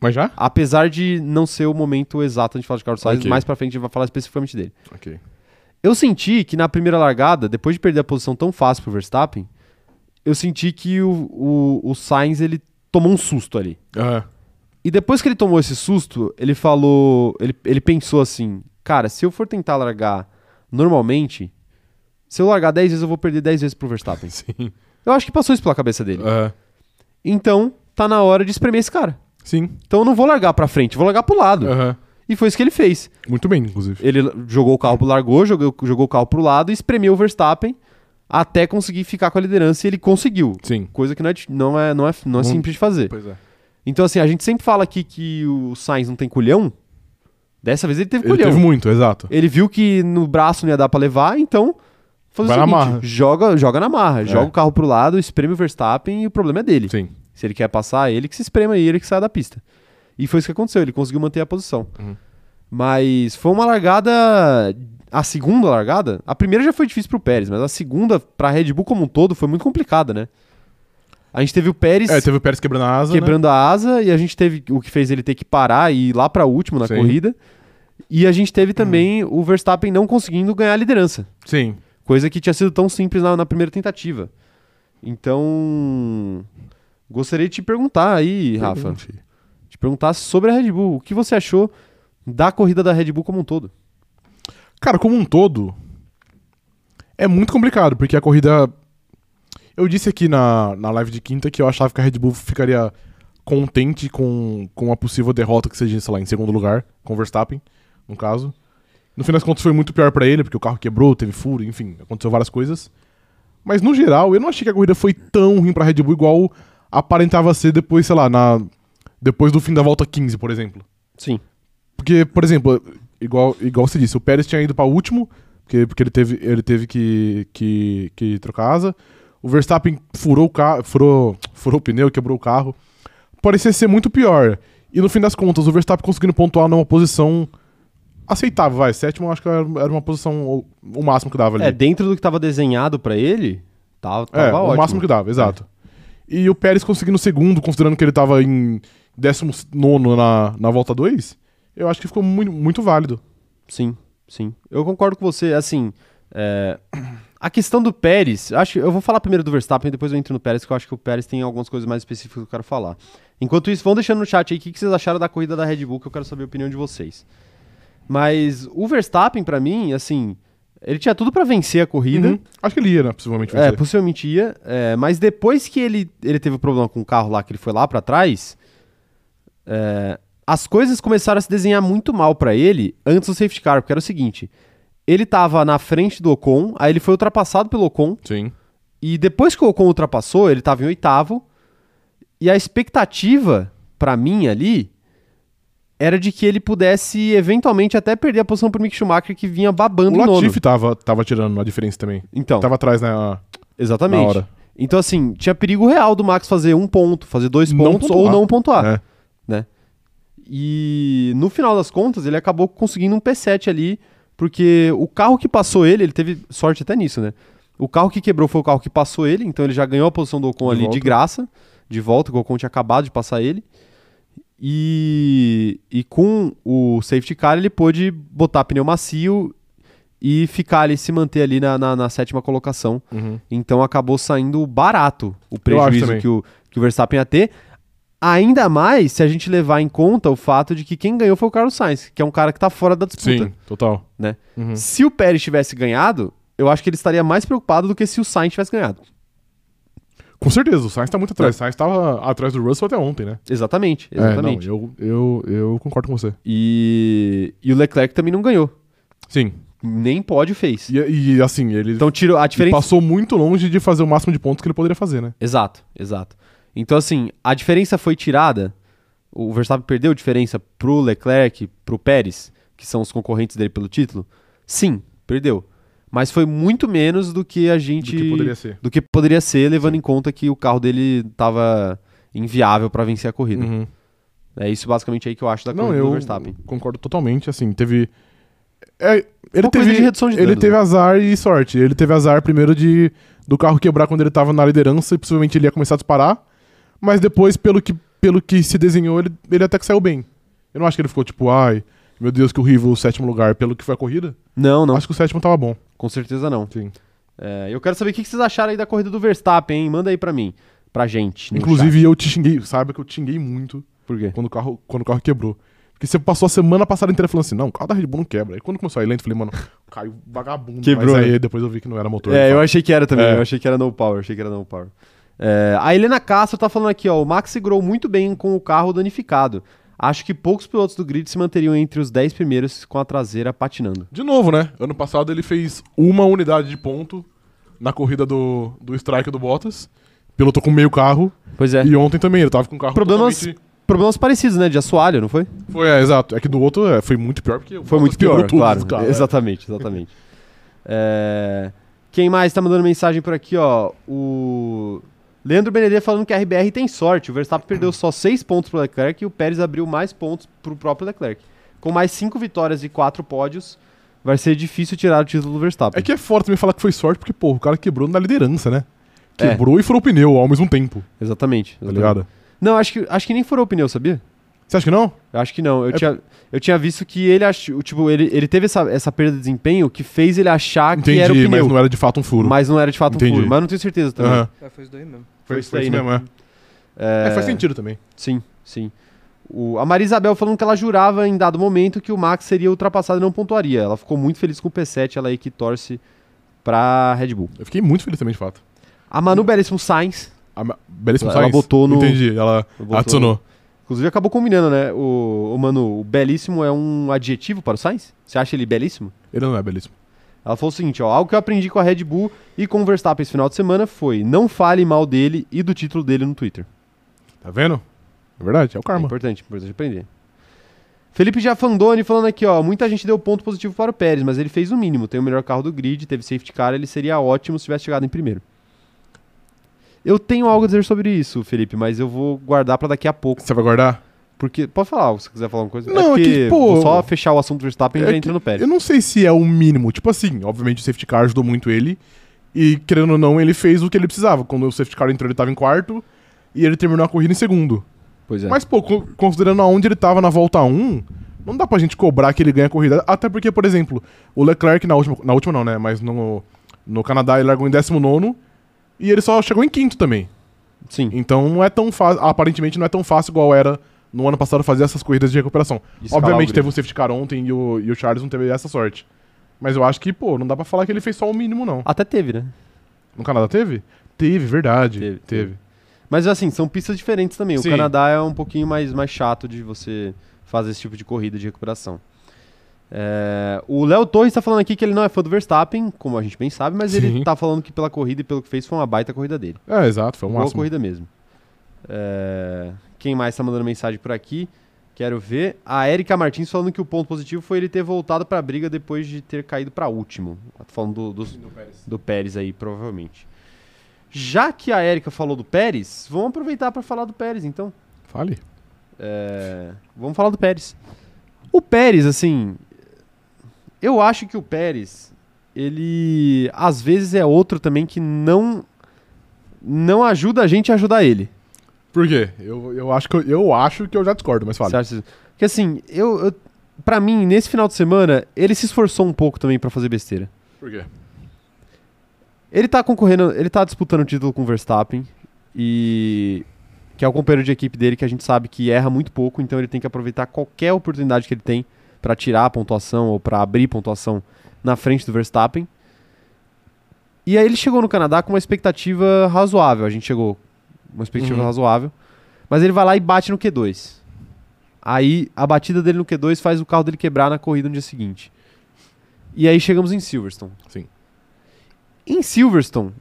[SPEAKER 2] Mas já?
[SPEAKER 1] Apesar de não ser o momento exato de falar de Carlos Sainz,
[SPEAKER 2] Ok.
[SPEAKER 1] mais pra frente a gente vai falar especificamente dele.
[SPEAKER 2] Ok.
[SPEAKER 1] Eu senti que na primeira largada, depois de perder a posição tão fácil pro Verstappen, eu senti que o, o, o Sainz ele tomou um susto ali.
[SPEAKER 2] Ah,
[SPEAKER 1] E depois que ele tomou esse susto, ele falou. Ele, ele pensou assim: cara, se eu for tentar largar normalmente, se eu largar 10 vezes, eu vou perder 10 vezes pro Verstappen.
[SPEAKER 2] sim.
[SPEAKER 1] Eu acho que passou isso pela cabeça dele.
[SPEAKER 2] Ah,
[SPEAKER 1] Então, tá na hora de espremer esse cara.
[SPEAKER 2] sim.
[SPEAKER 1] Então eu não vou largar pra frente, eu vou largar pro lado.
[SPEAKER 2] Aham.
[SPEAKER 1] E foi isso que ele fez.
[SPEAKER 2] Muito bem, inclusive.
[SPEAKER 1] Ele jogou o carro, pro- largou, jogou, jogou o carro pro lado e espremeu o Verstappen até conseguir ficar com a liderança e ele conseguiu.
[SPEAKER 2] Sim.
[SPEAKER 1] Coisa que não é, di- não é, não é, não é
[SPEAKER 2] Não-
[SPEAKER 1] simples de fazer.
[SPEAKER 2] Pois é.
[SPEAKER 1] Então, assim, a gente sempre fala aqui que o Sainz não tem culhão. Dessa vez ele teve
[SPEAKER 2] Ele
[SPEAKER 1] culhão.
[SPEAKER 2] teve um- muito, exato.
[SPEAKER 1] Ele viu que no braço não ia dar pra levar, então fazer
[SPEAKER 2] Vai
[SPEAKER 1] o
[SPEAKER 2] na
[SPEAKER 1] seguinte,
[SPEAKER 2] marra. É.
[SPEAKER 1] joga, joga na marra, joga o carro pro lado, espreme o Verstappen e o problema é dele.
[SPEAKER 2] Sim.
[SPEAKER 1] Se ele quer passar, é ele que se esprema e ele que sai da pista. E foi isso que aconteceu, ele conseguiu manter a posição.
[SPEAKER 2] Uhum.
[SPEAKER 1] Mas foi uma largada a segunda largada, a primeira já foi difícil pro Pérez, mas a segunda, pra Red Bull como um todo, foi muito complicada, né? A gente teve o Pérez
[SPEAKER 2] É, teve o Pérez quebrando a asa. né?
[SPEAKER 1] quebrando a asa e a gente teve o que fez ele ter que parar e ir lá pra último na
[SPEAKER 2] Sim. Uhum.
[SPEAKER 1] corrida. E a gente teve também o Verstappen não conseguindo ganhar a liderança.
[SPEAKER 2] Sim.
[SPEAKER 1] Coisa que tinha sido tão simples na, na primeira tentativa. Então, gostaria de te perguntar aí, Rafa.
[SPEAKER 2] Pergunte.
[SPEAKER 1] Te perguntar sobre a Red Bull. O que você achou da corrida da Red Bull como um todo?
[SPEAKER 2] Cara, como um todo, é muito complicado, porque a corrida. Eu disse aqui na, na live de quinta que eu achava que a Red Bull ficaria contente com, com a possível derrota que seja, sei lá, em segundo lugar, com o Verstappen, no caso. No fim das contas foi muito pior pra ele, porque o carro quebrou, teve furo, enfim, aconteceu várias coisas. Mas no geral, eu não achei que a corrida foi tão ruim pra Red Bull igual aparentava ser depois, sei lá, na depois do fim da volta 15, por exemplo.
[SPEAKER 1] Sim.
[SPEAKER 2] Porque, por exemplo, igual, igual você disse, o Pérez tinha ido pra último, porque, porque ele teve, ele teve que, que, que trocar asa. O Verstappen furou o carro, furou, furou o pneu, quebrou o carro. Parecia ser muito pior. E no fim das contas, o Verstappen conseguindo pontuar numa posição aceitável, vai. Sétimo, eu acho que era era uma posição o, o máximo que dava ali.
[SPEAKER 1] É, dentro do que estava desenhado pra ele, tava, tava
[SPEAKER 2] É,
[SPEAKER 1] ótimo.
[SPEAKER 2] o máximo que dava, exato. E o Pérez conseguindo o segundo, considerando que ele tava em 19 na, na volta 2, eu acho que ficou muito, muito válido.
[SPEAKER 1] Sim, sim. Eu concordo com você. Assim, é, a questão do Pérez, acho, eu vou falar primeiro do Verstappen, depois eu entro no Pérez, que eu acho que o Pérez tem algumas coisas mais específicas que eu quero falar. Enquanto isso, vão deixando no chat aí o que, que vocês acharam da corrida da Red Bull, que eu quero saber a opinião de vocês. Mas o Verstappen, pra mim, assim, ele tinha tudo pra vencer a corrida.
[SPEAKER 2] Uhum. Acho que ele ia, né? Possivelmente
[SPEAKER 1] É,
[SPEAKER 2] vencer.
[SPEAKER 1] possivelmente ia. é, mas depois que ele, ele teve o problema com o carro lá, que ele foi lá pra trás, é, as coisas começaram a se desenhar muito mal pra ele antes do safety car, porque era o seguinte: ele tava na frente do Ocon, aí ele foi ultrapassado pelo Ocon,
[SPEAKER 2] Sim.
[SPEAKER 1] e depois que o Ocon ultrapassou, ele tava em oitavo, e a expectativa pra mim ali era de que ele pudesse eventualmente até perder a posição pro Mick Schumacher, que vinha babando
[SPEAKER 2] o
[SPEAKER 1] o nono.
[SPEAKER 2] Latifi tava, tava tirando a diferença também.
[SPEAKER 1] Então,
[SPEAKER 2] Tava atrás né, na,
[SPEAKER 1] Exatamente.
[SPEAKER 2] na hora.
[SPEAKER 1] Então, assim, tinha perigo real do Max fazer um ponto, fazer dois
[SPEAKER 2] Não
[SPEAKER 1] pontos ou
[SPEAKER 2] pontuar.
[SPEAKER 1] não pontuar,
[SPEAKER 2] É.
[SPEAKER 1] né? E no final das contas, ele acabou conseguindo um P7 ali, porque o carro que passou ele, ele teve sorte até nisso, né? O carro que quebrou foi o carro que passou ele, então ele já ganhou a posição do Ocon
[SPEAKER 2] De
[SPEAKER 1] ali de
[SPEAKER 2] volta.
[SPEAKER 1] graça, de volta, que o Ocon tinha acabado de passar ele. E, e com o safety car, ele pôde botar pneu macio e ficar ali, se manter ali na- na- na sétima colocação.
[SPEAKER 2] Uhum.
[SPEAKER 1] Então acabou saindo barato o
[SPEAKER 2] Eu acho
[SPEAKER 1] prejuízo
[SPEAKER 2] também.
[SPEAKER 1] que o, que o Verstappen ia ter. Ainda mais se a gente levar em conta o fato de que quem ganhou foi o Carlos Sainz, que é um cara que tá fora da disputa.
[SPEAKER 2] Sim, total.
[SPEAKER 1] Né?
[SPEAKER 2] Uhum.
[SPEAKER 1] Se o Pérez tivesse ganhado, eu acho que ele estaria mais preocupado do que se o Sainz tivesse ganhado.
[SPEAKER 2] Com certeza, o Sainz tá
[SPEAKER 1] É.
[SPEAKER 2] muito atrás. O Sainz tava atrás do Russell até ontem, né?
[SPEAKER 1] Exatamente,
[SPEAKER 2] É,
[SPEAKER 1] exatamente.
[SPEAKER 2] não, eu, eu, eu concordo com você.
[SPEAKER 1] e, e o Leclerc também não ganhou.
[SPEAKER 2] Sim.
[SPEAKER 1] Nem pódio fez.
[SPEAKER 2] E, e, assim, ele
[SPEAKER 1] Então tiro, a
[SPEAKER 2] ele
[SPEAKER 1] diferença
[SPEAKER 2] passou muito longe de fazer o máximo de pontos que ele poderia fazer, né?
[SPEAKER 1] Exato, exato. Então, assim, a diferença foi tirada. O Verstappen perdeu diferença pro Leclerc, pro Pérez, que são os concorrentes dele pelo título? Sim, perdeu. Mas foi muito menos do que a gente.
[SPEAKER 2] Do que poderia ser.
[SPEAKER 1] do que poderia ser, levando em conta que o carro dele tava inviável para vencer a corrida.
[SPEAKER 2] Uhum.
[SPEAKER 1] É isso basicamente aí que eu acho da
[SPEAKER 2] Não,
[SPEAKER 1] corrida do
[SPEAKER 2] eu
[SPEAKER 1] Verstappen.
[SPEAKER 2] concordo totalmente, assim, teve... É, ele
[SPEAKER 1] Uma coisa
[SPEAKER 2] teve,
[SPEAKER 1] de redução de
[SPEAKER 2] ele
[SPEAKER 1] danos,
[SPEAKER 2] teve azar e sorte. Ele teve azar primeiro de do carro quebrar quando ele tava na liderança e possivelmente ele ia começar a disparar. Mas depois, pelo que, pelo que se desenhou, ele, ele até que saiu bem. Eu não acho que ele ficou tipo, ai, meu Deus, que horrível o sétimo lugar pelo que foi a corrida.
[SPEAKER 1] Não, não,
[SPEAKER 2] Acho que o sétimo tava bom.
[SPEAKER 1] com certeza não.
[SPEAKER 2] Sim.
[SPEAKER 1] É, eu quero saber o que que vocês acharam aí da corrida do Verstappen, hein? Manda aí pra mim, pra gente. no
[SPEAKER 2] Inclusive, eu te xinguei, saiba que eu te xinguei muito
[SPEAKER 1] chat. Por quê?
[SPEAKER 2] quando o carro, quando o carro quebrou. Porque você passou a semana passada inteira falando assim, não, o carro da Red Bull não quebra. Aí quando começou a ir lento, eu falei, mano, caiu vagabundo.
[SPEAKER 1] Quebrou,
[SPEAKER 2] Mas aí
[SPEAKER 1] né?
[SPEAKER 2] depois eu vi que não era motor.
[SPEAKER 1] É, eu achei que era também.
[SPEAKER 2] É.
[SPEAKER 1] Eu achei que era no power, achei que era no power. É, a Helena Castro tá falando aqui, ó. O Max segurou muito bem com o carro danificado. Acho que poucos pilotos do grid se manteriam entre os 10 primeiros com a traseira patinando.
[SPEAKER 2] De novo, né? Ano passado ele fez uma unidade de ponto na corrida do, do strike do Bottas. Pilotou com meio carro.
[SPEAKER 1] Pois é.
[SPEAKER 2] E ontem também, ele tava com um carro
[SPEAKER 1] Problemas-
[SPEAKER 2] totalmente-
[SPEAKER 1] Problemas parecidos, né? De assoalho, não foi?
[SPEAKER 2] Foi, é, exato. É que do outro é, foi muito pior, porque o
[SPEAKER 1] Foi
[SPEAKER 2] Bottas
[SPEAKER 1] muito
[SPEAKER 2] quebrou
[SPEAKER 1] pior,
[SPEAKER 2] todos
[SPEAKER 1] claro.
[SPEAKER 2] os carros, é.
[SPEAKER 1] Exatamente, exatamente. É, Quem mais tá mandando mensagem por aqui, ó? O Leandro Benedet falando que a RBR tem sorte. O Verstappen perdeu só seis pontos pro Leclerc e o Pérez abriu mais pontos pro próprio Leclerc. Com mais cinco vitórias e quatro pódios, vai ser difícil tirar o título do Verstappen.
[SPEAKER 2] É que é forte também falar que foi sorte, porque, pô, o cara quebrou na liderança, né?
[SPEAKER 1] É.
[SPEAKER 2] Quebrou e furou o pneu ao mesmo tempo,
[SPEAKER 1] Exatamente.
[SPEAKER 2] tá
[SPEAKER 1] exatamente.
[SPEAKER 2] ligado?
[SPEAKER 1] Não, acho que, acho que nem furou o pneu, sabia?
[SPEAKER 2] Você acha que não?
[SPEAKER 1] Eu acho que não. Eu,
[SPEAKER 2] É-
[SPEAKER 1] tinha, eu tinha visto que ele achou. Tipo, ele, ele teve essa, essa perda de desempenho que fez ele achar que era o
[SPEAKER 2] Entendi,
[SPEAKER 1] pneu.
[SPEAKER 2] mas não era de fato um furo.
[SPEAKER 1] Mas não era de fato um
[SPEAKER 2] Entendi.
[SPEAKER 1] furo. Mas não tenho certeza também.
[SPEAKER 2] Aham.
[SPEAKER 3] É, foi isso daí mesmo.
[SPEAKER 1] Foi isso aí, né?
[SPEAKER 2] mesmo, é. É, faz sentido também.
[SPEAKER 1] Sim, sim. O, a Maria Isabel falando que ela jurava em dado momento que o Max seria ultrapassado e não pontuaria. Ela ficou muito feliz com o P7, ela aí que torce pra Red Bull.
[SPEAKER 2] Eu fiquei muito feliz também, de fato.
[SPEAKER 1] A Manu Belíssimo Sainz,
[SPEAKER 2] A ma- Belíssimo
[SPEAKER 1] Ela
[SPEAKER 2] Sainz.
[SPEAKER 1] botou no-
[SPEAKER 2] Entendi, ela
[SPEAKER 1] botou-
[SPEAKER 2] adicionou.
[SPEAKER 1] inclusive acabou combinando, né? O, o Manu, o belíssimo é um adjetivo para o Sainz? Você acha ele belíssimo?
[SPEAKER 2] Ele não é belíssimo.
[SPEAKER 1] Ela falou o seguinte, ó, algo que eu aprendi com a Red Bull e com o Verstappen esse final de semana foi não fale mal dele e do título dele no Twitter.
[SPEAKER 2] Tá vendo? É verdade, é o
[SPEAKER 1] É
[SPEAKER 2] karma.
[SPEAKER 1] importante, importante aprender. Felipe Jafandoni falando aqui, ó. Muita gente deu ponto positivo para o Pérez, mas ele fez o mínimo. Tem o melhor carro do grid, teve safety car, ele seria ótimo se tivesse chegado em primeiro. Eu tenho algo a dizer sobre isso, Felipe, mas eu vou guardar para daqui a pouco.
[SPEAKER 2] Você vai guardar?
[SPEAKER 1] Porque. Pode falar, se quiser falar alguma coisa.
[SPEAKER 2] Não, é
[SPEAKER 1] porque
[SPEAKER 2] que, pô,
[SPEAKER 1] Vou só fechar o assunto do Verstappen e
[SPEAKER 2] é
[SPEAKER 1] já
[SPEAKER 2] que-
[SPEAKER 1] entra no Pérez.
[SPEAKER 2] Eu não sei se é o mínimo. Tipo assim, obviamente o safety car ajudou muito ele. E querendo ou não, ele fez o que ele precisava. Quando o safety car entrou, ele tava em quarto. E ele terminou a corrida em segundo.
[SPEAKER 1] Pois é.
[SPEAKER 2] Mas, pô, co- considerando aonde ele tava na volta 1, não dá pra gente cobrar que ele ganha a corrida. Até porque, por exemplo, o Leclerc na última. Na última não, né? Mas no, no Canadá ele largou em 19 e ele só chegou em quinto também.
[SPEAKER 1] Sim.
[SPEAKER 2] Então não é tão fácil. Aparentemente não é tão fácil igual era no ano passado fazer essas corridas de recuperação.
[SPEAKER 1] Escalar o
[SPEAKER 2] Obviamente
[SPEAKER 1] grid.
[SPEAKER 2] teve um safety car ontem e o, e o Charles não teve essa sorte. Mas eu acho que, pô, não dá pra falar que ele fez só o mínimo, não.
[SPEAKER 1] Até teve, né?
[SPEAKER 2] No Canadá teve? Teve, verdade.
[SPEAKER 1] Teve,
[SPEAKER 2] Teve.
[SPEAKER 1] Mas assim, são pistas diferentes também. O
[SPEAKER 2] Sim.
[SPEAKER 1] Canadá é um pouquinho mais, mais chato de você fazer esse tipo de corrida de recuperação. É, o Léo Torres tá falando aqui que ele não é fã do Verstappen, como a gente bem sabe, mas ele
[SPEAKER 2] Sim.
[SPEAKER 1] tá falando que pela corrida e pelo que fez foi uma baita corrida dele.
[SPEAKER 2] É, exato, foi o
[SPEAKER 1] Boa
[SPEAKER 2] máximo.
[SPEAKER 1] corrida mesmo. É, quem mais tá mandando mensagem por aqui? Quero ver. A Erika Martins falando que o ponto positivo foi ele ter voltado pra briga depois de ter caído pra último. Ela tá Falando do, dos- do Pérez aí, provavelmente. Já que a Erika falou do Pérez, vamos aproveitar pra falar do Pérez, então.
[SPEAKER 2] Fale.
[SPEAKER 1] É, vamos falar do Pérez. O Pérez, assim, eu acho que o Pérez, ele às vezes é outro também que não não ajuda a gente a ajudar ele.
[SPEAKER 2] Por quê? Eu, eu, acho que eu, eu acho que eu já discordo, mas fala.
[SPEAKER 1] Você acha isso? Porque assim, eu, eu para mim nesse final de semana ele se esforçou um pouco também pra fazer besteira.
[SPEAKER 2] Por quê?
[SPEAKER 1] Ele tá concorrendo, ele tá disputando o título com o Verstappen e que é o companheiro de equipe dele que a gente sabe que erra muito pouco, então ele tem que aproveitar qualquer oportunidade que ele tem pra tirar a pontuação ou pra abrir pontuação na frente do Verstappen. E aí ele chegou no Canadá com uma expectativa razoável, a gente chegou com uma expectativa
[SPEAKER 2] Uhum.
[SPEAKER 1] razoável, mas ele vai lá e bate no Q2. Aí a batida dele no Q2 faz o carro dele quebrar na corrida no dia seguinte. E aí chegamos em Silverstone.
[SPEAKER 2] Sim.
[SPEAKER 1] Em Silverstone,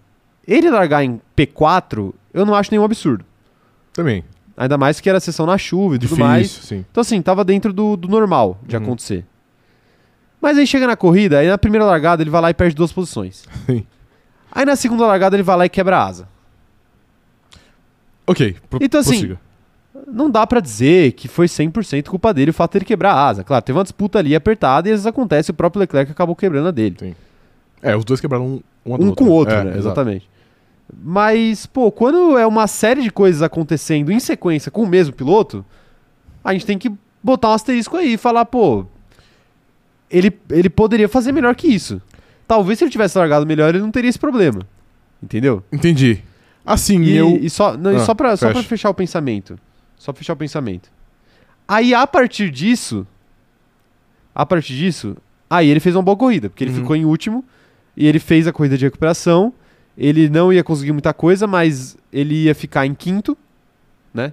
[SPEAKER 1] ele largar em P4, eu não acho nenhum absurdo.
[SPEAKER 2] Também.
[SPEAKER 1] Ainda mais que era sessão na chuva e tudo
[SPEAKER 2] Difícil,
[SPEAKER 1] mais.
[SPEAKER 2] sim.
[SPEAKER 1] Então, assim, tava dentro do, do normal de
[SPEAKER 2] Uhum.
[SPEAKER 1] acontecer. Mas aí chega na corrida, aí na primeira largada ele vai lá e perde duas posições.
[SPEAKER 2] Sim.
[SPEAKER 1] Aí na segunda largada ele vai lá e quebra a asa.
[SPEAKER 2] Ok. pro-
[SPEAKER 1] Então, assim,
[SPEAKER 2] prossiga.
[SPEAKER 1] Não dá pra dizer que foi 100% culpa dele o fato dele quebrar a asa. Claro, teve uma disputa ali apertada e às vezes acontece, o próprio Leclerc acabou quebrando a dele.
[SPEAKER 2] É, os dois quebraram um, um,
[SPEAKER 1] um com o outro, né?
[SPEAKER 2] exato.
[SPEAKER 1] Exatamente. Mas, pô, quando é uma série de coisas acontecendo em sequência com o mesmo piloto, a gente tem que botar um asterisco aí e falar, pô, ele, ele poderia fazer melhor que isso. Talvez se ele tivesse largado melhor, ele não teria esse problema. Entendeu?
[SPEAKER 2] Entendi. Assim,
[SPEAKER 1] E,
[SPEAKER 2] eu.
[SPEAKER 1] e só, não, e
[SPEAKER 2] Ah,
[SPEAKER 1] só, pra, só pra
[SPEAKER 2] fecha.
[SPEAKER 1] fechar o pensamento. Só pra fechar o pensamento. Aí, a partir disso. A partir disso. Aí ele fez uma boa corrida, porque ele
[SPEAKER 2] Uhum.
[SPEAKER 1] ficou em último. E ele fez a corrida de recuperação. Ele não ia conseguir muita coisa, mas ele ia ficar em quinto, né?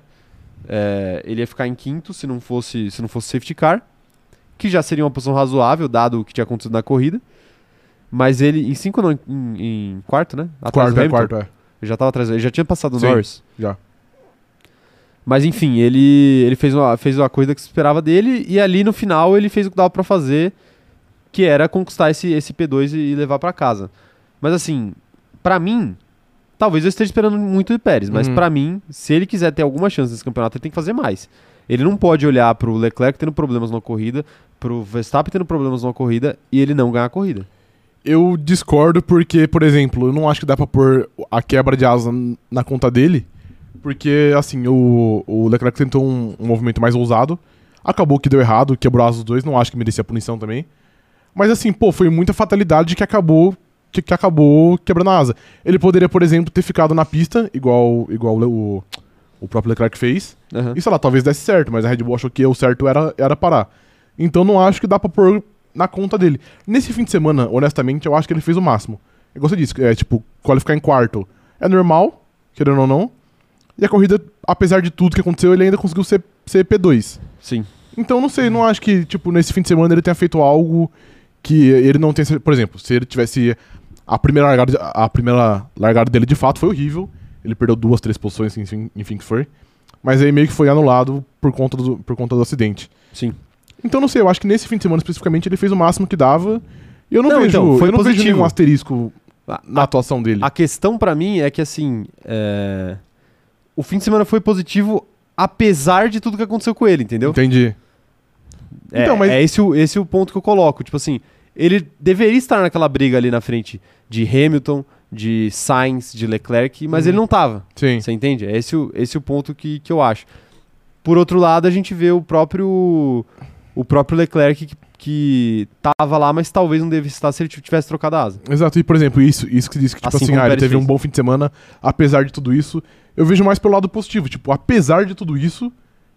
[SPEAKER 1] É, ele ia ficar em quinto se não fosse se não fosse safety car, que já seria uma posição razoável dado o que tinha acontecido na corrida. Mas ele em cinco não, em, em quarto, né? Atrás
[SPEAKER 2] Quarto,
[SPEAKER 1] do
[SPEAKER 2] é,
[SPEAKER 1] Hamilton.
[SPEAKER 2] quarto, é.
[SPEAKER 1] Ele já tava atrás, ele já tinha passado o
[SPEAKER 2] Sim,
[SPEAKER 1] Norris.
[SPEAKER 2] já.
[SPEAKER 1] Mas enfim, ele, ele fez, uma, fez uma coisa que se esperava dele e ali no final ele fez o que dava pra fazer, que era conquistar esse, esse P2 e, e levar pra casa. Mas assim, pra mim, talvez eu esteja esperando muito de Pérez, mas
[SPEAKER 2] Uhum.
[SPEAKER 1] pra mim, se ele quiser ter alguma chance nesse campeonato, ele tem que fazer mais. Ele não pode olhar pro Leclerc tendo problemas na corrida, pro Verstappen tendo problemas numa corrida e ele não ganhar a corrida.
[SPEAKER 2] Eu discordo porque, por exemplo, eu não acho que dá pra pôr a quebra de asa n- na conta dele, porque, assim, o, o Leclerc tentou um, um movimento mais ousado, acabou que deu errado, quebrou a asa dos dois, não acho que merecia punição também. Mas, assim, pô, foi muita fatalidade que acabou que, que acabou quebrando a asa. Ele poderia, por exemplo, ter ficado na pista, igual, igual o Le- o, o próprio Leclerc fez,
[SPEAKER 1] Aham.
[SPEAKER 2] e sei lá, talvez desse certo, mas a Red Bull achou que o certo era, era parar. Então não acho que dá pra pôr na conta dele. Nesse fim de semana, honestamente, eu acho que ele fez o máximo. Eu gostei disso, é tipo, qualificar em quarto é normal, querendo ou não. E a corrida, apesar de tudo que aconteceu, ele ainda conseguiu ser, ser P2.
[SPEAKER 1] Sim.
[SPEAKER 2] Então não sei, não acho que, tipo, nesse fim de semana ele tenha feito algo que ele não tenha. Por exemplo, se ele tivesse. A primeira largada, a primeira largada dele de fato foi horrível. Ele perdeu duas, três posições, enfim, enfim que foi. Mas aí meio que foi anulado por conta do, por conta do acidente.
[SPEAKER 1] Sim.
[SPEAKER 2] Então não sei, eu acho que nesse fim de semana especificamente ele fez o máximo que dava. E eu não,
[SPEAKER 1] Não,
[SPEAKER 2] vejo,
[SPEAKER 1] então, foi
[SPEAKER 2] eu não vejo
[SPEAKER 1] positivo.
[SPEAKER 2] nenhum asterisco
[SPEAKER 1] A-
[SPEAKER 2] Ah, na atuação dele.
[SPEAKER 1] A questão pra mim é que assim, é, o fim de semana foi positivo apesar de tudo que aconteceu com ele, entendeu?
[SPEAKER 2] Entendi.
[SPEAKER 1] É,
[SPEAKER 2] Então, mas-
[SPEAKER 1] é esse, o, esse o ponto que eu coloco. Tipo assim, ele deveria estar naquela briga ali na frente de Hamilton, de Sainz, de Leclerc, mas
[SPEAKER 2] Uhum.
[SPEAKER 1] ele não tava.
[SPEAKER 2] Sim.
[SPEAKER 1] Você entende? É esse, o- esse o ponto que, que eu acho. Por outro lado, a gente vê o próprio o próprio Leclerc que, que tava lá, mas talvez não devesse estar se ele tivesse trocado a asa.
[SPEAKER 2] Exato, e por exemplo, isso, isso que disse que, tipo
[SPEAKER 1] Assim
[SPEAKER 2] assim,
[SPEAKER 1] como
[SPEAKER 2] ah,
[SPEAKER 1] o
[SPEAKER 2] ele
[SPEAKER 1] Pérez
[SPEAKER 2] teve
[SPEAKER 1] fez.
[SPEAKER 2] um bom fim de semana, apesar de tudo isso, eu vejo mais pelo lado positivo, tipo, apesar de tudo isso,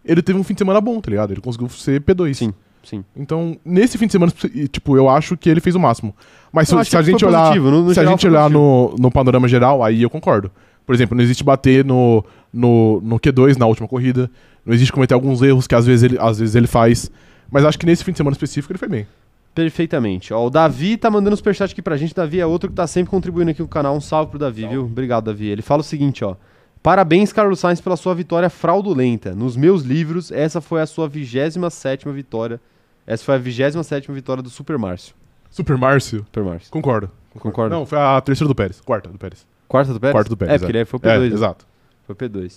[SPEAKER 2] ele teve um fim de semana bom, tá ligado? Ele conseguiu ser P2.
[SPEAKER 1] Sim, sim.
[SPEAKER 2] Então, nesse fim de semana, e, tipo, eu acho que ele fez o máximo. Mas
[SPEAKER 1] Eu
[SPEAKER 2] se,
[SPEAKER 1] acho
[SPEAKER 2] se a
[SPEAKER 1] que
[SPEAKER 2] gente
[SPEAKER 1] foi
[SPEAKER 2] olhar,
[SPEAKER 1] positivo, no- no
[SPEAKER 2] se a
[SPEAKER 1] geral
[SPEAKER 2] gente
[SPEAKER 1] foi
[SPEAKER 2] olhar no, no panorama geral, aí eu concordo. Por exemplo, não existe bater no, no, no Q2 na última corrida, não existe cometer alguns erros que às vezes ele, às vezes ele faz, mas acho que nesse fim de semana específico ele foi bem.
[SPEAKER 1] Perfeitamente. Ó, o Davi tá mandando um superchat aqui pra gente. Davi é outro que tá sempre contribuindo aqui no canal. Um salve pro Davi, viu? Obrigado, Davi. Ele fala o seguinte, ó. Parabéns, Carlos Sainz, pela sua vitória fraudulenta. Nos meus livros, essa foi a sua 27ª vitória. Essa foi a 27ª vitória do Super Márcio.
[SPEAKER 2] Super Márcio,
[SPEAKER 1] Super Márcio.
[SPEAKER 2] concordo.
[SPEAKER 1] Concorda?
[SPEAKER 2] Não, foi a terceira do Pérez, quarta do Pérez.
[SPEAKER 1] Quarta do Pérez?
[SPEAKER 2] Quarta do Pérez,
[SPEAKER 1] É, porque ele foi o
[SPEAKER 2] É,
[SPEAKER 1] P2. né?
[SPEAKER 2] exato.
[SPEAKER 1] Foi P2.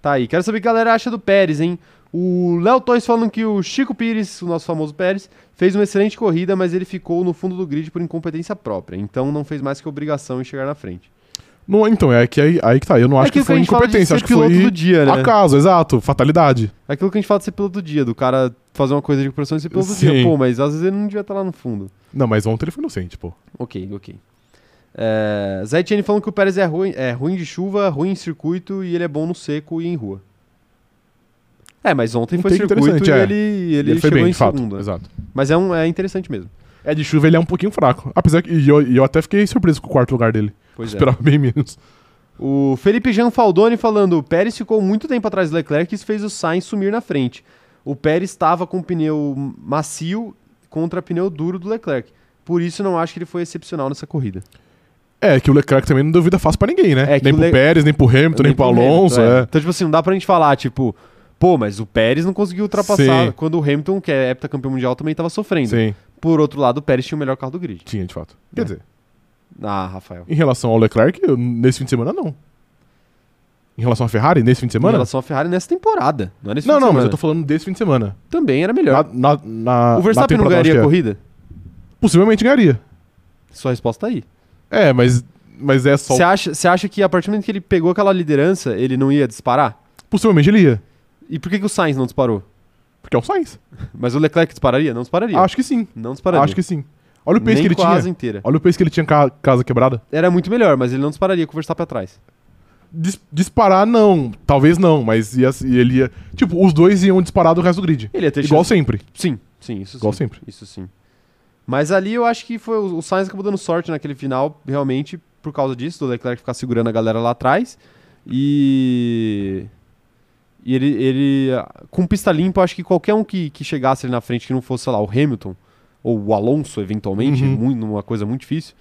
[SPEAKER 1] Tá aí. Quero saber o que a galera acha do Pérez, hein? O Léo Toys falando que o Chico Pires, o nosso famoso Pérez, fez uma excelente corrida, mas ele ficou no fundo do grid por incompetência própria. Então não fez mais que obrigação em chegar na frente.
[SPEAKER 2] Não, então, é que aí, aí que tá. Eu não acho que,
[SPEAKER 1] Aquilo
[SPEAKER 2] foi
[SPEAKER 1] a gente fala de
[SPEAKER 2] incompetência, acho
[SPEAKER 1] ser
[SPEAKER 2] que
[SPEAKER 1] piloto do
[SPEAKER 2] foi
[SPEAKER 1] dia, né?
[SPEAKER 2] acaso, exato, fatalidade.
[SPEAKER 1] Aquilo que a gente fala de ser piloto do dia, do cara fazer uma coisa de recuperação e ser piloto do dia.
[SPEAKER 2] Sim.
[SPEAKER 1] Pô, mas às vezes ele não devia estar lá no fundo.
[SPEAKER 2] Não, mas ontem ele foi inocente, pô.
[SPEAKER 1] Ok, ok. É... Zé Etienne falando que o Pérez é ruim, é ruim de chuva, ruim em circuito e ele é bom no seco e em rua. É, mas ontem
[SPEAKER 2] Um
[SPEAKER 1] foi
[SPEAKER 2] take
[SPEAKER 1] circuito e
[SPEAKER 2] interessante, é.
[SPEAKER 1] ele, e ele,
[SPEAKER 2] Ele, foi
[SPEAKER 1] chegou
[SPEAKER 2] bem,
[SPEAKER 1] em
[SPEAKER 2] de fato.
[SPEAKER 1] segundo. né?
[SPEAKER 2] Exato.
[SPEAKER 1] Mas é, um, é interessante mesmo.
[SPEAKER 2] É, de chuva ele é um pouquinho fraco. Apesar que e eu, e eu até fiquei surpreso com o quarto lugar dele.
[SPEAKER 1] Pois é.
[SPEAKER 2] Esperava bem menos.
[SPEAKER 1] O Felipe Jean Faldoni falando: o Pérez ficou muito tempo atrás do Leclerc e isso fez o Sainz sumir na frente. O Pérez estava com pneu macio contra pneu duro do Leclerc. Por isso não acho que ele foi excepcional nessa corrida.
[SPEAKER 2] É, que o Leclerc também não deu vida fácil pra ninguém, né?
[SPEAKER 1] É, que
[SPEAKER 2] nem
[SPEAKER 1] o
[SPEAKER 2] pro
[SPEAKER 1] Le-
[SPEAKER 2] Pérez, nem pro Hamilton, nem pro Alonso.
[SPEAKER 1] Hamilton,
[SPEAKER 2] é.
[SPEAKER 1] Então, tipo assim, não dá pra gente falar, tipo, pô, mas o Pérez não conseguiu ultrapassar
[SPEAKER 2] Sim.
[SPEAKER 1] quando o Hamilton, que é heptacampeão mundial, também estava sofrendo.
[SPEAKER 2] Sim,
[SPEAKER 1] Por outro lado, o Pérez tinha o melhor carro do grid.
[SPEAKER 2] tinha, de fato.
[SPEAKER 1] É.
[SPEAKER 2] Quer dizer,
[SPEAKER 1] Ah, Rafael.
[SPEAKER 2] em relação ao Leclerc, eu- nesse fim de semana, não. Em relação à Ferrari, nesse fim de
[SPEAKER 1] Em
[SPEAKER 2] semana?
[SPEAKER 1] relação à Ferrari nessa temporada. Não, é nesse fim
[SPEAKER 2] Não,
[SPEAKER 1] de
[SPEAKER 2] não, mas eu
[SPEAKER 1] semana.
[SPEAKER 2] tô falando desse fim de semana.
[SPEAKER 1] Também era melhor.
[SPEAKER 2] Na, na, na,
[SPEAKER 1] É. o
[SPEAKER 2] na
[SPEAKER 1] Verstappen não
[SPEAKER 2] temporada, acho
[SPEAKER 1] ganharia
[SPEAKER 2] que
[SPEAKER 1] a
[SPEAKER 2] é.
[SPEAKER 1] corrida?
[SPEAKER 2] Possivelmente ganharia.
[SPEAKER 1] Sua resposta tá aí.
[SPEAKER 2] É, mas, mas é só.
[SPEAKER 1] Você acha, você acha que a partir do momento que ele pegou aquela liderança, ele não ia disparar?
[SPEAKER 2] Possivelmente ele ia.
[SPEAKER 1] E por que, que o Sainz não disparou?
[SPEAKER 2] Porque é o Sainz.
[SPEAKER 1] Mas o Leclerc dispararia? Não dispararia.
[SPEAKER 2] Acho que sim.
[SPEAKER 1] Não dispararia.
[SPEAKER 2] Acho que sim. Olha o pace
[SPEAKER 1] Nem
[SPEAKER 2] que ele
[SPEAKER 1] com a asa
[SPEAKER 2] tinha.
[SPEAKER 1] inteira.
[SPEAKER 2] Olha o pace que ele tinha com a casa quebrada.
[SPEAKER 1] Era muito melhor, mas ele não dispararia com o Verstappen atrás.
[SPEAKER 2] Dis- disparar, não. Talvez não, mas ia, e ele ia. Tipo, os dois iam disparar do resto do grid.
[SPEAKER 1] Ele ia ter
[SPEAKER 2] Igual
[SPEAKER 1] chance.
[SPEAKER 2] sempre.
[SPEAKER 1] Sim, sim, isso
[SPEAKER 2] Igual
[SPEAKER 1] sim.
[SPEAKER 2] sempre.
[SPEAKER 1] Isso sim. Mas ali eu acho que foi o o Sainz acabou dando sorte naquele final, realmente, por causa disso, do Leclerc ficar segurando a galera lá atrás. E. E ele, ele. ah, Com pista limpa, eu acho que qualquer um que, que chegasse ali na frente, que não fosse, sei lá, o Hamilton ou o Alonso, eventualmente,
[SPEAKER 2] Uhum.
[SPEAKER 1] muito, uma coisa muito difícil.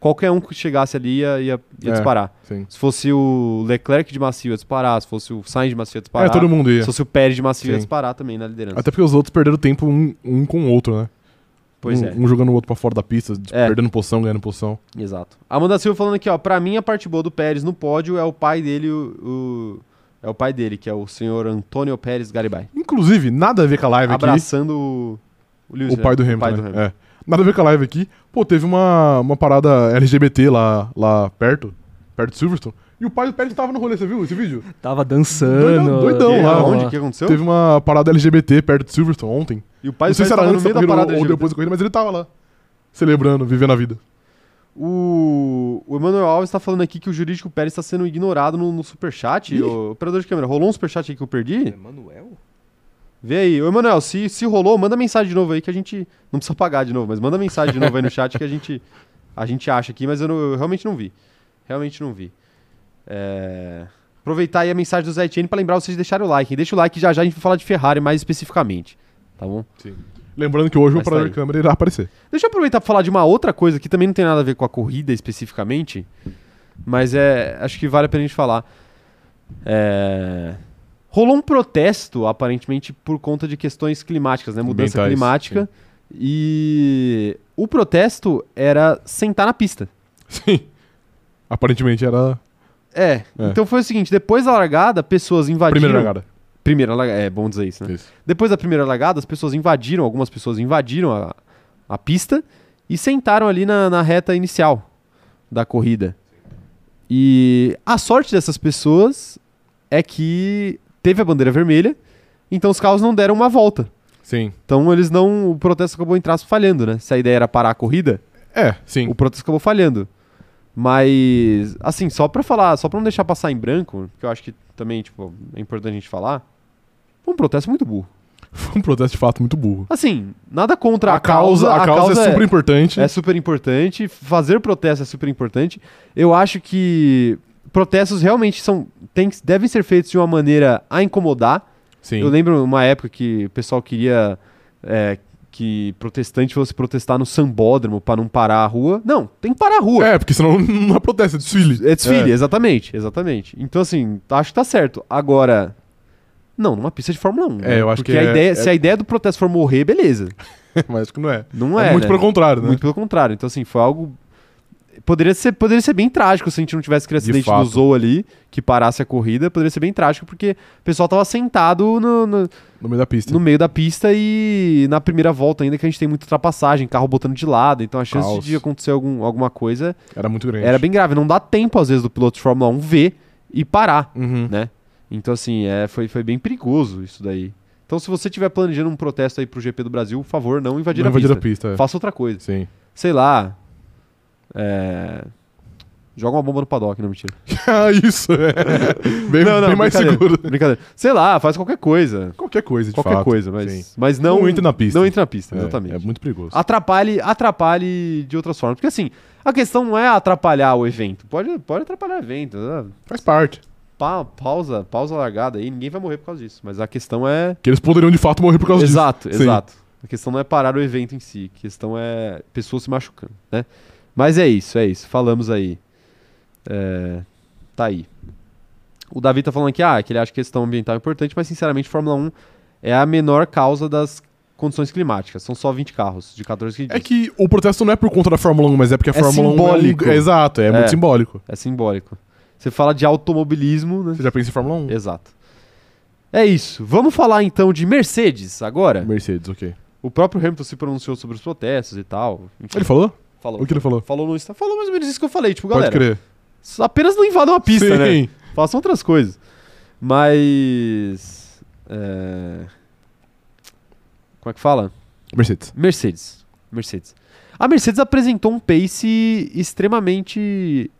[SPEAKER 1] Qualquer um que chegasse ali ia, ia, ia
[SPEAKER 2] É.
[SPEAKER 1] disparar.
[SPEAKER 2] Sim.
[SPEAKER 1] Se fosse o Leclerc de macio ia disparar, se fosse o Sainz de macio ia disparar.
[SPEAKER 2] É, todo mundo ia.
[SPEAKER 1] se fosse o Pérez de macio ia
[SPEAKER 2] Sim.
[SPEAKER 1] disparar também na liderança.
[SPEAKER 2] Até porque os outros perderam tempo um, um com o outro, né?
[SPEAKER 1] Pois
[SPEAKER 2] um,
[SPEAKER 1] é.
[SPEAKER 2] um jogando o outro pra fora da pista, des-
[SPEAKER 1] É.
[SPEAKER 2] perdendo poção, ganhando poção.
[SPEAKER 1] Exato. Amanda Silva falando aqui, ó. Pra mim, a parte boa do Pérez no pódio é o pai dele, o. o- é o pai dele, que é o senhor Antônio Pérez Garibay.
[SPEAKER 2] Inclusive, nada a ver com a live aqui.
[SPEAKER 1] Abraçando o, Lewis
[SPEAKER 2] O pai do Hamilton.
[SPEAKER 1] pai do
[SPEAKER 2] né? É. Nada a ver com a live aqui. Pô, teve uma, uma parada LGBT lá, lá perto, perto de Silverstone. E o pai do Pérez tava no rolê, você viu esse vídeo?
[SPEAKER 1] Então?
[SPEAKER 3] Tava dançando.
[SPEAKER 2] doidão
[SPEAKER 1] Que?
[SPEAKER 2] Então, lá,
[SPEAKER 1] Aonde? O que aconteceu?
[SPEAKER 2] Teve uma parada LGBT perto de Silverstone ontem.
[SPEAKER 1] E o pai
[SPEAKER 2] não
[SPEAKER 1] do
[SPEAKER 2] sei se
[SPEAKER 1] Sainz
[SPEAKER 2] era
[SPEAKER 1] tava no
[SPEAKER 2] antes da
[SPEAKER 1] meio da
[SPEAKER 2] corrida
[SPEAKER 1] parada
[SPEAKER 2] ou
[SPEAKER 1] LGBT.
[SPEAKER 2] depois da corrida, mas ele tava lá. Celebrando, vivendo a vida.
[SPEAKER 1] O, o Emmanuel Alves tá falando aqui que o jurídico Pérez tá sendo ignorado no, no superchat. O operador de câmera, rolou um superchat aí que eu perdi?
[SPEAKER 3] Emanuel?
[SPEAKER 1] Vê aí. Ô, Emanuel, se, se rolou, manda mensagem de novo aí que a gente. Não precisa pagar de novo, mas manda mensagem de novo aí no chat que a gente, a gente acha aqui, mas eu, não- eu realmente não vi. Realmente não vi. É, Aproveitar aí a mensagem do Zé Etienne pra lembrar vocês de deixarem o like. hein? Deixa o like já já a gente vai falar de Ferrari mais especificamente. Tá bom?
[SPEAKER 2] Lembrando que hoje
[SPEAKER 1] Mas
[SPEAKER 2] o operador
[SPEAKER 1] tá
[SPEAKER 2] de
[SPEAKER 1] aí.
[SPEAKER 2] câmera irá aparecer.
[SPEAKER 1] Deixa eu aproveitar pra falar de uma outra coisa que também não tem nada a ver com a corrida especificamente, mas é acho que vale a pena a gente falar. É, Rolou um protesto, aparentemente, por conta de questões climáticas, né? Mudança
[SPEAKER 2] Ambientais,
[SPEAKER 1] climática. E o protesto era sentar na pista.
[SPEAKER 2] Sim. Aparentemente era
[SPEAKER 1] É.
[SPEAKER 2] É.
[SPEAKER 1] Então foi o seguinte: depois da largada, pessoas
[SPEAKER 2] a
[SPEAKER 1] invadiram.
[SPEAKER 2] primeira largada.
[SPEAKER 1] Primeira largada. É bom dizer isso, né?
[SPEAKER 2] Isso.
[SPEAKER 1] Depois da primeira largada, as pessoas invadiram, algumas pessoas invadiram a, a pista e sentaram ali na, na reta inicial da corrida. E a sorte dessas pessoas é que teve a bandeira vermelha, então os carros não deram uma volta.
[SPEAKER 2] Sim.
[SPEAKER 1] Então eles não. O protesto acabou em traço falhando, né? Se a ideia era parar a corrida,
[SPEAKER 2] É, sim.
[SPEAKER 1] o protesto acabou falhando. Mas, assim, só pra falar, só pra não deixar passar em branco, que eu acho que também, tipo, é importante a gente falar, foi um protesto muito burro.
[SPEAKER 2] Foi um protesto de fato muito burro.
[SPEAKER 1] Assim, nada contra a, causa,
[SPEAKER 2] a causa, é super importante.
[SPEAKER 1] é super importante, fazer protesto é super importante. Eu acho que protestos realmente são tem, que- devem ser feitos de uma maneira a incomodar.
[SPEAKER 2] Sim.
[SPEAKER 1] Eu lembro uma época que o pessoal queria é, que protestante fosse protestar no sambódromo pra não parar a rua. Não, tem que parar a rua.
[SPEAKER 2] É, porque senão não é protesto, é desfile.
[SPEAKER 1] É desfile, exatamente, exatamente. Então, assim, acho que tá certo. Agora, não, numa pista de Fórmula 1.
[SPEAKER 2] É, eu acho
[SPEAKER 1] Porque
[SPEAKER 2] que
[SPEAKER 1] a
[SPEAKER 2] é-
[SPEAKER 1] ideia,
[SPEAKER 2] é-
[SPEAKER 1] se a ideia do protesto for morrer, beleza.
[SPEAKER 2] Mas acho que não é.
[SPEAKER 1] Não
[SPEAKER 2] é,
[SPEAKER 1] é.
[SPEAKER 2] muito
[SPEAKER 1] né?
[SPEAKER 2] pelo contrário, né?
[SPEAKER 1] Muito pelo contrário. Então, assim, foi algo. Poderia ser, poderia ser bem trágico se a gente não tivesse aquele
[SPEAKER 2] De
[SPEAKER 1] acidente do
[SPEAKER 2] fato.
[SPEAKER 1] Zou ali, que parasse a corrida. Poderia ser bem trágico, porque o pessoal tava sentado no, no,
[SPEAKER 2] No meio da pista.
[SPEAKER 1] no meio da pista e na primeira volta, ainda que a gente tem muita ultrapassagem, carro botando de lado. Então a chance
[SPEAKER 2] Caos.
[SPEAKER 1] de acontecer algum, alguma coisa
[SPEAKER 2] Era muito grande.
[SPEAKER 1] era bem grave. Não dá tempo, às vezes, do piloto de Fórmula 1 ver e parar.
[SPEAKER 2] Uhum.
[SPEAKER 1] né? Então, assim, é, foi, foi bem perigoso isso daí. Então, se você estiver planejando um protesto aí pro GP do Brasil, por favor, não invadir,
[SPEAKER 2] Não
[SPEAKER 1] a,
[SPEAKER 2] invadir
[SPEAKER 1] pista.
[SPEAKER 2] a pista, é.
[SPEAKER 1] Faça outra coisa.
[SPEAKER 2] Sim.
[SPEAKER 1] Sei lá. É... Joga uma bomba no paddock, não mentira.
[SPEAKER 2] ah, isso. É. Bem, bem mais
[SPEAKER 1] brincadeira,
[SPEAKER 2] seguro.
[SPEAKER 1] Brincadeira. Sei lá, faz qualquer coisa.
[SPEAKER 2] Qualquer coisa, de
[SPEAKER 1] Qualquer
[SPEAKER 2] fato.
[SPEAKER 1] coisa,
[SPEAKER 2] Sim.
[SPEAKER 1] mas, mas não.
[SPEAKER 2] Não, entre na pista.
[SPEAKER 1] Não entra na pista,
[SPEAKER 2] É,
[SPEAKER 1] exatamente.
[SPEAKER 2] É, muito perigoso.
[SPEAKER 1] Atrapalhe, atrapalhe de outras formas. Porque assim, a questão não é atrapalhar o evento. Pode, pode atrapalhar o evento. né?
[SPEAKER 2] Faz parte.
[SPEAKER 1] Pa- pausa, pausa largada aí, ninguém vai morrer por causa disso. Mas a questão é
[SPEAKER 2] Que eles poderiam de fato morrer por causa disso.
[SPEAKER 1] Exato,
[SPEAKER 2] Sim.
[SPEAKER 1] exato. A questão não é parar o evento em si, a questão é pessoas se machucando, né? Mas é isso, é isso. Falamos aí. É, tá aí. O Davi tá falando aqui, ah, que ele acha que questão ambiental é importante, mas sinceramente, Fórmula 1 é a menor causa das condições climáticas. São só 20 carros de 14 que
[SPEAKER 2] É
[SPEAKER 1] diz.
[SPEAKER 2] que o protesto não é por conta da Fórmula 1, mas é porque a
[SPEAKER 1] É
[SPEAKER 2] Fórmula 1
[SPEAKER 1] simbólico.
[SPEAKER 2] é, um... é Exato, é,
[SPEAKER 1] É.
[SPEAKER 2] muito simbólico.
[SPEAKER 1] É simbólico. Você fala de automobilismo, né?
[SPEAKER 2] Você já pensa em Fórmula 1?
[SPEAKER 1] Exato. É isso. Vamos falar então de Mercedes agora.
[SPEAKER 2] Mercedes, ok.
[SPEAKER 1] O próprio Hamilton se pronunciou sobre os protestos e tal. Enfim,
[SPEAKER 2] Ele falou?
[SPEAKER 1] falou.
[SPEAKER 2] O que ele falou?
[SPEAKER 1] Falou no Insta, falou mais ou menos isso que eu falei, tipo,
[SPEAKER 2] Pode
[SPEAKER 1] galera,
[SPEAKER 2] crer.
[SPEAKER 1] apenas não invadam a pista, né?
[SPEAKER 2] Sim.
[SPEAKER 1] Façam outras coisas. Mas. é, Como é que fala?
[SPEAKER 2] Mercedes.
[SPEAKER 1] Mercedes. Mercedes. A Mercedes apresentou um pace extremamente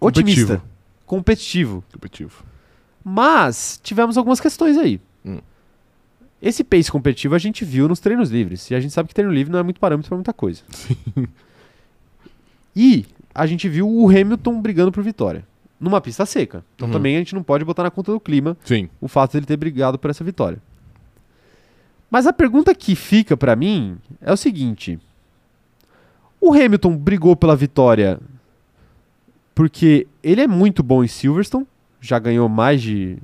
[SPEAKER 2] Competitivo.
[SPEAKER 1] otimista, competitivo.
[SPEAKER 2] Competitivo.
[SPEAKER 1] Mas tivemos algumas questões aí.
[SPEAKER 2] Hum.
[SPEAKER 1] Esse pace competitivo a gente viu nos treinos livres. E a gente sabe que treino livre não é muito parâmetro pra muita coisa. E a gente viu o Hamilton brigando por vitória. Numa pista seca. Então
[SPEAKER 2] Uhum.
[SPEAKER 1] também a gente não pode botar na conta do clima
[SPEAKER 2] Sim.
[SPEAKER 1] o fato dele ter brigado por essa vitória. Mas a pergunta que fica pra mim é o seguinte: o Hamilton brigou pela vitória porque ele é muito bom em Silverstone, já ganhou mais de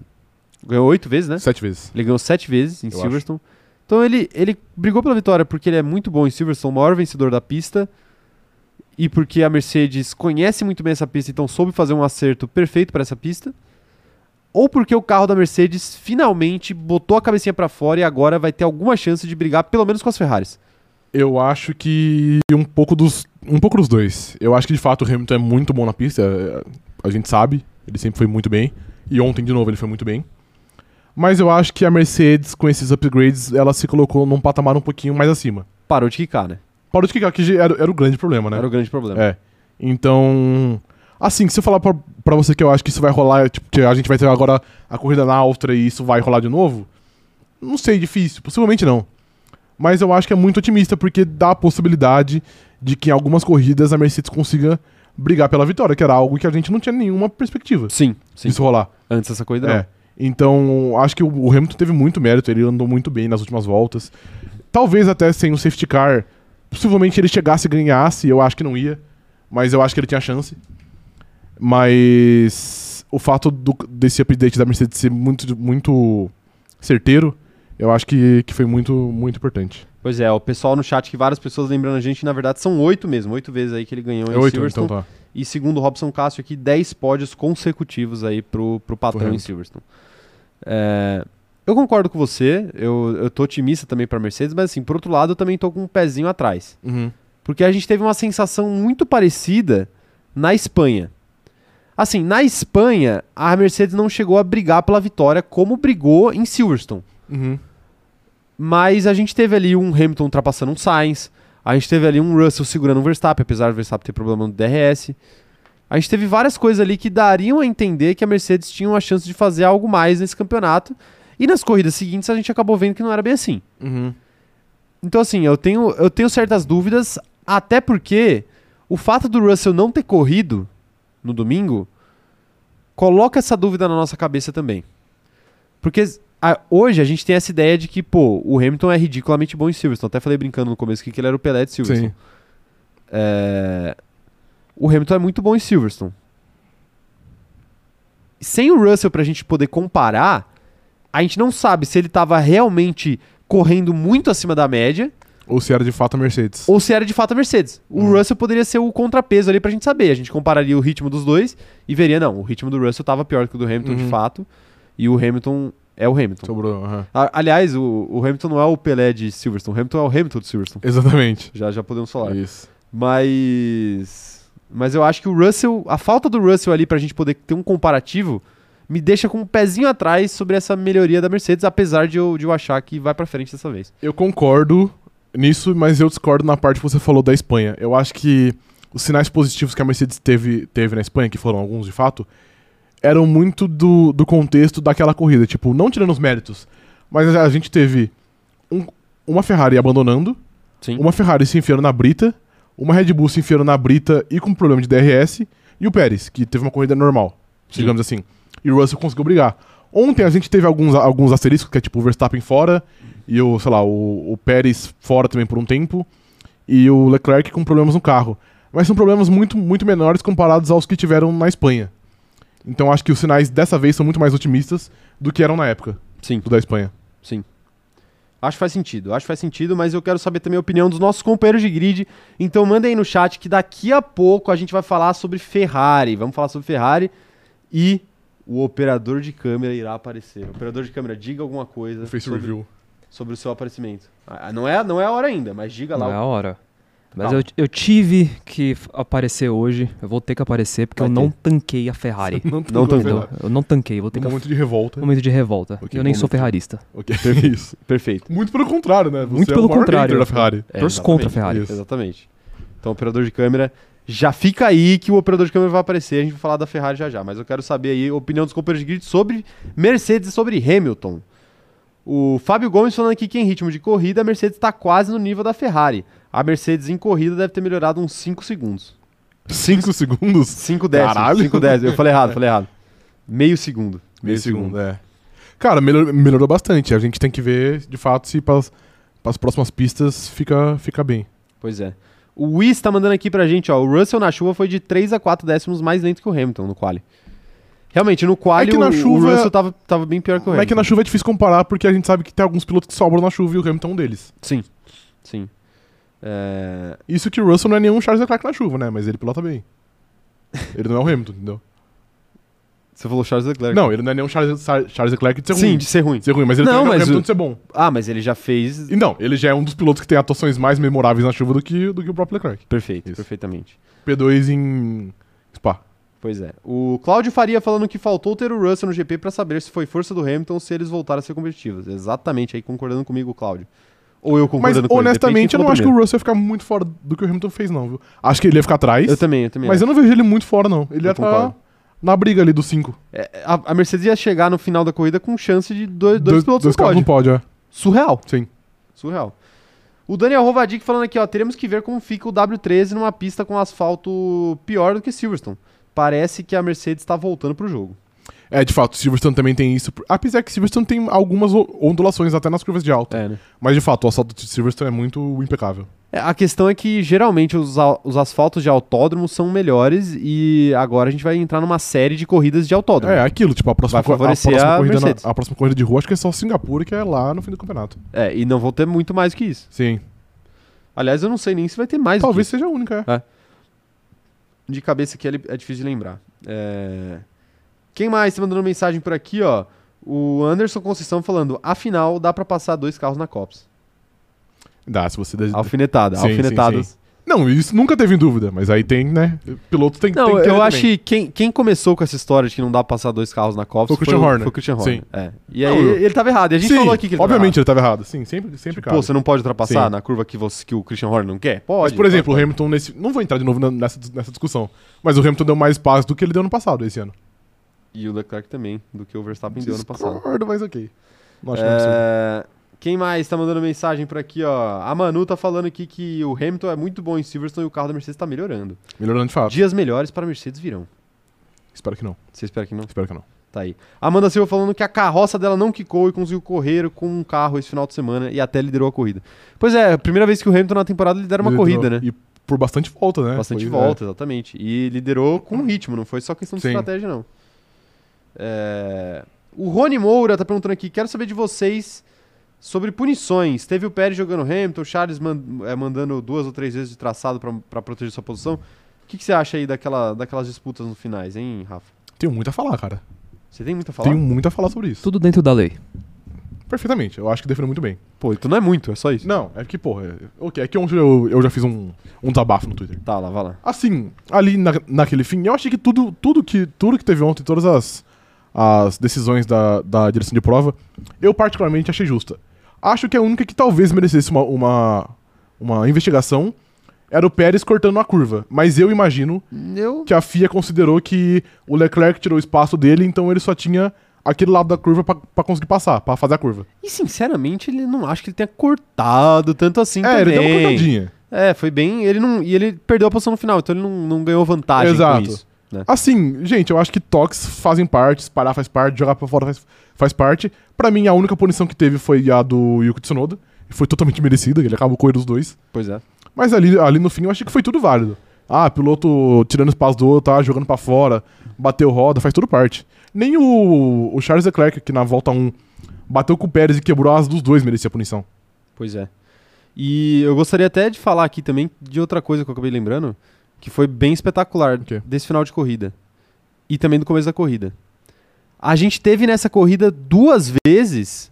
[SPEAKER 1] ganhou oito vezes, né?
[SPEAKER 2] Sete vezes.
[SPEAKER 1] Ele ganhou sete vezes em
[SPEAKER 2] Eu
[SPEAKER 1] Silverstone. Então ele, ele brigou pela vitória porque ele é muito bom em Silverstone, o maior vencedor da pista. E porque a Mercedes conhece muito bem essa pista, então soube fazer um acerto perfeito para essa pista. Ou porque o carro da Mercedes finalmente botou a cabecinha para fora e agora vai ter alguma chance de brigar, pelo menos com as Ferraris.
[SPEAKER 2] Eu acho que um pouco dos um pouco dos dois. Eu acho que de fato o Hamilton é muito bom na pista, é, a gente sabe, ele sempre foi muito bem e ontem de novo ele foi muito bem. Mas eu acho que a Mercedes com esses upgrades, ela se colocou num patamar um pouquinho mais acima.
[SPEAKER 1] Parou de quicar, né?
[SPEAKER 2] Para o que que era, era o grande problema, né?
[SPEAKER 1] Era o grande problema.
[SPEAKER 2] É. Então, assim, se eu falar pra, pra você que eu acho que isso vai rolar, tipo, que a gente vai ter agora a corrida na Áustria e isso vai rolar de novo, não sei, difícil, possivelmente não. Mas eu acho que é muito otimista, porque dá a possibilidade de que em algumas corridas a Mercedes consiga brigar pela vitória, que era algo que a gente não tinha nenhuma perspectiva
[SPEAKER 1] Sim, sim.
[SPEAKER 2] disso rolar.
[SPEAKER 1] Antes dessa corrida,
[SPEAKER 2] É. Então, acho que o- o Hamilton teve muito mérito, ele andou muito bem nas últimas voltas. Talvez até sem o safety car, possivelmente ele chegasse e ganhasse, eu acho que não ia, mas eu acho que ele tinha chance. Mas o fato do- desse update da Mercedes ser muito, muito certeiro, eu acho que, que foi muito, muito importante.
[SPEAKER 1] não. Pois é, o pessoal no chat que várias pessoas lembrando a gente, na verdade são oito mesmo, oito vezes aí que ele ganhou em
[SPEAKER 2] É oito,
[SPEAKER 1] Silverstone.
[SPEAKER 2] então tá.
[SPEAKER 1] E segundo o Robson Cássio aqui, 10 pódios consecutivos aí pro, pro patrão em
[SPEAKER 2] Correto.
[SPEAKER 1] Silverstone. É, eu concordo com você, eu, eu tô otimista também pra Mercedes, mas assim, por outro lado eu também tô com um pezinho atrás. Porque a gente teve uma sensação muito parecida na Espanha. Assim, na Espanha, a Mercedes não chegou a brigar pela vitória como brigou em Silverstone.
[SPEAKER 2] Uhum.
[SPEAKER 1] Mas a gente teve ali um Hamilton ultrapassando um Sainz. A gente teve ali um Russell segurando um Verstappen, apesar do Verstappen ter problema no DRS. A gente teve várias coisas ali que dariam a entender que a Mercedes tinha uma chance de fazer algo mais nesse campeonato. E nas corridas seguintes a gente acabou vendo que não era bem assim.
[SPEAKER 2] Uhum.
[SPEAKER 1] Então, assim, eu tenho, eu tenho certas dúvidas, até porque o fato do Russell não ter corrido no domingo coloca essa dúvida na nossa cabeça também. Porque a- hoje a gente tem essa ideia de que, pô, o Hamilton é ridiculamente bom em Silverstone. Até falei brincando no começo aqui que ele era o Pelé de Silverstone.
[SPEAKER 2] Sim.
[SPEAKER 1] É, O Hamilton é muito bom em Silverstone. Sem o Russell pra gente poder comparar, a gente não sabe se ele tava realmente correndo muito acima da média
[SPEAKER 2] Ou se era de fato a Mercedes.
[SPEAKER 1] ou se era de fato a Mercedes. O
[SPEAKER 2] Uhum.
[SPEAKER 1] Russell poderia ser o contrapeso ali pra gente saber. A gente compararia o ritmo dos dois e veria, não, o ritmo do Russell tava pior que o do Hamilton de
[SPEAKER 2] Uhum.
[SPEAKER 1] fato. E o Hamilton é o Hamilton.
[SPEAKER 2] Sobrou. aham.
[SPEAKER 1] A- aliás, o, o Hamilton não é o Pelé de Silverstone, o Hamilton é o Hamilton de Silverstone.
[SPEAKER 2] Exatamente.
[SPEAKER 1] Já, já podemos falar.
[SPEAKER 2] Isso.
[SPEAKER 1] Mas. Mas eu acho que o Russell. A falta do Russell ali pra gente poder ter um comparativo me deixa com um pezinho atrás sobre essa melhoria da Mercedes, apesar de eu, de eu achar que vai pra frente dessa vez.
[SPEAKER 2] Eu concordo nisso, mas eu discordo na parte que você falou da Espanha. Eu acho que os sinais positivos que a Mercedes teve, teve na Espanha, que foram alguns de fato, eram muito do, do contexto daquela corrida. Tipo, não tirando os méritos, mas a gente teve um- uma Ferrari abandonando,
[SPEAKER 1] Sim.
[SPEAKER 2] uma Ferrari se enfiando na brita, uma Red Bull se enfiando na brita e com problema de DRS, e o Pérez, que teve uma corrida normal,
[SPEAKER 1] Sim.
[SPEAKER 2] digamos assim. E o Russell conseguiu brigar. Ontem a gente teve alguns, alguns asteriscos, que é tipo o Verstappen fora, e o, sei lá, o, o Pérez fora também por um tempo, e o Leclerc com problemas no carro. Mas são problemas muito, muito menores comparados aos que tiveram na Espanha. Então acho que os sinais dessa vez são muito mais otimistas do que eram na época
[SPEAKER 1] Sim.
[SPEAKER 2] do da Espanha.
[SPEAKER 1] Acho que faz sentido, acho que faz sentido, mas eu quero saber também a opinião dos nossos companheiros de grid. Então mandem aí no chat que daqui a pouco a gente vai falar sobre Ferrari. Vamos falar sobre Ferrari e o operador de câmera irá aparecer. Operador de câmera, diga alguma coisa
[SPEAKER 2] Face
[SPEAKER 1] sobre,
[SPEAKER 2] review.
[SPEAKER 1] sobre o seu aparecimento. Ah, não, é, não é a hora ainda, mas diga lá.
[SPEAKER 3] Não é
[SPEAKER 1] o-
[SPEAKER 3] a hora. Mas
[SPEAKER 1] Calma.
[SPEAKER 3] eu, eu tive que f- aparecer hoje. Eu vou ter que aparecer porque
[SPEAKER 1] Vai
[SPEAKER 3] eu
[SPEAKER 1] ter.
[SPEAKER 3] não tanquei a Ferrari.
[SPEAKER 2] Não,
[SPEAKER 1] Não
[SPEAKER 2] tem
[SPEAKER 1] tanqueou.
[SPEAKER 3] Entendeu? Eu não tanquei. Vou ter que.
[SPEAKER 2] Momento de revolta.
[SPEAKER 3] Momento de revolta.
[SPEAKER 2] Ok,
[SPEAKER 3] eu nem sou
[SPEAKER 2] momento de-
[SPEAKER 3] ferrarista.
[SPEAKER 2] Ok, é isso.
[SPEAKER 1] Perfeito.
[SPEAKER 2] Muito pelo contrário, né? Você
[SPEAKER 3] Muito
[SPEAKER 2] é
[SPEAKER 3] pelo
[SPEAKER 2] o maior
[SPEAKER 3] contrário.
[SPEAKER 2] hater da Ferrari.
[SPEAKER 3] É,
[SPEAKER 1] Torço
[SPEAKER 3] Torço
[SPEAKER 1] contra exatamente.
[SPEAKER 3] contra a Ferrari.
[SPEAKER 2] Isso.
[SPEAKER 1] Exatamente. Então, operador de câmera, já fica aí que o operador de câmera vai aparecer. A gente vai falar da Ferrari já já. Mas eu quero saber aí a opinião dos companheiros de grid sobre Mercedes e sobre Hamilton. O Fábio Gomes falando aqui que em ritmo de corrida, a Mercedes está quase no nível da Ferrari. A Mercedes em corrida deve ter melhorado uns 5 segundos.
[SPEAKER 2] 5 segundos?
[SPEAKER 1] 5 décimos.
[SPEAKER 2] Caralho.
[SPEAKER 1] 5 décimos. Eu falei errado, falei errado. Meio segundo.
[SPEAKER 2] Meio segundo, é. Cara, melhor- melhorou bastante. A gente tem que ver, de fato, se para as próximas pistas fica, fica bem.
[SPEAKER 1] Pois é. O Wiz tá mandando aqui pra gente, ó. O Russell na chuva foi de 3 a 4 décimos mais lento que o Hamilton no quali. Realmente, no quali
[SPEAKER 2] É que na
[SPEAKER 1] o,
[SPEAKER 2] chuva-
[SPEAKER 1] o Russell tava, tava bem pior que o
[SPEAKER 2] Mas
[SPEAKER 1] Hamilton.
[SPEAKER 2] é que na chuva é difícil comparar, porque a gente sabe que tem alguns pilotos que sobram na chuva e o Hamilton é um deles.
[SPEAKER 1] Sim, sim. É,
[SPEAKER 2] Isso que o Russell não é nenhum Charles Leclerc na chuva, né? Mas ele pilota bem. Ele não é o Hamilton, entendeu?
[SPEAKER 1] Você falou Charles Leclerc.
[SPEAKER 2] Não, ele não é nenhum Charles, Char- Charles Leclerc de ser
[SPEAKER 1] Sim,
[SPEAKER 2] ruim.
[SPEAKER 1] de ser ruim.
[SPEAKER 2] De ser ruim, mas ele
[SPEAKER 1] Não,
[SPEAKER 2] também não
[SPEAKER 1] mas
[SPEAKER 2] lembra
[SPEAKER 1] o-
[SPEAKER 2] tanto de ser bom.
[SPEAKER 1] Ah, mas ele já fez.
[SPEAKER 2] E não, ele já é um dos pilotos que tem atuações mais memoráveis na chuva do que, do que o próprio Leclerc.
[SPEAKER 1] Perfeito,
[SPEAKER 2] Isso.
[SPEAKER 1] perfeitamente.
[SPEAKER 2] P2 em Spa.
[SPEAKER 1] Pois é. O Cláudio Faria falando que faltou ter o Russell no GP pra saber se foi força do Hamilton ou se eles voltaram a ser competitivos. Exatamente, aí concordando comigo, Cláudio. Ou eu
[SPEAKER 2] Mas
[SPEAKER 1] concordando com ele, depende
[SPEAKER 2] honestamente,
[SPEAKER 1] quem
[SPEAKER 2] eu não
[SPEAKER 1] falou
[SPEAKER 2] acho que o
[SPEAKER 1] primeiro.
[SPEAKER 2] Russell ia ficar muito fora do que o Hamilton fez, não, viu? Acho que ele ia ficar atrás,
[SPEAKER 1] Eu também, eu também.
[SPEAKER 2] mas eu não vejo ele muito fora, não. Ele
[SPEAKER 1] Eu
[SPEAKER 2] ia estar
[SPEAKER 1] concordo.
[SPEAKER 2] na briga ali dos cinco.
[SPEAKER 1] É, a, a Mercedes ia chegar no final da corrida com chance de dois, dois, pilotos
[SPEAKER 2] dois
[SPEAKER 1] no pódio.
[SPEAKER 2] carros no pódio, é.
[SPEAKER 1] Surreal.
[SPEAKER 2] Sim.
[SPEAKER 1] Surreal. O Daniel Rovadic falando aqui, ó, teremos que ver como fica o W13 numa pista com asfalto pior do que Silverstone. Parece que a Mercedes tá voltando pro jogo.
[SPEAKER 2] É, de fato, Silverstone também tem isso. Apesar que Silverstone tem algumas o- ondulações até nas curvas de alta.
[SPEAKER 1] É, né?
[SPEAKER 2] Mas de fato, o assalto de Silverstone é muito impecável.
[SPEAKER 1] a questão é que geralmente os, a- os asfaltos de autódromo são melhores e agora a gente vai entrar numa série de corridas de autódromo.
[SPEAKER 2] É, aquilo, tipo, a próxima,
[SPEAKER 1] né? Vai favorecer a
[SPEAKER 2] corrida na-
[SPEAKER 1] Mercedes.
[SPEAKER 2] a próxima corrida de rua, acho que é só Singapura, que é lá no fim do campeonato.
[SPEAKER 1] É, e não vão ter muito mais que isso.
[SPEAKER 2] Sim.
[SPEAKER 1] Aliás, eu não sei nem se vai ter mais do que
[SPEAKER 2] Talvez seja a única, é.
[SPEAKER 1] De cabeça aqui é li- é difícil de lembrar. É, Quem mais tá mandando mensagem por aqui, ó? O Anderson Conceição falando, afinal, dá pra passar dois carros na Cops.
[SPEAKER 2] Dá, se você...
[SPEAKER 1] Alfinetada,
[SPEAKER 2] Sim, sim,
[SPEAKER 1] alfinetadas.
[SPEAKER 2] Não, isso nunca teve em dúvida, mas aí tem, né? Piloto tem, tem
[SPEAKER 1] Não,
[SPEAKER 2] que querer
[SPEAKER 1] eu
[SPEAKER 2] também.
[SPEAKER 1] acho que quem, quem começou com essa história de que não dá pra passar dois carros na Cops
[SPEAKER 2] Foi o Christian Horner.
[SPEAKER 1] Foi o Christian Horner.
[SPEAKER 2] Sim.
[SPEAKER 1] é. E aí
[SPEAKER 2] Não, eu-
[SPEAKER 1] ele tava errado. E a gente
[SPEAKER 2] Sim,
[SPEAKER 1] falou aqui que ele
[SPEAKER 2] obviamente
[SPEAKER 1] tava
[SPEAKER 2] ele tava errado. Sim, sempre, sempre
[SPEAKER 1] errado. Pô,
[SPEAKER 2] cabe.
[SPEAKER 1] você não pode ultrapassar
[SPEAKER 2] Sim.
[SPEAKER 1] na curva que, você, que o Christian Horner não quer? Pode.
[SPEAKER 2] Mas, por exemplo, o Hamilton nesse... Não vou entrar de novo na- nessa, nessa discussão, mas o Hamilton deu mais espaço do que ele deu no passado, esse ano.
[SPEAKER 1] E o Leclerc também, do que o Verstappen deu ano passado.
[SPEAKER 2] Discordo, mas ok. Não acho que é...
[SPEAKER 1] É, Quem mais tá mandando mensagem por aqui, ó? A Manu tá falando aqui que o Hamilton é muito bom em Silverstone e o carro da Mercedes tá melhorando.
[SPEAKER 2] Melhorando de fato.
[SPEAKER 1] Dias melhores para a Mercedes virão.
[SPEAKER 2] Espero que não.
[SPEAKER 1] Você espera que não?
[SPEAKER 2] Espero que não.
[SPEAKER 1] Tá aí. Amanda Silva falando que a carroça dela não quicou e conseguiu correr com um carro esse final de semana e até liderou a corrida. Pois é, primeira vez que o Hamilton na temporada lidera uma
[SPEAKER 2] Ele
[SPEAKER 1] corrida, né?
[SPEAKER 2] entrou- E por bastante volta, né?
[SPEAKER 1] Bastante
[SPEAKER 2] Foi-
[SPEAKER 1] volta, exatamente. E liderou com ritmo, não foi só questão de
[SPEAKER 2] Sim.
[SPEAKER 1] estratégia, não. É, O Rony Moura tá perguntando aqui: quero saber de vocês sobre punições. Teve o Pérez jogando Hamilton, o Charles man- é, mandando duas ou três vezes de traçado pra- pra proteger sua posição. O que, que você acha aí daquela, daquelas disputas no finais, hein, Rafa?
[SPEAKER 2] É. Tenho muito a falar, cara.
[SPEAKER 1] Você tem um- muito a falar?
[SPEAKER 2] Tenho muito a falar sobre isso.
[SPEAKER 3] Tudo dentro da lei.
[SPEAKER 2] Perfeitamente. Eu acho que definiu muito bem.
[SPEAKER 1] Pô, então não é muito, é só isso.
[SPEAKER 2] Não, é que, porra... É... Ok, é que ontem eu, eu já fiz um, um desabafo no Twitter.
[SPEAKER 1] Tá, lá, vai lá.
[SPEAKER 2] Assim, ali na- naquele fim, eu achei que tudo, tudo que tudo que teve ontem, todas as, as decisões da, da direção de prova, eu particularmente achei justa. Acho que a única que talvez merecesse uma, uma, uma investigação era o Pérez cortando uma curva. Mas eu imagino
[SPEAKER 1] Eu.
[SPEAKER 2] que a FIA considerou que o Leclerc tirou o espaço dele, então ele só tinha aquele lado da curva pra- pra conseguir passar, pra fazer a curva.
[SPEAKER 1] E sinceramente, ele não acho que ele tenha cortado tanto assim.
[SPEAKER 2] é, ele deu uma
[SPEAKER 1] também.
[SPEAKER 2] cortadinha.
[SPEAKER 1] É, foi bem. Ele não, e ele perdeu a posição no final, então ele não, não ganhou vantagem
[SPEAKER 2] Exato.
[SPEAKER 1] com isso. né?
[SPEAKER 2] Assim, gente, eu acho que toques fazem parte, espalhar faz parte, jogar pra fora faz, faz parte. Pra mim, a única punição que teve foi a do Yuki Tsunoda. E foi totalmente merecida, ele acabou correndo os dois.
[SPEAKER 1] Pois é.
[SPEAKER 2] Mas ali, ali no fim eu achei que foi tudo válido. Ah, piloto tirando espaço do outro, tá jogando pra fora, bateu roda, faz tudo parte. Nem o, o Charles Leclerc, que na volta 1 bateu com o Pérez e quebrou as dos dois, merecia punição.
[SPEAKER 1] Pois é. E eu gostaria até de falar aqui também de outra coisa que eu acabei lembrando, que foi bem espetacular
[SPEAKER 2] O quê?
[SPEAKER 1] desse final de corrida. E também do começo da corrida. A gente teve nessa corrida duas vezes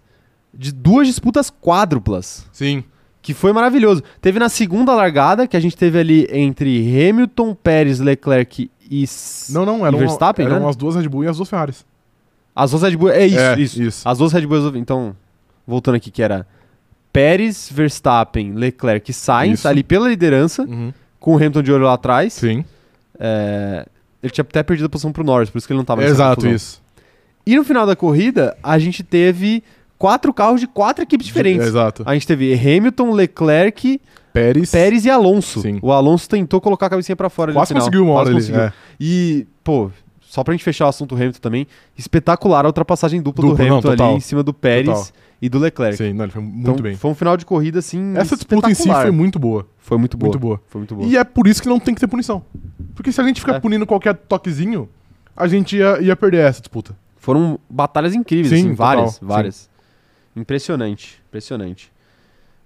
[SPEAKER 1] de duas disputas quádruplas.
[SPEAKER 2] Sim.
[SPEAKER 1] Que foi maravilhoso. Teve na segunda largada, que a gente teve ali entre Hamilton, Pérez, Leclerc e. S-
[SPEAKER 2] Não, não,
[SPEAKER 1] E
[SPEAKER 2] eram,
[SPEAKER 1] Verstappen,
[SPEAKER 2] eram
[SPEAKER 1] né?
[SPEAKER 2] as duas Red Bull e as duas Ferraris.
[SPEAKER 1] As duas Red Bull. É isso,
[SPEAKER 2] É,
[SPEAKER 1] isso.
[SPEAKER 2] isso.
[SPEAKER 1] As duas Red Bulls. Então, voltando aqui, que era Pérez, Verstappen, Leclerc e Sainz,
[SPEAKER 2] Isso.
[SPEAKER 1] ali pela liderança, com o Hamilton de olho lá atrás.
[SPEAKER 2] Uhum. Sim.
[SPEAKER 1] É, ele tinha até perdido a posição pro Norris, por isso que ele não tava nessa
[SPEAKER 2] Exato,
[SPEAKER 1] confusão.
[SPEAKER 2] isso.
[SPEAKER 1] E no final da corrida, a gente teve quatro carros de quatro equipes diferentes.
[SPEAKER 2] Exato.
[SPEAKER 1] A gente teve Hamilton, Leclerc,
[SPEAKER 2] Pérez.
[SPEAKER 1] Pérez e Alonso.
[SPEAKER 2] Sim.
[SPEAKER 1] O Alonso tentou colocar a cabecinha pra fora ali
[SPEAKER 2] Quase
[SPEAKER 1] no final.
[SPEAKER 2] conseguiu uma hora
[SPEAKER 1] Quase
[SPEAKER 2] ali.
[SPEAKER 1] conseguiu.
[SPEAKER 2] é.
[SPEAKER 1] E, pô, só pra gente fechar o assunto Hamilton também, espetacular a ultrapassagem dupla do
[SPEAKER 2] Dupla, não,
[SPEAKER 1] Hamilton ali
[SPEAKER 2] total.
[SPEAKER 1] em cima do Pérez
[SPEAKER 2] Total.
[SPEAKER 1] e do Leclerc.
[SPEAKER 2] é. Sim, não, ele foi muito
[SPEAKER 1] Então,
[SPEAKER 2] bem.
[SPEAKER 1] Foi um final de corrida, assim.
[SPEAKER 2] Essa disputa em si
[SPEAKER 1] espetacular.
[SPEAKER 2] foi muito boa.
[SPEAKER 1] Foi muito boa.
[SPEAKER 2] Muito boa.
[SPEAKER 1] Foi muito boa.
[SPEAKER 2] E é por isso que não tem que ter punição. Porque se a gente ficar
[SPEAKER 1] É.
[SPEAKER 2] punindo qualquer toquezinho, a gente ia, ia perder essa disputa.
[SPEAKER 1] Foram batalhas incríveis,
[SPEAKER 2] Sim,
[SPEAKER 1] assim, várias,
[SPEAKER 2] total,
[SPEAKER 1] várias. Impressionante, impressionante.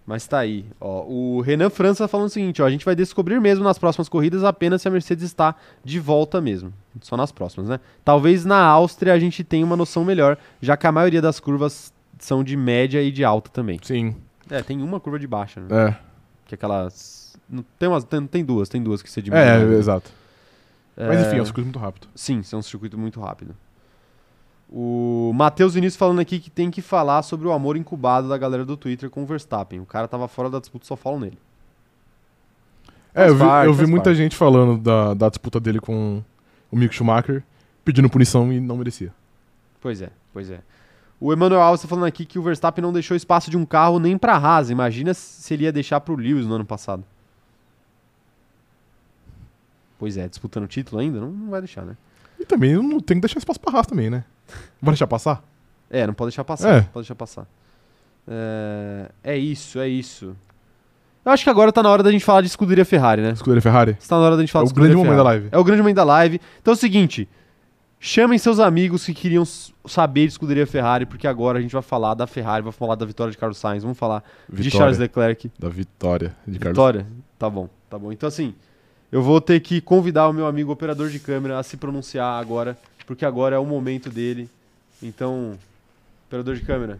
[SPEAKER 1] Mas tá aí. Ó, o Renan França tá falando o seguinte, ó, a gente vai descobrir mesmo nas próximas corridas apenas se a Mercedes está de volta mesmo. Só nas próximas, né? Talvez na Áustria a gente tenha uma noção melhor, já que a maioria das curvas são de média e de alta também.
[SPEAKER 2] Sim.
[SPEAKER 1] É, tem uma curva de baixa, né?
[SPEAKER 2] É.
[SPEAKER 1] Que é aquelas... não, Tem, umas, tem, tem duas, tem duas que você diminui.
[SPEAKER 2] É,
[SPEAKER 1] né?
[SPEAKER 2] exato. Mas
[SPEAKER 1] É.
[SPEAKER 2] enfim, é um circuito muito rápido.
[SPEAKER 1] Sim, são um circuito muito rápido. O Matheus Vinícius falando aqui que tem que falar sobre o amor incubado da galera do Twitter com o Verstappen. O cara tava fora da disputa, só falo nele.
[SPEAKER 2] É, eu vi,
[SPEAKER 1] parte,
[SPEAKER 2] eu vi
[SPEAKER 1] faz
[SPEAKER 2] muita
[SPEAKER 1] parte.
[SPEAKER 2] gente falando da, da disputa dele com o Mick Schumacher, pedindo punição e não merecia.
[SPEAKER 1] Pois é, pois é. O Emmanuel Alves tá falando aqui que o Verstappen não deixou espaço de um carro nem pra Haas. Imagina se ele ia deixar pro Lewis no ano passado. Pois é, disputando o título ainda? Não, não vai deixar, né?
[SPEAKER 2] E também não tem que deixar espaço pra Haas também, né? Vai deixar passar?
[SPEAKER 1] É, não pode deixar passar.
[SPEAKER 2] É.
[SPEAKER 1] Não pode deixar passar. É, é isso, é isso. Eu acho que agora tá na hora da gente falar de escuderia Ferrari, né?
[SPEAKER 2] Escuderia Ferrari?
[SPEAKER 1] Está na hora da gente falar
[SPEAKER 2] É o
[SPEAKER 1] de escuderia
[SPEAKER 2] grande momento da
[SPEAKER 1] Ferrari.
[SPEAKER 2] live.
[SPEAKER 1] É o grande momento da live. Então é o seguinte: chamem seus amigos que queriam s- saber de escuderia Ferrari, porque agora a gente vai falar da Ferrari, vai falar da vitória de Carlos Sainz, vamos falar de Charles Leclerc.
[SPEAKER 2] Da vitória de Carlos.
[SPEAKER 1] Vitória? Tá bom, tá bom. Então assim, eu vou ter que convidar o meu amigo operador de câmera a se pronunciar agora, porque agora é o momento dele. Então, operador de câmera,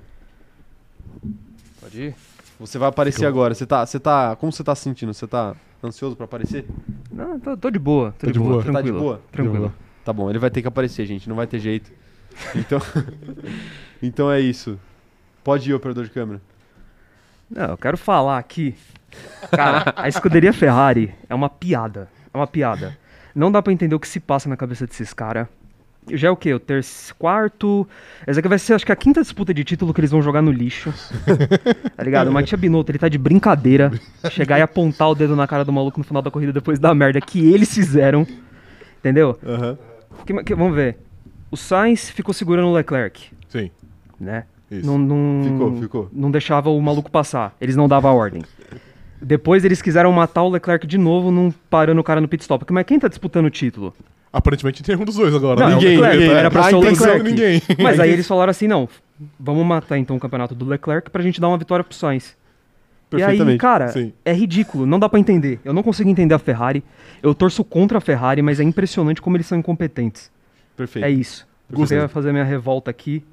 [SPEAKER 4] Pode ir?
[SPEAKER 1] você vai aparecer agora. Você tá, você tá, como você tá se sentindo? Você tá ansioso pra aparecer?
[SPEAKER 3] Não, tô, tô de boa,
[SPEAKER 2] Tá
[SPEAKER 3] tô de,
[SPEAKER 2] de
[SPEAKER 3] boa,
[SPEAKER 2] boa?
[SPEAKER 1] Você tá de
[SPEAKER 3] tranquilo.
[SPEAKER 1] boa?
[SPEAKER 3] Tranquilo.
[SPEAKER 1] Tá bom, ele vai ter que aparecer, gente, não vai ter jeito. Então, então é isso. Pode ir, operador de câmera.
[SPEAKER 3] Não, eu quero falar aqui. Cara, a escuderia Ferrari é uma piada. É uma piada. Não dá pra entender o que se passa na cabeça desses caras. Já é o quê? O terceiro, quarto. Essa aqui vai ser, acho que a quinta disputa de título que eles vão jogar no lixo. tá ligado? O Matia Binotto, ele tá de brincadeira. Chegar e apontar o dedo na cara do maluco no final da corrida depois da merda que eles fizeram. Entendeu? Que ma- que- vamos ver. O Sainz ficou segurando o Leclerc,
[SPEAKER 2] Sim,
[SPEAKER 3] né?
[SPEAKER 2] isso.
[SPEAKER 3] Não, não-
[SPEAKER 1] Ficou, ficou.
[SPEAKER 3] Não deixava o maluco passar. Eles não davam a ordem. Depois eles quiseram matar o Leclerc de novo, não parando o cara no pit stop. Mas quem tá disputando o título?
[SPEAKER 2] Aparentemente tem um dos dois agora.
[SPEAKER 3] Não,
[SPEAKER 2] né?
[SPEAKER 3] é o
[SPEAKER 1] Ninguém,
[SPEAKER 3] Leclerc,
[SPEAKER 1] ninguém,
[SPEAKER 3] era pra
[SPEAKER 1] tá
[SPEAKER 3] ser o
[SPEAKER 1] entendendo
[SPEAKER 3] Leclerc.
[SPEAKER 2] ninguém.
[SPEAKER 3] Mas aí eles falaram assim: não, vamos matar então o campeonato do Leclerc pra gente dar uma vitória pro Sainz. E aí,
[SPEAKER 1] Perfeitamente,
[SPEAKER 3] cara,
[SPEAKER 2] sim.
[SPEAKER 3] é ridículo, não dá pra entender. Eu não consigo entender a Ferrari. Eu torço contra a Ferrari, mas é impressionante como eles são incompetentes.
[SPEAKER 1] Perfeito.
[SPEAKER 3] É isso. Eu
[SPEAKER 2] Gostei.
[SPEAKER 3] queria fazer minha revolta aqui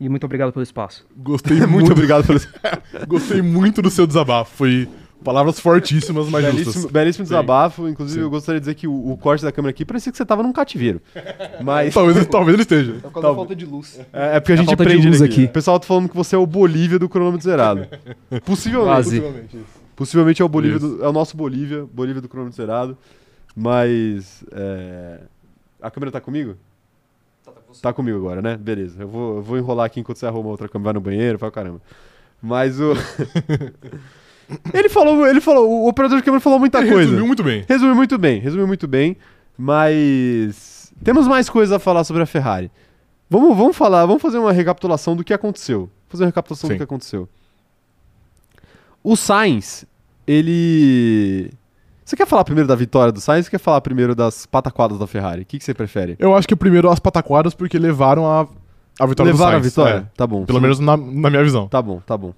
[SPEAKER 3] e muito obrigado pelo espaço.
[SPEAKER 2] Gostei
[SPEAKER 1] Muito
[SPEAKER 2] muito,
[SPEAKER 1] obrigado pelo
[SPEAKER 2] gostei muito do seu desabafo. Foi palavras fortíssimas, mas
[SPEAKER 1] belíssimo,
[SPEAKER 2] justas.
[SPEAKER 1] belíssimo
[SPEAKER 2] Sim.
[SPEAKER 1] desabafo. Inclusive,
[SPEAKER 2] Sim.
[SPEAKER 1] eu gostaria de dizer que o, o corte da câmera aqui parecia que você tava num cativeiro. Mas
[SPEAKER 2] Talvez, talvez ele esteja.
[SPEAKER 4] Por causa da falta de luz.
[SPEAKER 1] é, é porque a
[SPEAKER 4] É
[SPEAKER 1] gente
[SPEAKER 4] falta de
[SPEAKER 1] prende
[SPEAKER 4] luz
[SPEAKER 1] ele aqui.
[SPEAKER 4] aqui.
[SPEAKER 1] O pessoal tá falando que você é o Bolívia do cronômetro zerado. Possivelmente.
[SPEAKER 4] Quase.
[SPEAKER 1] Possivelmente é o Bolívia
[SPEAKER 2] Isso.
[SPEAKER 1] do- é o nosso Bolívia, Bolívia do cronômetro zerado. Mas é, a câmera tá comigo? Tá comigo agora, né? Beleza. Eu vou, eu vou enrolar aqui enquanto você arruma outra câmera, vai no banheiro, vai o caramba. Mas o Ele falou, ele falou, o operador de câmera falou muita
[SPEAKER 2] Ele
[SPEAKER 1] coisa.
[SPEAKER 2] resumiu muito bem.
[SPEAKER 1] Resumiu muito bem, resumiu muito bem, mas temos mais coisas a falar sobre a Ferrari. Vamos, vamos falar, vamos fazer uma recapitulação do que aconteceu. Fazer uma recapitulação do
[SPEAKER 2] Sim.
[SPEAKER 1] que aconteceu. O Sainz, ele. Você quer falar primeiro da vitória do Sainz ou quer falar primeiro das pataquadas da Ferrari? O que, que você prefere?
[SPEAKER 2] Eu acho que primeiro as pataquadas, porque levaram a, a vitória
[SPEAKER 1] Levaram a
[SPEAKER 2] do Sainz.
[SPEAKER 1] vitória? Tá bom.
[SPEAKER 2] É, pelo
[SPEAKER 1] Sim.
[SPEAKER 2] menos na, na minha visão.
[SPEAKER 1] Tá bom, tá bom.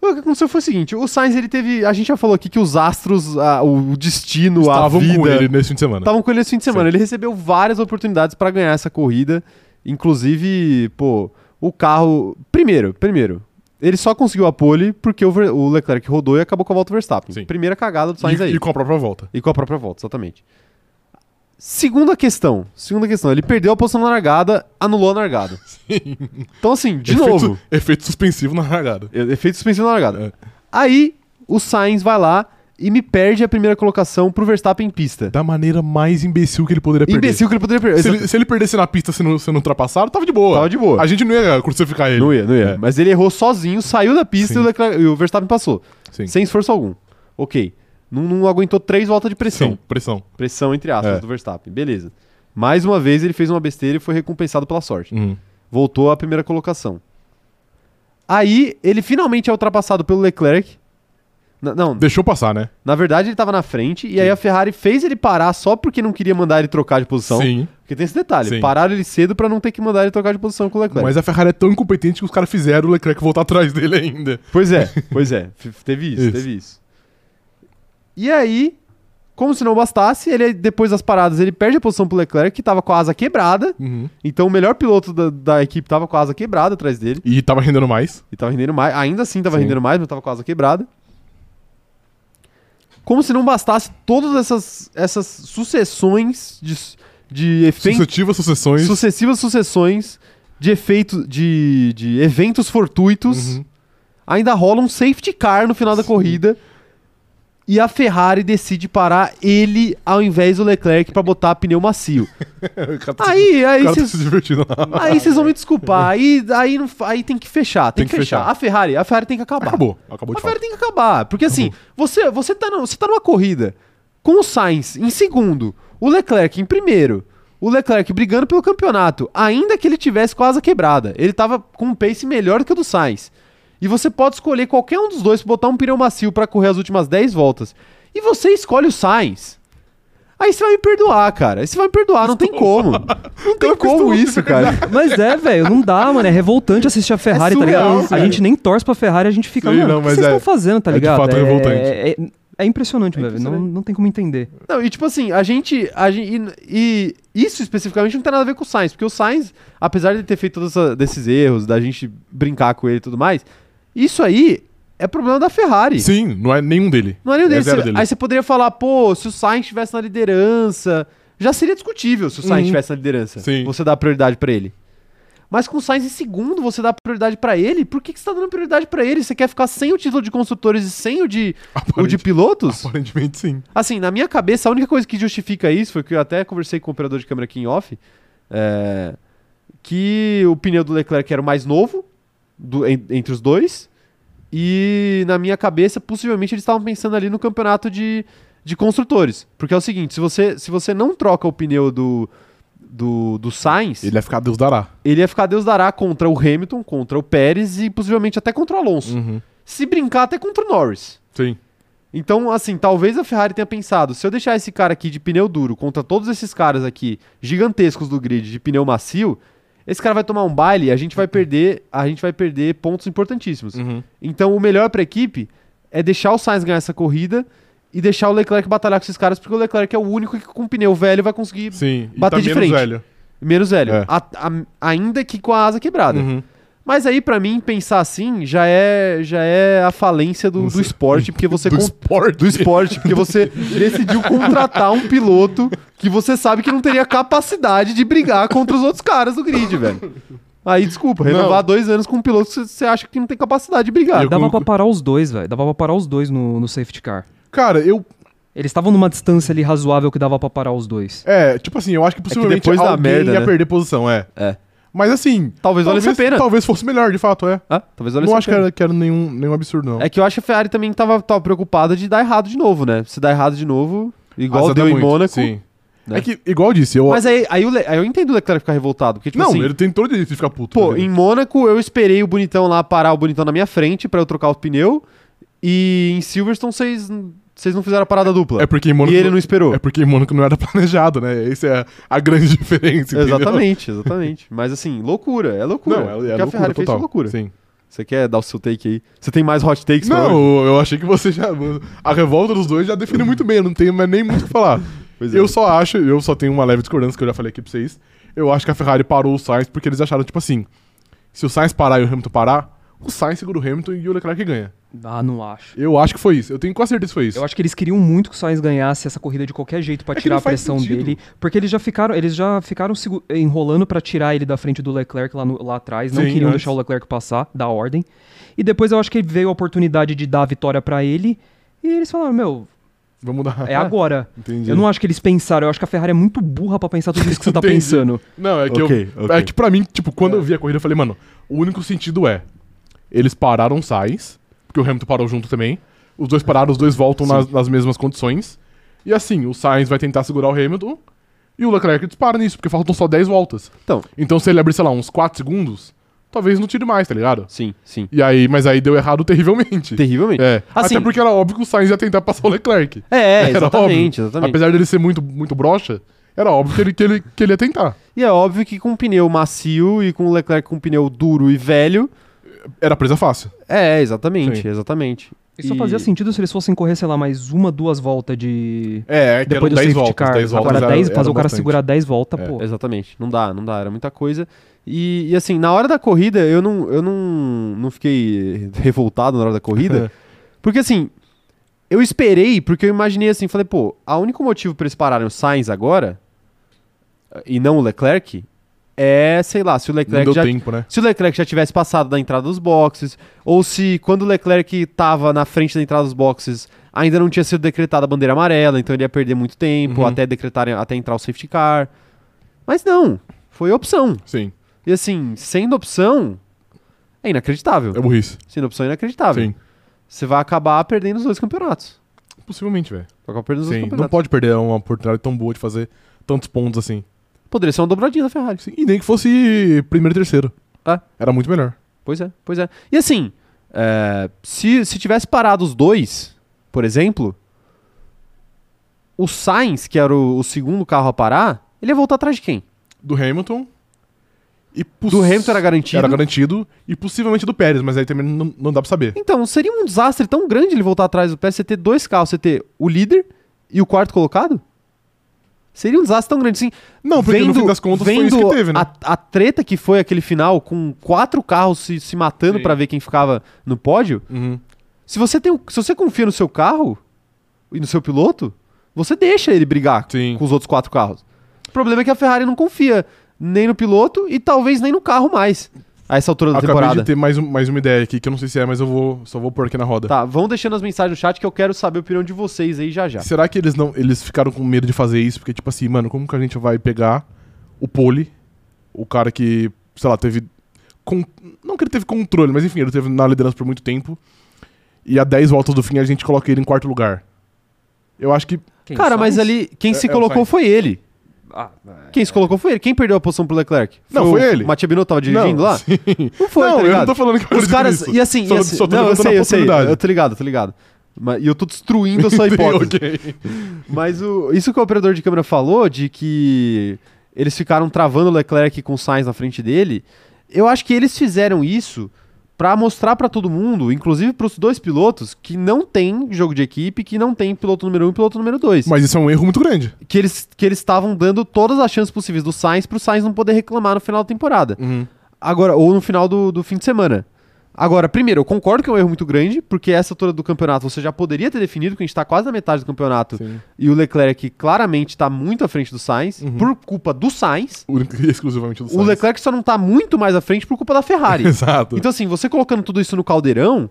[SPEAKER 1] O que aconteceu foi o seguinte: o Sainz, ele teve. A gente já falou aqui que os astros, a- o destino,
[SPEAKER 2] Estavam
[SPEAKER 1] a vida.
[SPEAKER 2] com ele nesse fim de semana.
[SPEAKER 1] Estavam com ele um esse fim de semana. Ele recebeu várias oportunidades pra ganhar essa corrida. Inclusive, pô, o carro. Primeiro, primeiro. Ele só conseguiu a pole porque o, Ver- o Leclerc rodou e acabou com a volta do Verstappen.
[SPEAKER 2] Sim.
[SPEAKER 1] Primeira cagada do Sainz
[SPEAKER 2] e,
[SPEAKER 1] aí.
[SPEAKER 2] e com a própria volta.
[SPEAKER 1] E com a própria volta, exatamente. Segunda questão. Segunda questão. Ele perdeu a posição na largada, anulou a largada. Então, assim, de
[SPEAKER 2] Efeito-
[SPEAKER 1] novo.
[SPEAKER 2] Efeito suspensivo na largada.
[SPEAKER 1] E- Efeito suspensivo na largada.
[SPEAKER 2] É.
[SPEAKER 1] Aí, o Sainz vai lá e me perde a primeira colocação pro Verstappen em pista.
[SPEAKER 2] Da maneira mais imbecil que ele poderia perder.
[SPEAKER 1] Imbecil que ele poderia perder.
[SPEAKER 2] Então, Se ele, se ele perdesse na pista sendo, sendo ultrapassado, tava de boa.
[SPEAKER 1] Tava de boa.
[SPEAKER 2] A gente não ia crucificar ele.
[SPEAKER 1] Não ia, não ia.
[SPEAKER 2] É.
[SPEAKER 1] Mas ele errou sozinho, saiu da pista
[SPEAKER 2] Sim.
[SPEAKER 1] e o, Leclerc- e o Verstappen passou.
[SPEAKER 2] Sim.
[SPEAKER 1] Sem esforço algum. Ok. Não, não aguentou três voltas de pressão.
[SPEAKER 2] Sim, pressão.
[SPEAKER 1] Pressão entre aspas
[SPEAKER 2] É.
[SPEAKER 1] do Verstappen. Beleza. Mais uma vez ele fez uma besteira e foi recompensado pela sorte.
[SPEAKER 2] Uhum.
[SPEAKER 1] Voltou à primeira colocação. Aí ele finalmente é ultrapassado pelo Leclerc Na- não,
[SPEAKER 2] Deixou passar, né?
[SPEAKER 1] na verdade ele tava na frente e aí a Ferrari fez ele parar só porque não queria mandar ele trocar de posição.
[SPEAKER 2] Sim.
[SPEAKER 1] Porque tem esse detalhe,
[SPEAKER 2] Sim.
[SPEAKER 1] pararam ele cedo pra não ter que mandar ele trocar de posição com o Leclerc.
[SPEAKER 2] Mas a Ferrari é tão incompetente que os caras fizeram o Leclerc voltar atrás dele ainda.
[SPEAKER 1] Pois é, pois é. F- Teve isso,
[SPEAKER 2] Isso.
[SPEAKER 1] teve isso. E aí, como se não bastasse, ele depois das paradas, ele perde a posição pro Leclerc, que tava com a asa quebrada.
[SPEAKER 2] Uhum.
[SPEAKER 1] Então o melhor piloto da, da equipe tava com a asa quebrada atrás dele.
[SPEAKER 2] E tava rendendo mais.
[SPEAKER 1] E tava rendendo mais. Ainda assim tava
[SPEAKER 2] Sim.
[SPEAKER 1] rendendo mais, mas tava com a asa quebrada. Como se não bastasse todas essas, essas sucessões de, s- de efeitos.
[SPEAKER 2] Sucessivas sucessões.
[SPEAKER 1] Sucessivas sucessões de efeitos. De, de eventos fortuitos.
[SPEAKER 2] Uhum.
[SPEAKER 1] Ainda rola um safety car no final da corrida. E a Ferrari decide parar ele ao invés do Leclerc pra botar pneu macio.
[SPEAKER 2] O cara tá se-
[SPEAKER 1] Aí,
[SPEAKER 2] o
[SPEAKER 1] aí
[SPEAKER 2] cara tá
[SPEAKER 1] vocês
[SPEAKER 2] se divertindo lá.
[SPEAKER 1] aí vocês vão me desculpar. Aí, aí, não, aí tem que fechar, tem, que, fechar. A Ferrari, a Ferrari tem que acabar.
[SPEAKER 2] Acabou. Acabou
[SPEAKER 1] A
[SPEAKER 2] de
[SPEAKER 1] Ferrari
[SPEAKER 2] falar.
[SPEAKER 1] tem que acabar. Porque assim, você, você, tá, no- você tá numa corrida com o Sainz em segundo, o Leclerc em primeiro, o Leclerc brigando pelo campeonato, ainda que ele tivesse com a asa quebrada. Ele tava com um pace melhor do que o do Sainz. E você pode escolher qualquer um dos dois pra botar um pneu macio pra correr as últimas 10 voltas. E você escolhe o Sainz. Aí você vai me perdoar, cara. Aí você vai me perdoar, não tem como. Não
[SPEAKER 2] um
[SPEAKER 1] tem como isso, cara.
[SPEAKER 3] Mas é, velho, não dá, mano. É revoltante assistir a Ferrari, tá
[SPEAKER 1] surreal,
[SPEAKER 3] ligado? A
[SPEAKER 1] cara.
[SPEAKER 3] gente nem torce pra Ferrari, a gente fica,
[SPEAKER 2] Sim,
[SPEAKER 3] mano,
[SPEAKER 2] não,
[SPEAKER 3] o que
[SPEAKER 2] mas
[SPEAKER 3] vocês
[SPEAKER 2] é-
[SPEAKER 3] estão fazendo, tá
[SPEAKER 2] é de
[SPEAKER 3] ligado?
[SPEAKER 2] fato revoltante.
[SPEAKER 3] É, é- é impressionante, velho. Não,
[SPEAKER 1] impressionante.
[SPEAKER 3] não tem como entender.
[SPEAKER 1] Não, e tipo assim, a gente. A gente e, e isso especificamente não tem nada a ver com o Sainz, porque o Sainz, apesar de ele ter feito todos essa- desses erros, da gente brincar com ele e tudo mais, isso aí é problema da Ferrari.
[SPEAKER 2] Sim, não é nenhum dele.
[SPEAKER 1] Não é nem o
[SPEAKER 2] É
[SPEAKER 1] dele.
[SPEAKER 2] zero
[SPEAKER 1] Você-
[SPEAKER 2] dele.
[SPEAKER 1] Aí você poderia falar, pô, se o Sainz estivesse na liderança. Já seria discutível se o Sainz
[SPEAKER 2] Uhum.
[SPEAKER 1] estivesse na liderança.
[SPEAKER 2] Sim.
[SPEAKER 1] Você dá prioridade pra ele. Mas com o Sainz em segundo, você dá prioridade pra ele? Por que, que você tá dando prioridade pra ele? Você quer ficar sem o título de construtores e sem o de, o de
[SPEAKER 2] Aparente-
[SPEAKER 1] pilotos?
[SPEAKER 2] Aparentemente sim.
[SPEAKER 1] Assim, na minha cabeça, a única coisa que justifica isso foi que eu até conversei com o operador de câmera aqui em off, é, que o pneu do Leclerc era o mais novo do- en- entre os dois, e na minha cabeça, possivelmente eles estavam pensando ali no campeonato de, de construtores. Porque é o seguinte, se você, se você não troca o pneu do, do, do Sainz,
[SPEAKER 2] Ele é- vai ficar Deus dará.
[SPEAKER 1] ele ia ficar Deus dará contra o Hamilton, contra o Pérez e possivelmente até contra o
[SPEAKER 2] Hum.
[SPEAKER 1] Alonso. Se brincar, até contra o Norris.
[SPEAKER 2] Uhum. Sim.
[SPEAKER 1] Então, assim, talvez a Ferrari tenha pensado, se eu deixar esse cara aqui de pneu duro contra todos esses caras aqui gigantescos do grid de pneu macio, esse cara vai tomar um baile e a gente vai perder, a gente vai perder pontos importantíssimos.
[SPEAKER 2] Uhum.
[SPEAKER 1] Então, o melhor para a equipe é deixar o Sainz ganhar essa corrida e deixar o Leclerc batalhar com esses caras, porque o Leclerc é o único que com pneu velho vai conseguir
[SPEAKER 2] Sim. E tá
[SPEAKER 1] Bater de
[SPEAKER 2] menos
[SPEAKER 1] frente.
[SPEAKER 2] velho.
[SPEAKER 1] menos velho,
[SPEAKER 2] É.
[SPEAKER 1] A- a- ainda que com a asa quebrada.
[SPEAKER 2] Uhum.
[SPEAKER 1] Mas aí, para mim, pensar assim já é, já é a falência do, do esporte, porque você
[SPEAKER 2] do
[SPEAKER 1] con-
[SPEAKER 2] esporte.
[SPEAKER 1] do esporte, porque você decidiu contratar um piloto que você sabe que não teria capacidade de brigar contra os outros caras do grid, velho. Aí, desculpa, renovar
[SPEAKER 2] Não.
[SPEAKER 1] dois anos com um piloto que você- você acha que não tem capacidade de brigar.
[SPEAKER 2] Eu-
[SPEAKER 3] Ah,
[SPEAKER 2] com-
[SPEAKER 3] Dava pra parar os dois, velho. Dava pra parar os dois no, no safety car.
[SPEAKER 2] Cara, eu.
[SPEAKER 3] Eles estavam numa distância ali razoável que dava pra parar os dois.
[SPEAKER 2] É, tipo assim, eu acho que possivelmente
[SPEAKER 1] depois da
[SPEAKER 2] alguém
[SPEAKER 1] merda,
[SPEAKER 2] ia
[SPEAKER 1] né?
[SPEAKER 2] perder posição, é.
[SPEAKER 1] É.
[SPEAKER 2] Mas assim.
[SPEAKER 1] Talvez valesse a pena.
[SPEAKER 2] Talvez fosse melhor, de fato, é.
[SPEAKER 1] Ah, talvez olha
[SPEAKER 2] não
[SPEAKER 1] essa
[SPEAKER 2] acho que
[SPEAKER 1] pena.
[SPEAKER 2] era, que era nenhum, nenhum absurdo, não.
[SPEAKER 1] É que eu acho que a Ferrari também tava, tava preocupada de dar errado de novo, né? Se dar errado de novo, igual
[SPEAKER 2] Azeda
[SPEAKER 1] deu em
[SPEAKER 2] muito,
[SPEAKER 1] Mônaco.
[SPEAKER 2] Ah, Sim.
[SPEAKER 1] né?
[SPEAKER 2] É que, igual eu disse, eu.
[SPEAKER 1] Mas aí, aí, o Le- aí eu entendo o Leclerc ficar revoltado, porque, tipo
[SPEAKER 2] não,
[SPEAKER 1] assim...
[SPEAKER 2] ele tá tem todo o direito de ficar puto.
[SPEAKER 1] Pô,
[SPEAKER 2] né?
[SPEAKER 1] em Mônaco eu esperei o bonitão lá parar o bonitão na minha frente pra eu trocar o pneu. E em Silverstone vocês vocês não fizeram a parada dupla.
[SPEAKER 2] É porque em Mônaco.
[SPEAKER 1] E ele não esperou.
[SPEAKER 2] É porque em Mônaco não era planejado, né? Essa é a, a grande diferença. entendeu?
[SPEAKER 1] exatamente, exatamente. Mas assim, loucura, é loucura.
[SPEAKER 2] Não,
[SPEAKER 1] O
[SPEAKER 2] é, é
[SPEAKER 1] que a Ferrari fez
[SPEAKER 2] loucura
[SPEAKER 1] foi
[SPEAKER 2] total.
[SPEAKER 1] loucura. é
[SPEAKER 2] Sim.
[SPEAKER 1] Você quer dar o seu take aí? Você tem mais hot takes pra hoje?
[SPEAKER 2] Não, eu achei que você já. A revolta dos dois já
[SPEAKER 1] Uhum.
[SPEAKER 2] define muito bem, eu não tenho mais nem muito o que falar.
[SPEAKER 1] Pois é.
[SPEAKER 2] eu só acho, eu só tenho uma leve discordância que eu já falei aqui pra vocês. Eu acho que a Ferrari parou o Sainz porque eles acharam, tipo assim, se o Sainz parar e o Hamilton parar, o Sainz segura o Hamilton e o Leclerc ganha.
[SPEAKER 3] Ah, não acho.
[SPEAKER 2] Eu acho que foi isso. Eu tenho quase certeza que foi isso.
[SPEAKER 3] Eu acho que eles queriam muito que o Sainz ganhasse essa corrida de qualquer jeito pra
[SPEAKER 2] É que
[SPEAKER 3] tirar
[SPEAKER 2] não
[SPEAKER 3] a
[SPEAKER 2] faz
[SPEAKER 3] pressão
[SPEAKER 2] sentido.
[SPEAKER 3] dele, porque eles já ficaram, eles já ficaram segu- enrolando pra tirar ele da frente do Leclerc lá, no- lá atrás, não
[SPEAKER 2] Sim,
[SPEAKER 3] queriam
[SPEAKER 2] antes.
[SPEAKER 3] deixar o Leclerc passar da ordem. E depois eu acho que veio a oportunidade de dar a vitória pra ele, e eles falaram: "Meu,
[SPEAKER 2] Vamos dar.
[SPEAKER 3] é agora".
[SPEAKER 2] Entendi.
[SPEAKER 3] Eu não acho que eles pensaram, eu acho que a Ferrari é muito burra pra pensar tudo isso que você tá
[SPEAKER 2] Entendi.
[SPEAKER 3] pensando.
[SPEAKER 2] Não, é que
[SPEAKER 1] Ok,
[SPEAKER 2] eu.
[SPEAKER 1] ok.
[SPEAKER 2] É que pra mim, tipo, quando eu vi a corrida, eu falei, mano, o único sentido é. Eles pararam o Sainz, porque o Hamilton parou junto também. Os dois pararam, os dois voltam nas, nas mesmas condições. E assim, o Sainz vai tentar segurar o Hamilton. E o Leclerc dispara nisso, porque faltam só 10 voltas.
[SPEAKER 1] Então,
[SPEAKER 2] Então, se ele abrir, sei lá, uns 4 segundos, talvez não tire mais, tá ligado?
[SPEAKER 1] Sim, sim.
[SPEAKER 2] E aí, mas aí deu errado terrivelmente.
[SPEAKER 1] Terrivelmente.
[SPEAKER 2] É.
[SPEAKER 1] Assim-
[SPEAKER 2] Até porque era óbvio que o Sainz ia tentar passar o Leclerc.
[SPEAKER 1] É, é,
[SPEAKER 2] Era
[SPEAKER 1] exatamente,
[SPEAKER 2] óbvio.
[SPEAKER 1] exatamente.
[SPEAKER 2] Apesar dele ser muito, muito broxa, era óbvio que ele, que, ele, que ele ia tentar.
[SPEAKER 1] E é óbvio que com um pneu macio e com o Leclerc com um pneu duro e velho.
[SPEAKER 2] Era presa fácil.
[SPEAKER 1] É, exatamente,
[SPEAKER 2] Sim.
[SPEAKER 1] exatamente.
[SPEAKER 3] Isso só fazia sentido se eles fossem correr, sei lá, mais uma, duas voltas de.
[SPEAKER 2] É, é que
[SPEAKER 3] Depois do
[SPEAKER 2] eram 10
[SPEAKER 3] safety
[SPEAKER 2] voltas.
[SPEAKER 3] car.
[SPEAKER 2] 10 voltas
[SPEAKER 3] Agora,
[SPEAKER 2] era-
[SPEAKER 3] 10,
[SPEAKER 2] era
[SPEAKER 3] fazer o cara
[SPEAKER 2] bastante.
[SPEAKER 3] segurar 10 voltas,
[SPEAKER 2] É.
[SPEAKER 3] pô.
[SPEAKER 1] Exatamente. Não dá, não dá, era muita coisa. E, e assim, na hora da corrida, eu não, eu não, não fiquei revoltado na hora da corrida. porque assim, eu esperei, porque eu imaginei assim, falei, pô, a único motivo pra eles pararem o Sainz agora, e não o Leclerc, é, sei lá, se o
[SPEAKER 2] Não
[SPEAKER 1] Leclerc
[SPEAKER 2] deu
[SPEAKER 1] já
[SPEAKER 2] tempo, né?
[SPEAKER 1] Se o Leclerc já tivesse passado da entrada dos boxes, ou se quando o Leclerc estava na frente da entrada dos boxes, ainda não tinha sido decretada a bandeira amarela, então ele ia perder muito tempo
[SPEAKER 2] Uhum.
[SPEAKER 1] até decretarem, até entrar o safety car. Mas não, foi opção.
[SPEAKER 2] Sim,
[SPEAKER 1] E assim, sendo opção, é inacreditável.
[SPEAKER 2] é burrice.
[SPEAKER 1] Sendo opção é inacreditável.
[SPEAKER 2] Sim.
[SPEAKER 1] Você vai acabar perdendo os dois campeonatos.
[SPEAKER 2] Possivelmente, velho.
[SPEAKER 1] Vai acabar perdendo os dois
[SPEAKER 2] Sim, não
[SPEAKER 1] campeonatos.
[SPEAKER 2] pode perder uma oportunidade tão boa de fazer tantos pontos assim.
[SPEAKER 1] Poderia ser uma dobradinha da Ferrari.
[SPEAKER 2] Sim, e nem que fosse primeiro e terceiro.
[SPEAKER 1] É.
[SPEAKER 2] Era muito melhor.
[SPEAKER 1] Pois é, pois é. E assim, é, se, se tivesse parado os dois, por exemplo, o Sainz, que era o, o segundo carro a parar, ele ia voltar atrás de quem?
[SPEAKER 2] Do Hamilton. E
[SPEAKER 1] Do Hamilton era garantido.
[SPEAKER 2] Era garantido. E possivelmente do Pérez, mas aí também não, não dá pra saber.
[SPEAKER 1] Então, seria um desastre tão grande ele voltar atrás do Pérez, você ter dois carros, você ter o líder e o quarto colocado? Seria um desastre tão grande assim.
[SPEAKER 2] Não, porque no fim das contas foi isso que
[SPEAKER 1] vendo
[SPEAKER 2] teve, né?
[SPEAKER 1] A, a treta que foi aquele final, com quatro carros se, se matando
[SPEAKER 2] Sim.
[SPEAKER 1] pra ver quem ficava no pódio,
[SPEAKER 2] Uhum.
[SPEAKER 1] Se você, tem, se você confia no seu carro e no seu piloto, você deixa ele brigar
[SPEAKER 2] Sim.
[SPEAKER 1] com os outros quatro carros. O problema é que a Ferrari não confia nem no piloto e talvez nem no carro mais a essa altura da
[SPEAKER 2] Acabei
[SPEAKER 1] temporada.
[SPEAKER 2] de ter mais, um- mais uma ideia aqui, que eu não sei se é, mas eu vou, só vou pôr aqui na roda.
[SPEAKER 1] Tá, vão deixando as mensagens no chat que eu quero saber a opinião de vocês aí já já.
[SPEAKER 2] Será que eles não eles ficaram com medo de fazer isso? Porque, tipo assim, mano, como que a gente vai pegar o pole, o cara que, sei lá, teve. con- Não que ele teve controle, mas enfim, ele teve na liderança por muito tempo. E a 10 voltas do fim a gente coloca ele em quarto lugar. Eu acho que.
[SPEAKER 4] Quem
[SPEAKER 1] Cara,
[SPEAKER 4] sabe?
[SPEAKER 1] mas ali quem se
[SPEAKER 2] É- é o
[SPEAKER 1] colocou
[SPEAKER 2] Sainz.
[SPEAKER 1] foi ele.
[SPEAKER 4] Ah,
[SPEAKER 1] Quem se colocou foi ele. Quem perdeu a posição pro Leclerc?
[SPEAKER 2] Não,
[SPEAKER 1] o-
[SPEAKER 2] foi ele.
[SPEAKER 1] O Matia Binotto tava dirigindo
[SPEAKER 2] não,
[SPEAKER 1] lá?
[SPEAKER 2] sim.
[SPEAKER 1] Não foi,
[SPEAKER 2] não,
[SPEAKER 1] tá
[SPEAKER 2] eu
[SPEAKER 1] ligado?
[SPEAKER 2] não tô falando que eu
[SPEAKER 1] Os
[SPEAKER 2] acredito
[SPEAKER 1] caras.
[SPEAKER 2] nisso.
[SPEAKER 1] E assim,
[SPEAKER 2] Só-
[SPEAKER 1] e assim
[SPEAKER 2] só tô
[SPEAKER 1] não, eu
[SPEAKER 2] levantando a
[SPEAKER 1] sei, eu sei.
[SPEAKER 2] possibilidade.
[SPEAKER 1] Eu tô ligado, tô ligado. Mas- E eu tô destruindo a sua hipótese.
[SPEAKER 2] Ok.
[SPEAKER 1] Mas o- isso que o operador de câmera falou, de que eles ficaram travando o Leclerc com o Sainz na frente dele, eu acho que eles fizeram isso pra mostrar pra todo mundo, inclusive pros dois pilotos, que não tem jogo de equipe, que não tem piloto número 1 um e piloto número 2.
[SPEAKER 2] Mas isso é um erro muito grande.
[SPEAKER 1] Que eles que eles estavam dando todas as chances possíveis do Sainz pro Sainz não poder reclamar no final da temporada.
[SPEAKER 2] Uhum,
[SPEAKER 1] Agora, ou no final do, do fim de semana. Agora, primeiro, eu concordo que é um erro muito grande, porque essa altura do campeonato você já poderia ter definido, que a gente tá quase na metade do campeonato,
[SPEAKER 2] Sim.
[SPEAKER 1] e o Leclerc claramente tá muito à frente do Sainz,
[SPEAKER 2] Uhum.
[SPEAKER 1] por culpa do Sainz.
[SPEAKER 2] O- Exclusivamente do
[SPEAKER 1] O
[SPEAKER 2] Sainz.
[SPEAKER 1] Leclerc só não tá muito mais à frente por culpa da Ferrari.
[SPEAKER 2] Exato.
[SPEAKER 1] então, assim, você colocando tudo isso no caldeirão,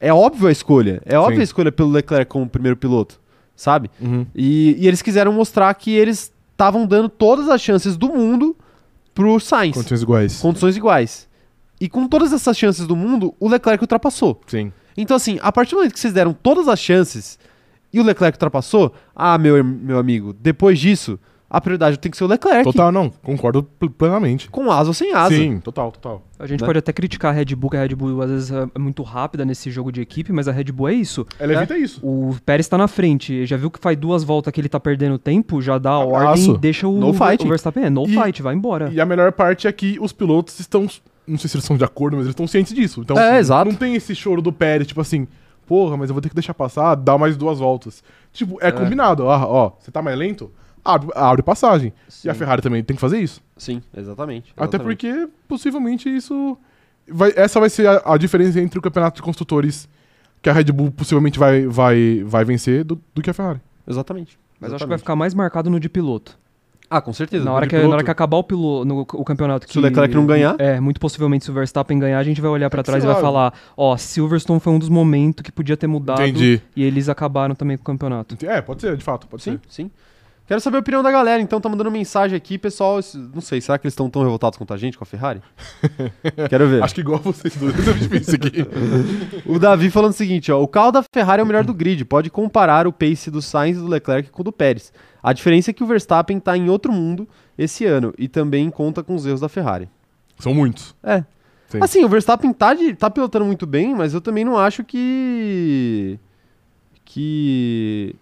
[SPEAKER 1] é óbvio a escolha. É óbvia
[SPEAKER 2] Sim.
[SPEAKER 1] a escolha pelo Leclerc como primeiro piloto, sabe?
[SPEAKER 2] Uhum.
[SPEAKER 1] E, e eles quiseram mostrar que eles estavam dando todas as chances do mundo pro Sainz.
[SPEAKER 2] Condições iguais.
[SPEAKER 1] Condições iguais. E com todas essas chances do mundo, o Leclerc ultrapassou.
[SPEAKER 2] Sim.
[SPEAKER 1] Então, assim, a partir do momento que vocês deram todas as chances e o Leclerc ultrapassou, ah, meu, meu amigo, depois disso, a prioridade tem que ser o Leclerc.
[SPEAKER 2] Total, não. Concordo pl- plenamente.
[SPEAKER 1] Com asa ou sem asa.
[SPEAKER 2] Sim, total, total.
[SPEAKER 3] A gente
[SPEAKER 1] né?
[SPEAKER 3] pode até criticar a Red Bull, que a Red Bull às vezes é muito rápida nesse jogo de equipe, mas a Red Bull é isso.
[SPEAKER 2] Ela evita isso.
[SPEAKER 3] O Pérez tá na frente, já viu que faz duas voltas que ele tá perdendo tempo, já dá a
[SPEAKER 2] Abraço.
[SPEAKER 3] ordem, deixa o,
[SPEAKER 1] No fight.
[SPEAKER 3] o Verstappen, é, no
[SPEAKER 2] E-
[SPEAKER 3] fight, vai embora.
[SPEAKER 2] E a melhor parte é que os pilotos estão. Não sei se eles estão de acordo, mas eles estão cientes disso. Então,
[SPEAKER 1] É, exato.
[SPEAKER 2] não tem esse choro do Pérez, tipo assim, porra, mas eu vou ter que deixar passar, dá mais duas voltas. Tipo, é, combinado. Ah, ó, você tá mais lento? Abre, abre passagem. E a Ferrari também tem que fazer isso.
[SPEAKER 1] Sim, exatamente.
[SPEAKER 2] Até porque, possivelmente, isso. Vai, essa vai ser a, a diferença entre o campeonato de construtores que a Red Bull possivelmente vai, vai, vai vencer do, do que a Ferrari.
[SPEAKER 1] Exatamente.
[SPEAKER 3] Mas eu acho que vai ficar mais marcado no de piloto.
[SPEAKER 1] Ah, com certeza.
[SPEAKER 3] Na hora, que,
[SPEAKER 2] piloto?
[SPEAKER 3] na hora que acabar o, piloto, no, o campeonato.
[SPEAKER 1] Se o Leclerc não ganhar?
[SPEAKER 3] É, muito possivelmente se o Verstappen ganhar, a gente vai olhar pra
[SPEAKER 2] que
[SPEAKER 3] trás e
[SPEAKER 2] sei
[SPEAKER 3] vai
[SPEAKER 2] lá.
[SPEAKER 3] falar: ó, Silverstone foi um dos momentos que podia ter
[SPEAKER 1] Tá,
[SPEAKER 3] mudado.
[SPEAKER 2] Entendi.
[SPEAKER 3] E eles acabaram também com o campeonato.
[SPEAKER 2] É, pode ser, de fato, pode
[SPEAKER 1] Sim,
[SPEAKER 2] ser.
[SPEAKER 1] sim. Quero saber a opinião da galera, então tá mandando mensagem aqui, pessoal. isso- Não sei, será que eles estão tão revoltados contra a gente, com a Ferrari? Quero ver.
[SPEAKER 2] Acho que igual a vocês dois, é difícil aqui.
[SPEAKER 1] O Davi falando o seguinte, ó. O carro da Ferrari é o melhor do grid. Pode comparar o pace do Sainz e do Leclerc com o do Pérez. A diferença é que o Verstappen tá em outro mundo esse ano e também conta com os erros da Ferrari.
[SPEAKER 2] São muitos.
[SPEAKER 1] É.
[SPEAKER 2] Sim.
[SPEAKER 1] Assim, o Verstappen tá, de- tá pilotando muito bem, mas eu também não acho que. Que.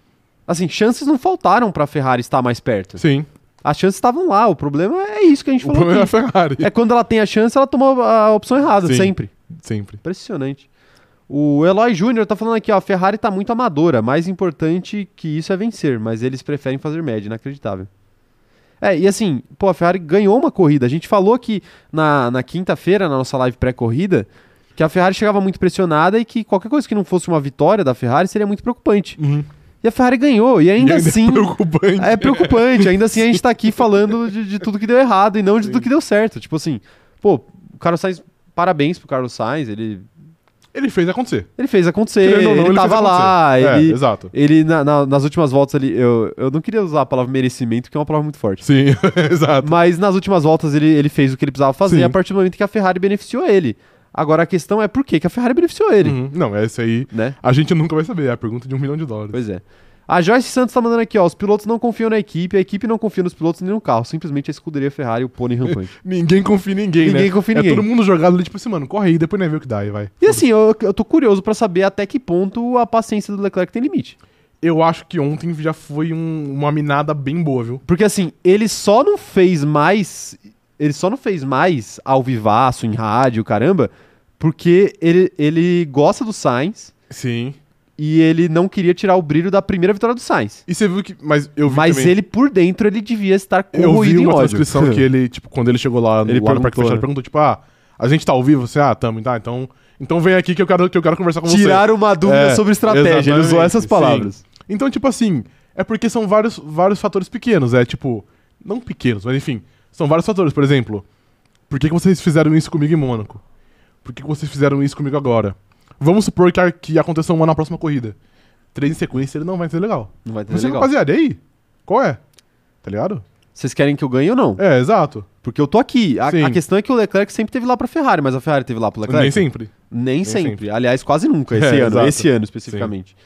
[SPEAKER 1] Assim, chances não faltaram pra Ferrari estar mais perto.
[SPEAKER 2] Sim.
[SPEAKER 1] As chances estavam lá, o problema é isso que a gente
[SPEAKER 2] O
[SPEAKER 1] falou
[SPEAKER 2] problema é a
[SPEAKER 1] aqui.
[SPEAKER 2] Ferrari.
[SPEAKER 1] É quando ela tem a chance, ela toma a opção errada,
[SPEAKER 2] Sim.
[SPEAKER 1] sempre.
[SPEAKER 2] Sempre.
[SPEAKER 1] Impressionante. O Eloy Júnior tá falando aqui, ó, a Ferrari tá muito amadora, mais importante que isso é vencer, mas eles preferem fazer média, inacreditável. É, e assim, pô, a Ferrari ganhou uma corrida. A gente falou que na, na quinta-feira, na nossa live pré-corrida, que a Ferrari chegava muito pressionada e que qualquer coisa que não fosse uma vitória da Ferrari seria muito preocupante.
[SPEAKER 2] Uhum.
[SPEAKER 1] E a Ferrari ganhou, e ainda
[SPEAKER 2] E ainda
[SPEAKER 1] assim...
[SPEAKER 2] É preocupante.
[SPEAKER 1] É preocupante, ainda assim a gente tá aqui falando de, de tudo que deu errado e não de tudo que deu certo. Tipo assim, pô, o Carlos Sainz, parabéns pro Carlos Sainz, ele,
[SPEAKER 2] Ele fez acontecer.
[SPEAKER 1] ele fez acontecer,
[SPEAKER 2] Querendo ou
[SPEAKER 1] ele,
[SPEAKER 2] não, fez
[SPEAKER 1] tava lá,
[SPEAKER 2] acontecer. É,
[SPEAKER 1] ele,
[SPEAKER 2] exato.
[SPEAKER 1] ele na- na- nas últimas voltas ali, eu, eu não queria usar a palavra merecimento, que é uma palavra muito forte.
[SPEAKER 2] Sim, exato.
[SPEAKER 1] Mas nas últimas voltas ele, ele fez o que ele precisava fazer
[SPEAKER 2] Sim.
[SPEAKER 1] a partir do momento que a Ferrari beneficiou ele. Agora a questão é por que que a Ferrari beneficiou ele,
[SPEAKER 2] Uhum. Não, esse aí
[SPEAKER 1] né?
[SPEAKER 2] a gente nunca vai saber. É a pergunta de um milhão de dólares.
[SPEAKER 1] Pois é. A Joyce Santos tá mandando aqui, ó, os pilotos não confiam na equipe, a equipe não confia nos pilotos nem no carro, simplesmente a escuderia Ferrari, o pônei rampante.
[SPEAKER 2] Ninguém confia em ninguém, né?
[SPEAKER 1] Ninguém confia em
[SPEAKER 2] é
[SPEAKER 1] ninguém.
[SPEAKER 2] todo mundo jogado ali, tipo assim, mano, corre aí, depois não vê o que dá aí, vai.
[SPEAKER 1] E assim, eu, eu tô curioso pra saber até que ponto a paciência do Leclerc tem limite.
[SPEAKER 2] Eu acho que ontem já foi um- uma minada bem boa, viu?
[SPEAKER 1] Porque assim, ele só não fez mais. Ele só não fez mais ao vivaço, em rádio, caramba, porque ele, ele gosta do Sainz
[SPEAKER 2] Sim.
[SPEAKER 1] e ele não queria tirar o brilho da primeira vitória do Sainz.
[SPEAKER 2] E você viu que. Mas eu vi
[SPEAKER 1] Mas
[SPEAKER 2] também-
[SPEAKER 1] ele, por dentro, ele devia estar
[SPEAKER 2] Eu vi
[SPEAKER 1] corroído em
[SPEAKER 2] uma
[SPEAKER 1] ódio.
[SPEAKER 2] transcrição que ele, tipo, quando ele chegou lá, no-
[SPEAKER 1] Ele
[SPEAKER 2] lá no Parque
[SPEAKER 1] perguntou,
[SPEAKER 2] Fechado,
[SPEAKER 1] né?
[SPEAKER 2] ele perguntou, tipo, ah, a gente tá ao vivo? Você, ah, tamo, tá, então, então vem aqui que eu quero, que eu quero conversar com você.
[SPEAKER 1] Tiraram uma dúvida
[SPEAKER 2] É,
[SPEAKER 1] sobre estratégia, ele usou
[SPEAKER 2] exatamente,
[SPEAKER 1] essas
[SPEAKER 2] sim.
[SPEAKER 1] palavras.
[SPEAKER 2] Então, tipo assim, é porque são vários, vários fatores pequenos, é tipo, não pequenos, mas enfim, são vários fatores. Por exemplo, por que, que vocês fizeram isso comigo em Mônaco? Por que, que vocês fizeram isso comigo agora? Vamos supor que, a- que aconteça uma na próxima corrida. Três em sequência, ele não vai ser legal.
[SPEAKER 1] Não vai ter
[SPEAKER 2] Você,
[SPEAKER 1] É legal.
[SPEAKER 2] rapaziada, e aí? Qual é? Tá ligado?
[SPEAKER 1] Vocês querem que eu ganhe ou não?
[SPEAKER 2] É, exato.
[SPEAKER 1] Porque eu tô aqui. A,
[SPEAKER 2] Sim.
[SPEAKER 1] a questão é que o Leclerc sempre teve lá pra Ferrari, mas a Ferrari teve lá pro Leclerc.
[SPEAKER 2] Nem sempre.
[SPEAKER 1] Nem, sempre.
[SPEAKER 2] sempre.
[SPEAKER 1] Aliás, quase nunca esse
[SPEAKER 2] É,
[SPEAKER 1] ano,
[SPEAKER 2] exato.
[SPEAKER 1] esse ano especificamente.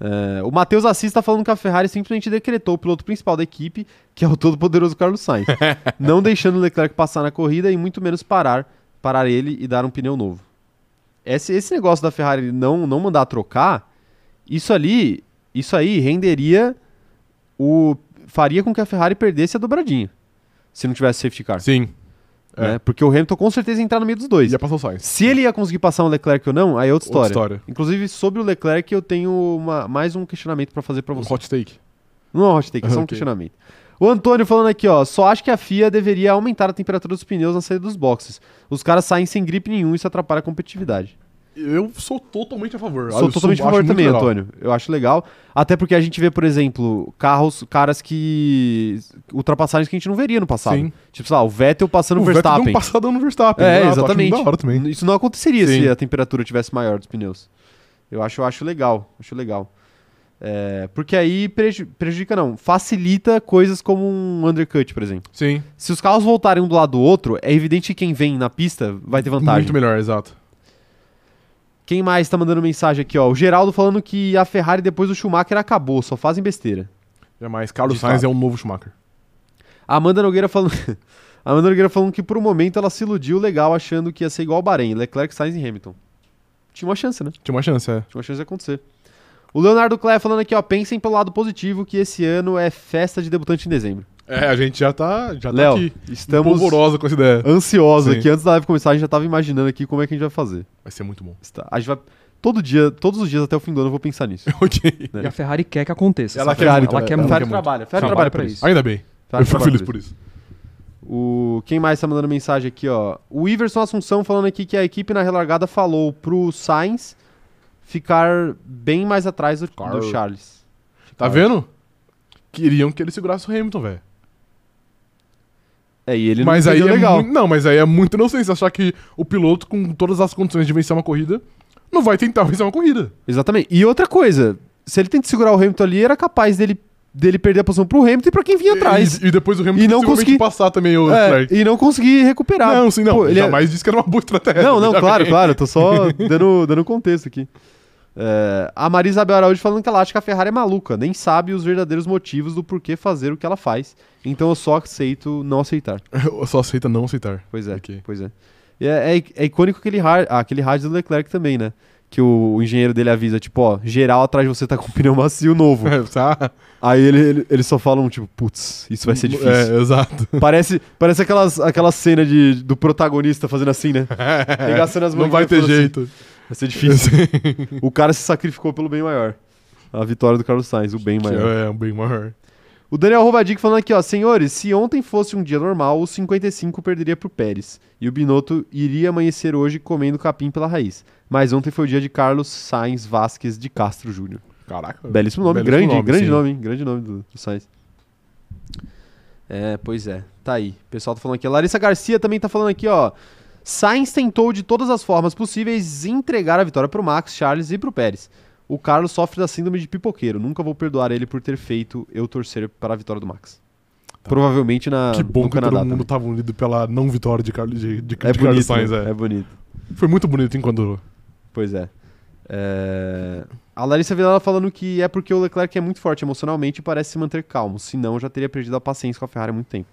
[SPEAKER 1] É, o Matheus Assis está falando que a Ferrari simplesmente decretou o piloto principal da equipe, que é o todo-poderoso Carlos Sainz, não deixando o Leclerc passar na corrida e muito menos parar, parar ele e dar um pneu novo. Esse, esse negócio da Ferrari não, não mandar trocar, isso ali, isso aí renderia o faria com que a Ferrari perdesse a dobradinha, se não tivesse safety car,
[SPEAKER 2] Sim. é.
[SPEAKER 1] né? Porque o Hamilton com certeza ia entrar no meio dos dois.
[SPEAKER 2] Ia passar o Sainz.
[SPEAKER 1] Se ele ia conseguir passar o Leclerc ou não, aí é outra história.
[SPEAKER 2] Outra história.
[SPEAKER 1] Inclusive, sobre o Leclerc, eu tenho uma- mais um questionamento pra fazer pra
[SPEAKER 2] Um
[SPEAKER 1] você.
[SPEAKER 2] hot take.
[SPEAKER 1] Não é um hot take, é só um
[SPEAKER 2] Ok.
[SPEAKER 1] questionamento. O Antônio falando aqui, ó. Só acho que a FIA deveria aumentar a temperatura dos pneus na saída dos boxes. Os caras saem sem gripe nenhum e isso atrapalha a competitividade.
[SPEAKER 2] Eu sou totalmente a favor.
[SPEAKER 1] Sou totalmente
[SPEAKER 2] um
[SPEAKER 1] a favor também, Antônio. Eu acho legal. Até porque a gente vê, por exemplo, carros, caras que. ultrapassagens que a gente não veria no passado.
[SPEAKER 2] Sim.
[SPEAKER 1] Tipo, sei lá, o Vettel passando o,
[SPEAKER 2] O Vettel
[SPEAKER 1] Verstappen.
[SPEAKER 2] deu um passadão no Verstappen.
[SPEAKER 1] É,
[SPEAKER 2] exato, acho
[SPEAKER 1] exatamente.
[SPEAKER 2] muito Da hora também.
[SPEAKER 1] Isso não aconteceria
[SPEAKER 2] Sim.
[SPEAKER 1] se a temperatura tivesse maior dos pneus. Eu acho, eu acho legal, acho legal. É, porque aí preju- prejudica não, facilita coisas como um undercut, por exemplo.
[SPEAKER 2] Sim.
[SPEAKER 1] Se os carros voltarem um do lado do outro, é evidente que quem vem na pista vai ter vantagem.
[SPEAKER 2] Muito melhor, exato.
[SPEAKER 1] Quem mais tá mandando mensagem aqui, ó? O Geraldo falando que a Ferrari depois do Schumacher acabou, só fazem besteira.
[SPEAKER 2] Jamais. Carlos
[SPEAKER 1] De
[SPEAKER 2] Sainz
[SPEAKER 1] fato.
[SPEAKER 2] é um novo Schumacher.
[SPEAKER 1] A Amanda Nogueira falando. a Amanda Nogueira falando que por um momento ela se iludiu legal achando que ia ser igual ao Bahrein, Leclerc, Sainz e Hamilton. Tinha uma chance, né?
[SPEAKER 2] Tinha uma chance, é.
[SPEAKER 1] Tinha uma chance de acontecer. O Leonardo Clé falando aqui, ó, pensem pelo lado positivo que esse ano é festa de debutante em dezembro.
[SPEAKER 2] É, a gente já tá, já
[SPEAKER 1] Léo,
[SPEAKER 2] tá aqui.
[SPEAKER 1] estamos
[SPEAKER 2] Polvorosa com essa ideia.
[SPEAKER 1] ansiosos
[SPEAKER 2] Sim.
[SPEAKER 1] aqui. Antes da live começar, a gente já tava imaginando aqui como é que a gente vai fazer.
[SPEAKER 2] Vai ser muito bom.
[SPEAKER 1] Está- A gente vai... Todo dia, todos os dias até o fim do ano eu vou pensar nisso.
[SPEAKER 2] ok.
[SPEAKER 1] É.
[SPEAKER 3] E a Ferrari quer que aconteça.
[SPEAKER 2] Ela
[SPEAKER 3] sabe?
[SPEAKER 2] quer muito,
[SPEAKER 3] ela
[SPEAKER 2] né? Ela
[SPEAKER 3] quer é
[SPEAKER 2] quer
[SPEAKER 3] muito.
[SPEAKER 1] Ferrari trabalha, Ferrari trabalha
[SPEAKER 3] Trabalha
[SPEAKER 1] pra
[SPEAKER 3] pra
[SPEAKER 1] isso.
[SPEAKER 2] Ainda bem.
[SPEAKER 1] Ferrari
[SPEAKER 2] eu fico
[SPEAKER 1] trabalha
[SPEAKER 2] feliz
[SPEAKER 1] pra
[SPEAKER 2] por isso.
[SPEAKER 1] O... Quem mais tá mandando mensagem aqui, ó? O Iverson Assunção falando aqui que a equipe na relargada falou pro Sainz ficar bem mais atrás do,
[SPEAKER 2] Claro.
[SPEAKER 1] do Charles.
[SPEAKER 2] Tá vendo? Queriam que ele segurasse o Hamilton, velho.
[SPEAKER 1] É, e ele não
[SPEAKER 2] Mas aí
[SPEAKER 1] entendeu
[SPEAKER 2] é
[SPEAKER 1] legal.
[SPEAKER 2] muito- Não, mas aí é muito inocência achar que o piloto, com todas as condições de vencer uma corrida, não vai tentar vencer uma corrida.
[SPEAKER 1] Exatamente. E outra coisa, se ele tenta segurar o Hamilton ali, era capaz dele, dele perder a posição pro Hamilton e pra quem vinha atrás.
[SPEAKER 2] E, e depois o Hamilton
[SPEAKER 1] E não
[SPEAKER 2] possivelmente
[SPEAKER 1] consegui-
[SPEAKER 2] passar também o
[SPEAKER 1] É,
[SPEAKER 2] Leclerc.
[SPEAKER 1] E, não conseguir recuperar.
[SPEAKER 2] Não, sim, não.
[SPEAKER 1] Pô, ele é-
[SPEAKER 2] Jamais disse que era uma boa estratégia.
[SPEAKER 1] Não, não,
[SPEAKER 2] Jamais.
[SPEAKER 1] claro, claro. eu Tô só dando, dando contexto aqui. É, a Maria Isabel Araújo falando que ela acha que a Ferrari é maluca, nem sabe os verdadeiros motivos do porquê fazer o que ela faz. Então eu só aceito não aceitar.
[SPEAKER 2] Eu só aceita não aceitar.
[SPEAKER 1] Pois é,
[SPEAKER 2] Ok.
[SPEAKER 1] pois é. E é, é, é icônico aquele, ra- ah, aquele rádio do Leclerc também, né? Que o, o engenheiro dele avisa, tipo, ó, geral atrás de você tá com pneu macio novo.
[SPEAKER 2] tá?
[SPEAKER 1] Aí ele, ele, eles só falam, tipo, putz, isso vai ser difícil.
[SPEAKER 2] É, exato.
[SPEAKER 1] Parece, parece aquelas, aquela cena de, do protagonista fazendo assim, né? Regaçando as
[SPEAKER 2] É. Não
[SPEAKER 1] mãos
[SPEAKER 2] vai
[SPEAKER 1] e
[SPEAKER 2] ter
[SPEAKER 1] falando assim,
[SPEAKER 2] jeito.
[SPEAKER 1] Vai ser difícil. o cara se sacrificou pelo bem maior. A vitória do Carlos Sainz, o bem maior.
[SPEAKER 2] É, um bem maior.
[SPEAKER 1] O Daniel Rovadic falando aqui, ó. Senhores, se ontem fosse um dia normal, o 55 perderia pro Pérez. E o Binotto iria amanhecer hoje comendo capim pela raiz. Mas ontem foi o dia de Carlos Sainz Vasquez de Castro Júnior.
[SPEAKER 2] Caraca.
[SPEAKER 1] Belíssimo nome,
[SPEAKER 2] Belíssimo
[SPEAKER 1] grande, grande
[SPEAKER 2] sim.
[SPEAKER 1] nome, hein? Grande nome do, do Sainz. É, pois é. Tá aí. O pessoal tá falando aqui. A Larissa Garcia também tá falando aqui, ó. Sainz tentou de todas as formas possíveis entregar a vitória pro Max, Charles e pro Pérez. O Carlos sofre da síndrome de pipoqueiro. Nunca vou perdoar ele por ter feito eu torcer para a vitória do Max. Tá. Provavelmente na,
[SPEAKER 2] Que bom
[SPEAKER 1] no
[SPEAKER 2] que
[SPEAKER 1] Canadá. tá?
[SPEAKER 2] todo mundo
[SPEAKER 1] também.
[SPEAKER 2] tava unido pela não vitória de Carlos, de, de,
[SPEAKER 1] É
[SPEAKER 2] de Carlos
[SPEAKER 1] bonito,
[SPEAKER 2] Sainz.
[SPEAKER 1] né?
[SPEAKER 2] É.
[SPEAKER 1] é bonito.
[SPEAKER 2] Foi muito bonito enquanto durou.
[SPEAKER 1] Pois é. É, A Larissa Vilela falando que é porque o Leclerc é muito forte emocionalmente e parece se manter calmo. Senão já teria perdido a paciência com a Ferrari há muito tempo.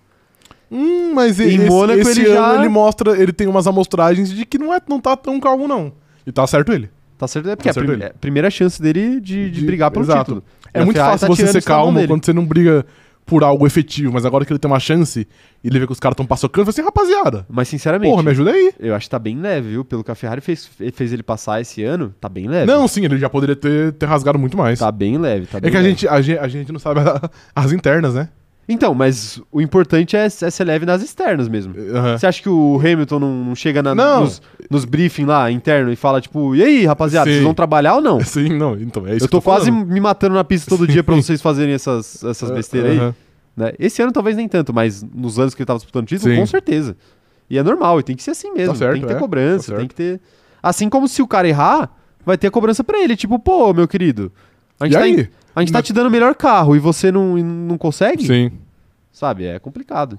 [SPEAKER 2] Hum, mas
[SPEAKER 1] Em
[SPEAKER 2] esse,
[SPEAKER 1] Mônaco
[SPEAKER 2] esse
[SPEAKER 1] ele
[SPEAKER 2] ano
[SPEAKER 1] já-
[SPEAKER 2] ele mostra, ele tem umas amostragens de que não, é, não tá tão calmo, não. E tá certo ele.
[SPEAKER 1] Tá certo? É porque
[SPEAKER 2] Tá
[SPEAKER 1] é
[SPEAKER 2] certo
[SPEAKER 1] a prim-
[SPEAKER 2] ele.
[SPEAKER 1] é a primeira chance dele de, de
[SPEAKER 2] De-
[SPEAKER 1] brigar pelo
[SPEAKER 2] exato.
[SPEAKER 1] título.
[SPEAKER 2] É
[SPEAKER 1] E a
[SPEAKER 2] muito
[SPEAKER 1] Ferrari tá
[SPEAKER 2] fácil você
[SPEAKER 1] tirando
[SPEAKER 2] ser
[SPEAKER 1] isso da mão
[SPEAKER 2] calmo
[SPEAKER 1] dele.
[SPEAKER 2] quando você não briga por algo efetivo, mas agora que ele tem uma chance e ele vê que os caras estão paçocando, ele fala assim, rapaziada,
[SPEAKER 1] Mas sinceramente,
[SPEAKER 2] porra, me ajuda aí.
[SPEAKER 1] eu acho que tá bem leve, viu? Pelo que a Ferrari fez, fez ele passar esse ano, tá bem leve.
[SPEAKER 2] Não, sim, ele já poderia ter, ter rasgado muito mais.
[SPEAKER 1] Tá bem leve, tá
[SPEAKER 2] é
[SPEAKER 1] bem
[SPEAKER 2] que a
[SPEAKER 1] leve.
[SPEAKER 2] gente, a, gente, a gente não sabe a- as internas, né?
[SPEAKER 1] Então, mas o importante é, é ser leve nas externas mesmo.
[SPEAKER 2] Aham.
[SPEAKER 1] Você acha que o Hamilton não, não chega na-
[SPEAKER 2] Não.
[SPEAKER 1] nos, nos briefing lá interno e fala, tipo, e aí, rapaziada,
[SPEAKER 2] Sim.
[SPEAKER 1] vocês vão trabalhar ou não?
[SPEAKER 2] Sim, não, então é isso
[SPEAKER 1] eu tô,
[SPEAKER 2] que
[SPEAKER 1] quase
[SPEAKER 2] falando.
[SPEAKER 1] me matando na pista todo dia pra vocês fazerem essas, essas besteiras aí.
[SPEAKER 2] Aham.
[SPEAKER 1] né? Esse ano talvez nem tanto, mas nos anos que ele tava disputando título,
[SPEAKER 2] Sim.
[SPEAKER 1] com certeza. E é normal, e tem que ser assim mesmo.
[SPEAKER 2] certo,
[SPEAKER 1] tem que ter
[SPEAKER 2] é.
[SPEAKER 1] cobrança,
[SPEAKER 2] Tá certo.
[SPEAKER 1] tem que ter. Assim como se o cara errar, vai ter cobrança pra ele. Tipo, pô, meu querido, a gente,
[SPEAKER 2] E
[SPEAKER 1] tá, em-
[SPEAKER 2] aí?
[SPEAKER 1] a gente tá
[SPEAKER 2] Mas-
[SPEAKER 1] te dando o melhor carro e você não, e não consegue?
[SPEAKER 2] Sim.
[SPEAKER 1] Sabe? É complicado.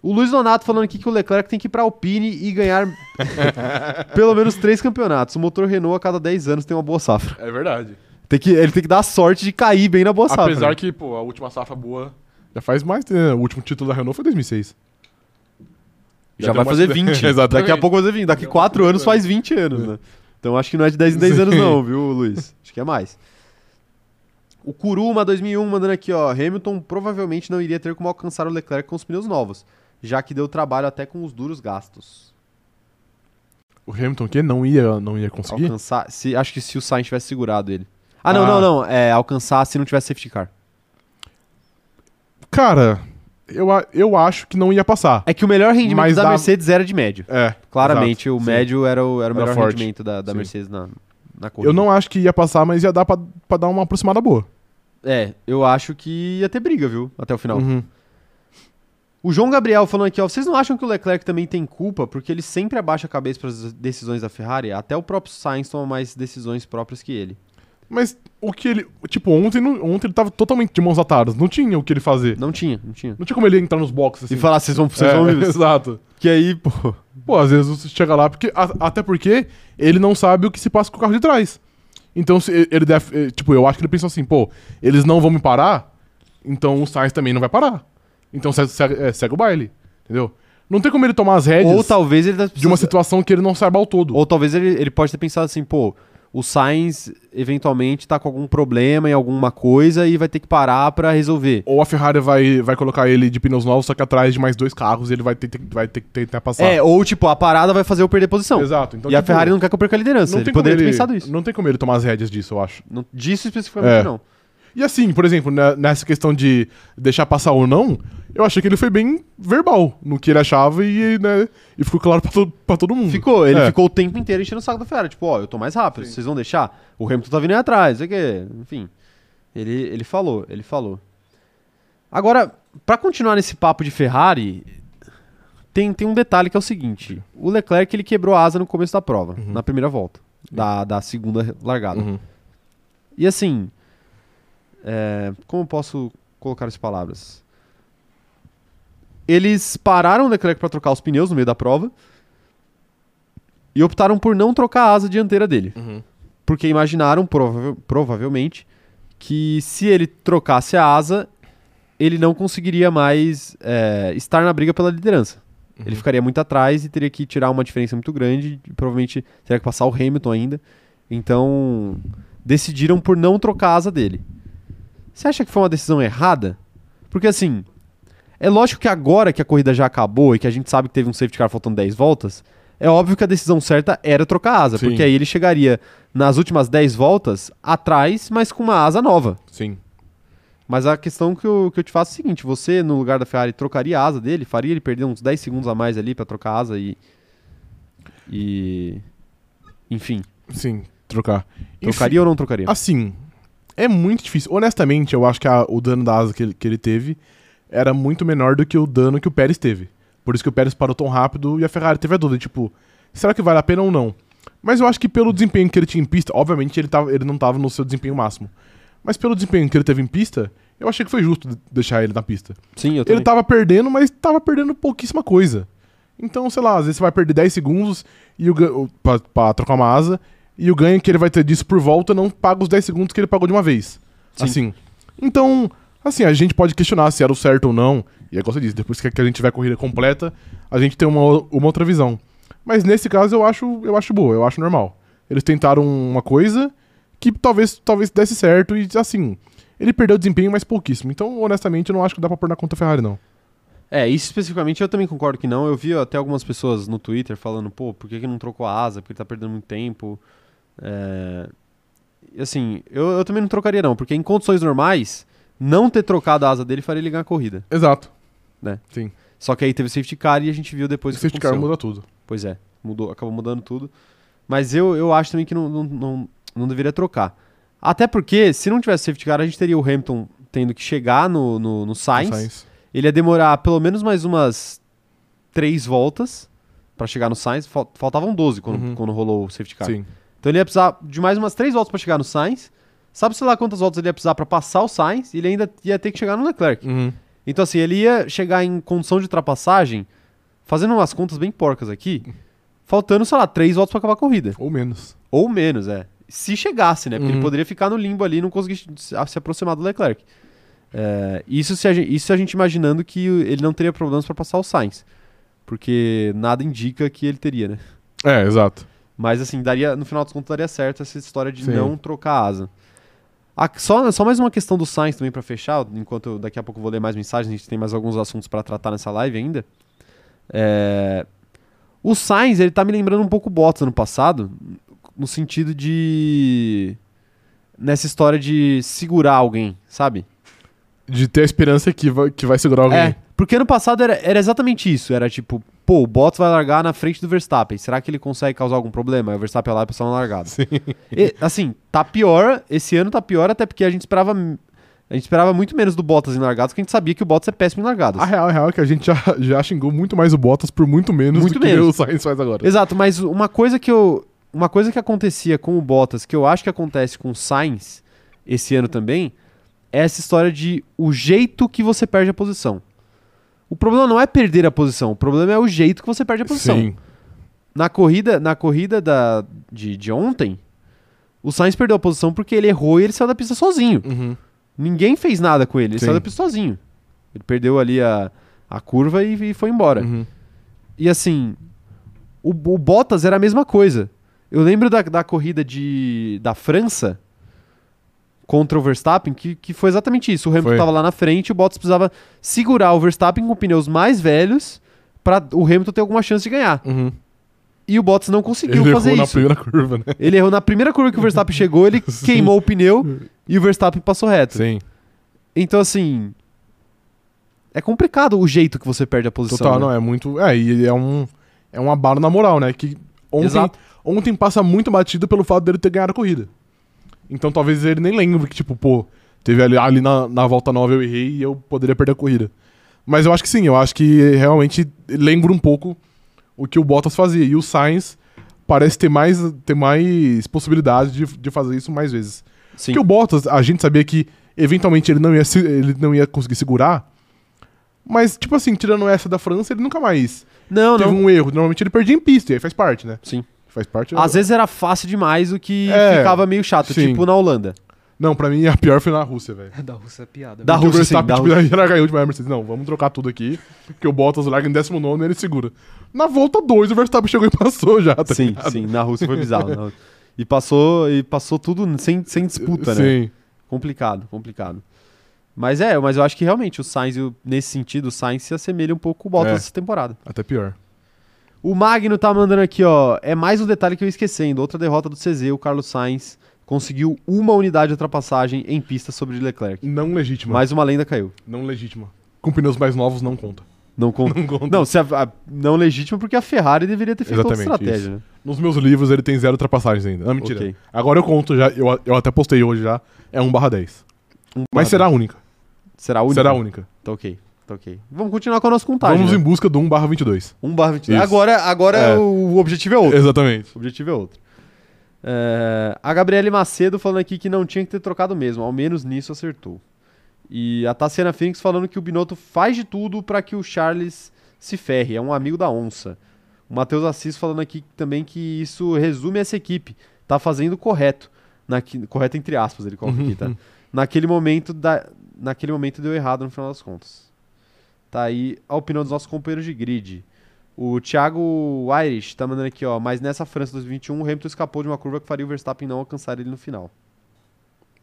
[SPEAKER 1] O Luiz Donato falando aqui que o Leclerc tem que ir pra Alpine e ganhar pelo menos três campeonatos. O motor Renault a cada 10 anos tem uma boa safra.
[SPEAKER 2] É verdade.
[SPEAKER 1] Tem que, ele tem que dar a sorte de cair bem na boa safra. né?
[SPEAKER 2] Apesar que, pô, a última safra boa já faz mais. né? O último título da Renault foi 2006.
[SPEAKER 1] Já
[SPEAKER 2] deu
[SPEAKER 1] vai
[SPEAKER 2] uma-
[SPEAKER 1] fazer 20.
[SPEAKER 2] Exatamente.
[SPEAKER 1] Daqui a pouco vai fazer 20. Daqui 4 anos faz 20 anos, né? Então acho que não é de 10 em 10 anos não, viu, Luiz? Acho que é mais. O Kuruma 2001 mandando aqui, ó. Hamilton provavelmente não iria ter como alcançar o Leclerc com os pneus novos, já que deu trabalho até com os duros gastos.
[SPEAKER 2] O Hamilton o quê? Não ia, não ia conseguir?
[SPEAKER 1] Alcançar, se, acho que se o Sainz tivesse segurado ele. Ah, não,
[SPEAKER 2] Ah.
[SPEAKER 1] não, não. É alcançar se não tivesse safety car.
[SPEAKER 2] Cara, eu, a- eu acho que não ia passar.
[SPEAKER 1] É que o melhor rendimento
[SPEAKER 2] Mas
[SPEAKER 1] da
[SPEAKER 2] dá-
[SPEAKER 1] Mercedes era de médio.
[SPEAKER 2] É.
[SPEAKER 1] Claramente,
[SPEAKER 2] exato,
[SPEAKER 1] o
[SPEAKER 2] sim.
[SPEAKER 1] médio era o, era o
[SPEAKER 2] Era
[SPEAKER 1] melhor
[SPEAKER 2] forte.
[SPEAKER 1] rendimento da, da
[SPEAKER 2] Sim.
[SPEAKER 1] Mercedes na, na corrida.
[SPEAKER 2] Eu não acho que ia passar, mas ia dar pra, pra dar uma aproximada boa.
[SPEAKER 1] É, eu acho que ia ter briga, viu? Até o final.
[SPEAKER 2] Uhum.
[SPEAKER 1] O João Gabriel falando aqui, ó. Vocês não acham que o Leclerc também tem culpa? Porque ele sempre abaixa a cabeça para as decisões da Ferrari? Até o próprio Sainz toma mais decisões próprias que ele.
[SPEAKER 2] Mas o que ele. Tipo, ontem, não- ontem ele tava totalmente de mãos atadas. Não tinha o que ele fazer.
[SPEAKER 1] Não tinha, não tinha.
[SPEAKER 2] Não tinha como ele entrar nos boxes assim.
[SPEAKER 1] E falar, vocês vão, vocês
[SPEAKER 2] É,
[SPEAKER 1] vão isso.
[SPEAKER 2] Exato.
[SPEAKER 1] Que aí, pô.
[SPEAKER 2] Pô, às vezes você chega lá, porque, a- até porque ele não sabe o que se passa com o carro de trás. Então, se ele deve. eh, Tipo, eu acho que ele pensou assim, pô, eles não vão me parar, então o Sainz também não vai parar. Então segue, segue- é, segue o baile, entendeu? Não tem como ele tomar as rédeas
[SPEAKER 1] Ou talvez ele. tá
[SPEAKER 2] É de uma
[SPEAKER 1] precisando-
[SPEAKER 2] situação que ele não saiba ao todo.
[SPEAKER 1] Ou talvez ele, ele pode ter pensado assim, pô, o Sainz eventualmente tá com algum problema em alguma coisa e vai ter que parar pra resolver.
[SPEAKER 2] Ou a Ferrari vai, vai colocar ele de pneus novos, só que atrás de mais dois carros e ele vai ter, ter- vai ter que tentar passar.
[SPEAKER 1] É, ou tipo, a parada vai fazer eu perder posição.
[SPEAKER 2] Exato. Então,
[SPEAKER 1] e a
[SPEAKER 2] tipo,
[SPEAKER 1] Ferrari não quer que eu perca a liderança. ele
[SPEAKER 2] tem como
[SPEAKER 1] poderia ter pensado isso.
[SPEAKER 2] Não tem como ele tomar as rédeas disso, eu acho.
[SPEAKER 1] Não- disso especificamente
[SPEAKER 2] É.
[SPEAKER 1] não.
[SPEAKER 2] E assim, por exemplo, né, nessa questão de deixar passar ou não, eu achei que ele foi bem verbal no que ele achava e, né, e ficou claro pra, to pra todo mundo.
[SPEAKER 1] Ficou, ele
[SPEAKER 2] É.
[SPEAKER 1] ficou o tempo inteiro enchendo o saco da Ferrari. Tipo, ó, eu tô mais rápido, vocês vão deixar? O Hamilton tá vindo aí atrás, não sei o quê. Enfim, ele, ele falou, ele falou. Agora, pra continuar nesse papo de Ferrari, tem, tem um detalhe que é o seguinte. O Leclerc, ele quebrou a asa no começo da prova, na primeira volta, da, da segunda largada.
[SPEAKER 2] Uhum.
[SPEAKER 1] E assim, é, como eu posso colocar as palavras? Eles pararam o Leclerc para trocar os pneus no meio da prova e optaram por não trocar a asa dianteira dele.
[SPEAKER 2] Uhum.
[SPEAKER 1] Porque imaginaram, provavel- provavelmente, que se ele trocasse a asa, ele não conseguiria mais é, estar na briga pela liderança. Ele ficaria muito atrás e teria que tirar uma diferença muito grande. E provavelmente teria que passar o Hamilton ainda. Então, decidiram por não trocar a asa dele. Você acha que foi uma decisão errada? Porque assim, é lógico que agora que a corrida já acabou e que a gente sabe que teve um safety car faltando 10 voltas, é óbvio que a decisão certa era trocar a asa,
[SPEAKER 2] Sim.
[SPEAKER 1] porque aí ele chegaria nas últimas 10 voltas atrás, mas com uma asa nova.
[SPEAKER 2] Sim.
[SPEAKER 1] Mas a questão que eu, que eu te faço é a seguinte: você, no lugar da Ferrari, trocaria a asa dele? Faria ele perder uns 10 segundos a mais ali pra trocar a asa e. E. Enfim.
[SPEAKER 2] Sim, trocar.
[SPEAKER 1] Trocaria ou não trocaria?
[SPEAKER 2] Assim, é muito difícil. Honestamente, eu acho que a- o dano da asa que ele, que ele teve era muito menor do que o dano que o Pérez teve. Por isso que o Pérez parou tão rápido e a Ferrari teve a dúvida, tipo, será que vale a pena ou não? Mas eu acho que pelo desempenho que ele tinha em pista, obviamente ele, tava, ele não tava no seu desempenho máximo. Mas pelo desempenho que ele teve em pista, eu achei que foi justo de- deixar ele na pista.
[SPEAKER 1] Sim, eu
[SPEAKER 2] Ele tava perdendo, mas tava perdendo pouquíssima coisa. Então, sei lá, às vezes você vai perder 10 segundos e o gan- o- pra, pra trocar uma asa, e o ganho que ele vai ter disso por volta não paga os 10 segundos que ele pagou de uma vez.
[SPEAKER 1] Sim.
[SPEAKER 2] Assim. Então, assim, a gente pode questionar se era o certo ou não. E é como você disse, depois que que a gente tiver a corrida completa, a gente tem uma, o- uma outra visão. Mas nesse caso eu acho, eu acho boa, eu acho normal. Eles tentaram uma coisa que talvez, talvez desse certo e assim, ele perdeu desempenho, mas pouquíssimo. Então, honestamente, eu não acho que dá pra pôr na conta Ferrari, não.
[SPEAKER 1] É, isso especificamente eu também concordo que não. Eu vi até algumas pessoas no Twitter falando, pô, por que, que não trocou a asa? Porque ele tá perdendo muito tempo. É... e Assim, eu, eu também não trocaria, não, porque em condições normais, não ter trocado a asa dele faria ele ganhar a corrida.
[SPEAKER 2] Exato.
[SPEAKER 1] Só que aí teve safety car e a gente viu depois
[SPEAKER 2] o safety car
[SPEAKER 1] aconteceu.
[SPEAKER 2] muda tudo.
[SPEAKER 1] Pois é, mudou, acabou mudando tudo. Mas eu, eu acho também que não, não, não, não deveria trocar. Até porque, se não tivesse safety car, a gente teria o Hamilton tendo que chegar no, no, no Sainz.
[SPEAKER 2] O Sainz.
[SPEAKER 1] Ele ia demorar pelo menos mais umas três voltas pra chegar no Sainz. Fal- Faltavam 12 quando,
[SPEAKER 2] Uhum.
[SPEAKER 1] quando rolou o safety car.
[SPEAKER 2] Sim.
[SPEAKER 1] Então ele ia precisar de mais umas três voltas pra chegar no Sainz. Sabe, sei lá, quantas voltas ele ia precisar pra passar o Sainz e ele ainda ia ter que chegar no Leclerc.
[SPEAKER 2] Uhum.
[SPEAKER 1] Então, assim, ele ia chegar em condição de ultrapassagem, fazendo umas contas bem porcas aqui, faltando, sei lá, três voltas pra acabar a corrida.
[SPEAKER 2] Ou menos.
[SPEAKER 1] Ou menos, é. Se chegasse, né? Porque ele
[SPEAKER 2] Uhum.
[SPEAKER 1] poderia ficar no limbo ali e não conseguir se a- se aproximar do Leclerc. É, isso, se a gente, isso a gente imaginando que o- ele não teria problemas pra passar o Sainz. Porque nada indica que ele teria, né?
[SPEAKER 2] É, exato.
[SPEAKER 1] Mas assim, daria, no final dos contos daria certo essa história de
[SPEAKER 2] Sim.
[SPEAKER 1] não trocar a asa. A- só, só mais uma questão do Sainz também pra fechar, enquanto eu- daqui a pouco eu vou ler mais mensagens, a gente tem mais alguns assuntos pra tratar nessa live ainda. É, o Sainz, ele tá me lembrando um pouco o Bottas no passado, no sentido de nessa história de segurar alguém, sabe?
[SPEAKER 2] De ter a esperança que vai, que vai segurar alguém.
[SPEAKER 1] É, porque ano passado era, era exatamente isso. Era tipo, pô, o Bottas vai largar na frente do Verstappen. Será que ele consegue causar algum problema? Aí o Verstappen lá e passar uma largada. E, assim, tá pior. Esse ano tá pior, até porque a gente esperava. A gente esperava muito menos do Bottas em largadas, porque a gente sabia que o Bottas é péssimo em largadas.
[SPEAKER 2] A real, a real é que a gente já, já xingou muito mais o Bottas por muito menos
[SPEAKER 1] Muito
[SPEAKER 2] do que
[SPEAKER 1] menos.
[SPEAKER 2] o Sainz faz agora.
[SPEAKER 1] Exato, mas uma coisa que eu. Uma coisa que acontecia com o Bottas, que eu acho que acontece com o Sainz esse ano também, é essa história de o jeito que você perde a posição. O problema não é perder a posição, o problema é o jeito que você perde a posição.
[SPEAKER 2] Sim.
[SPEAKER 1] Na corrida, na corrida da, de, de ontem, o Sainz perdeu a posição porque ele errou e ele saiu da pista sozinho.
[SPEAKER 2] Uhum.
[SPEAKER 1] Ninguém fez nada com ele, ele
[SPEAKER 2] Sim.
[SPEAKER 1] saiu da pista sozinho. Ele perdeu ali a, a curva e, e foi embora.
[SPEAKER 2] Uhum.
[SPEAKER 1] E assim, o, o Bottas era a mesma coisa. Eu lembro da, da corrida de, da França contra o Verstappen, que, que foi exatamente isso. O Hamilton
[SPEAKER 2] Foi.
[SPEAKER 1] estava lá na frente, o Bottas precisava segurar o Verstappen com pneus mais velhos para o Hamilton ter alguma chance de ganhar.
[SPEAKER 2] Uhum.
[SPEAKER 1] E o Bottas não conseguiu
[SPEAKER 2] Ele
[SPEAKER 1] fazer
[SPEAKER 2] errou na
[SPEAKER 1] isso.
[SPEAKER 2] primeira curva, né?
[SPEAKER 1] Ele errou na primeira curva que o Verstappen chegou, ele
[SPEAKER 2] Sim.
[SPEAKER 1] queimou o pneu e o Verstappen passou reto.
[SPEAKER 2] Sim.
[SPEAKER 1] Então, assim. É complicado o jeito que você perde a posição.
[SPEAKER 2] Total,
[SPEAKER 1] né?
[SPEAKER 2] não, é muito. É, e é um. É um abalo na moral, né? Que ontem,
[SPEAKER 1] Exato.
[SPEAKER 2] ontem passa muito batido pelo fato dele ter ganhado a corrida. Então talvez ele nem lembre que, tipo, pô, teve ali, ali na, na volta nova eu errei e eu poderia perder a corrida. Mas eu acho que sim, eu acho que realmente lembra um pouco o que o Bottas fazia. E o Sainz parece ter mais, ter mais possibilidade de, de fazer isso mais vezes.
[SPEAKER 1] Sim.
[SPEAKER 2] Porque o Bottas, a gente sabia que eventualmente ele não ia, se- ele não ia conseguir segurar. Mas, tipo assim, tirando essa da França, ele nunca mais
[SPEAKER 1] Não,
[SPEAKER 2] teve
[SPEAKER 1] não.
[SPEAKER 2] um erro. Normalmente ele perdia em pista, e aí faz parte, né?
[SPEAKER 1] Sim.
[SPEAKER 2] Faz parte.
[SPEAKER 1] Às vezes era fácil demais o que
[SPEAKER 2] É,
[SPEAKER 1] ficava meio chato,
[SPEAKER 2] sim.
[SPEAKER 1] tipo na Holanda.
[SPEAKER 2] Não, pra mim a pior foi na Rússia, velho.
[SPEAKER 3] Da Rússia é piada.
[SPEAKER 1] Da
[SPEAKER 2] Porque o
[SPEAKER 1] Rússia, sim,
[SPEAKER 2] Verstappen,
[SPEAKER 1] da
[SPEAKER 2] tipo, já ganhou de Mercedes. Não, vamos trocar tudo aqui, que o Bottas larga em 19 e ele segura. Na volta 2, o Verstappen chegou e passou já, tá
[SPEAKER 1] sim,
[SPEAKER 2] ligado?
[SPEAKER 1] sim, na Rússia foi bizarro. na Rússia. E passou, e passou tudo sem, sem disputa, né?
[SPEAKER 2] Sim.
[SPEAKER 1] Complicado, complicado. Mas é, mas eu acho que realmente o Sainz, o- nesse sentido, o Sainz se assemelha um pouco com o Bottas
[SPEAKER 2] É.
[SPEAKER 1] essa temporada.
[SPEAKER 2] Até pior.
[SPEAKER 1] O Magno tá mandando aqui, ó. É mais um detalhe que eu ia esquecendo. Outra derrota do CZ, o Carlos Sainz conseguiu uma unidade de ultrapassagem em pista sobre Leclerc.
[SPEAKER 2] Não legítima.
[SPEAKER 1] Mais uma lenda caiu.
[SPEAKER 2] Não legítima. Com pneus mais novos, não conta.
[SPEAKER 1] Não conta.
[SPEAKER 2] Não conta.
[SPEAKER 1] Não, se a- a- não legítimo porque a Ferrari deveria ter feito outra
[SPEAKER 2] Exatamente,
[SPEAKER 1] estratégia,
[SPEAKER 2] isso.
[SPEAKER 1] né?
[SPEAKER 2] Nos meus livros, ele tem zero ultrapassagens ainda. Não, mentira.
[SPEAKER 1] Ok.
[SPEAKER 2] Agora eu conto já, eu, eu até postei hoje já, é 1 barra 10.
[SPEAKER 1] Um
[SPEAKER 2] Mas
[SPEAKER 1] quadro.
[SPEAKER 2] será a única.
[SPEAKER 1] Será a única?
[SPEAKER 2] Será a única.
[SPEAKER 1] Tá ok, tá ok. Vamos continuar com a nossa contagem.
[SPEAKER 2] Vamos
[SPEAKER 1] né?
[SPEAKER 2] em busca do 1 barra 22.
[SPEAKER 1] 1 barra 22.
[SPEAKER 2] Isso.
[SPEAKER 1] Agora, agora
[SPEAKER 2] É.
[SPEAKER 1] o objetivo é outro.
[SPEAKER 2] Exatamente.
[SPEAKER 1] O objetivo é outro. É, a Gabriele Macedo falando aqui que não tinha que ter trocado mesmo, ao menos nisso acertou. E a Tassiana Phoenix falando que o Binotto faz de tudo pra que o Charles se ferre, é um amigo da onça. O Matheus Assis falando aqui também que isso resume essa equipe, tá fazendo o correto, naqui- correto entre aspas, ele coloca aqui, tá? Naquele momento, da, naquele momento deu errado no final das contas. Tá aí a opinião dos nossos companheiros de grid. O Thiago Irish tá mandando aqui, ó. Mas nessa França 2021, o Hamilton escapou de uma curva que faria o Verstappen não alcançar ele no final.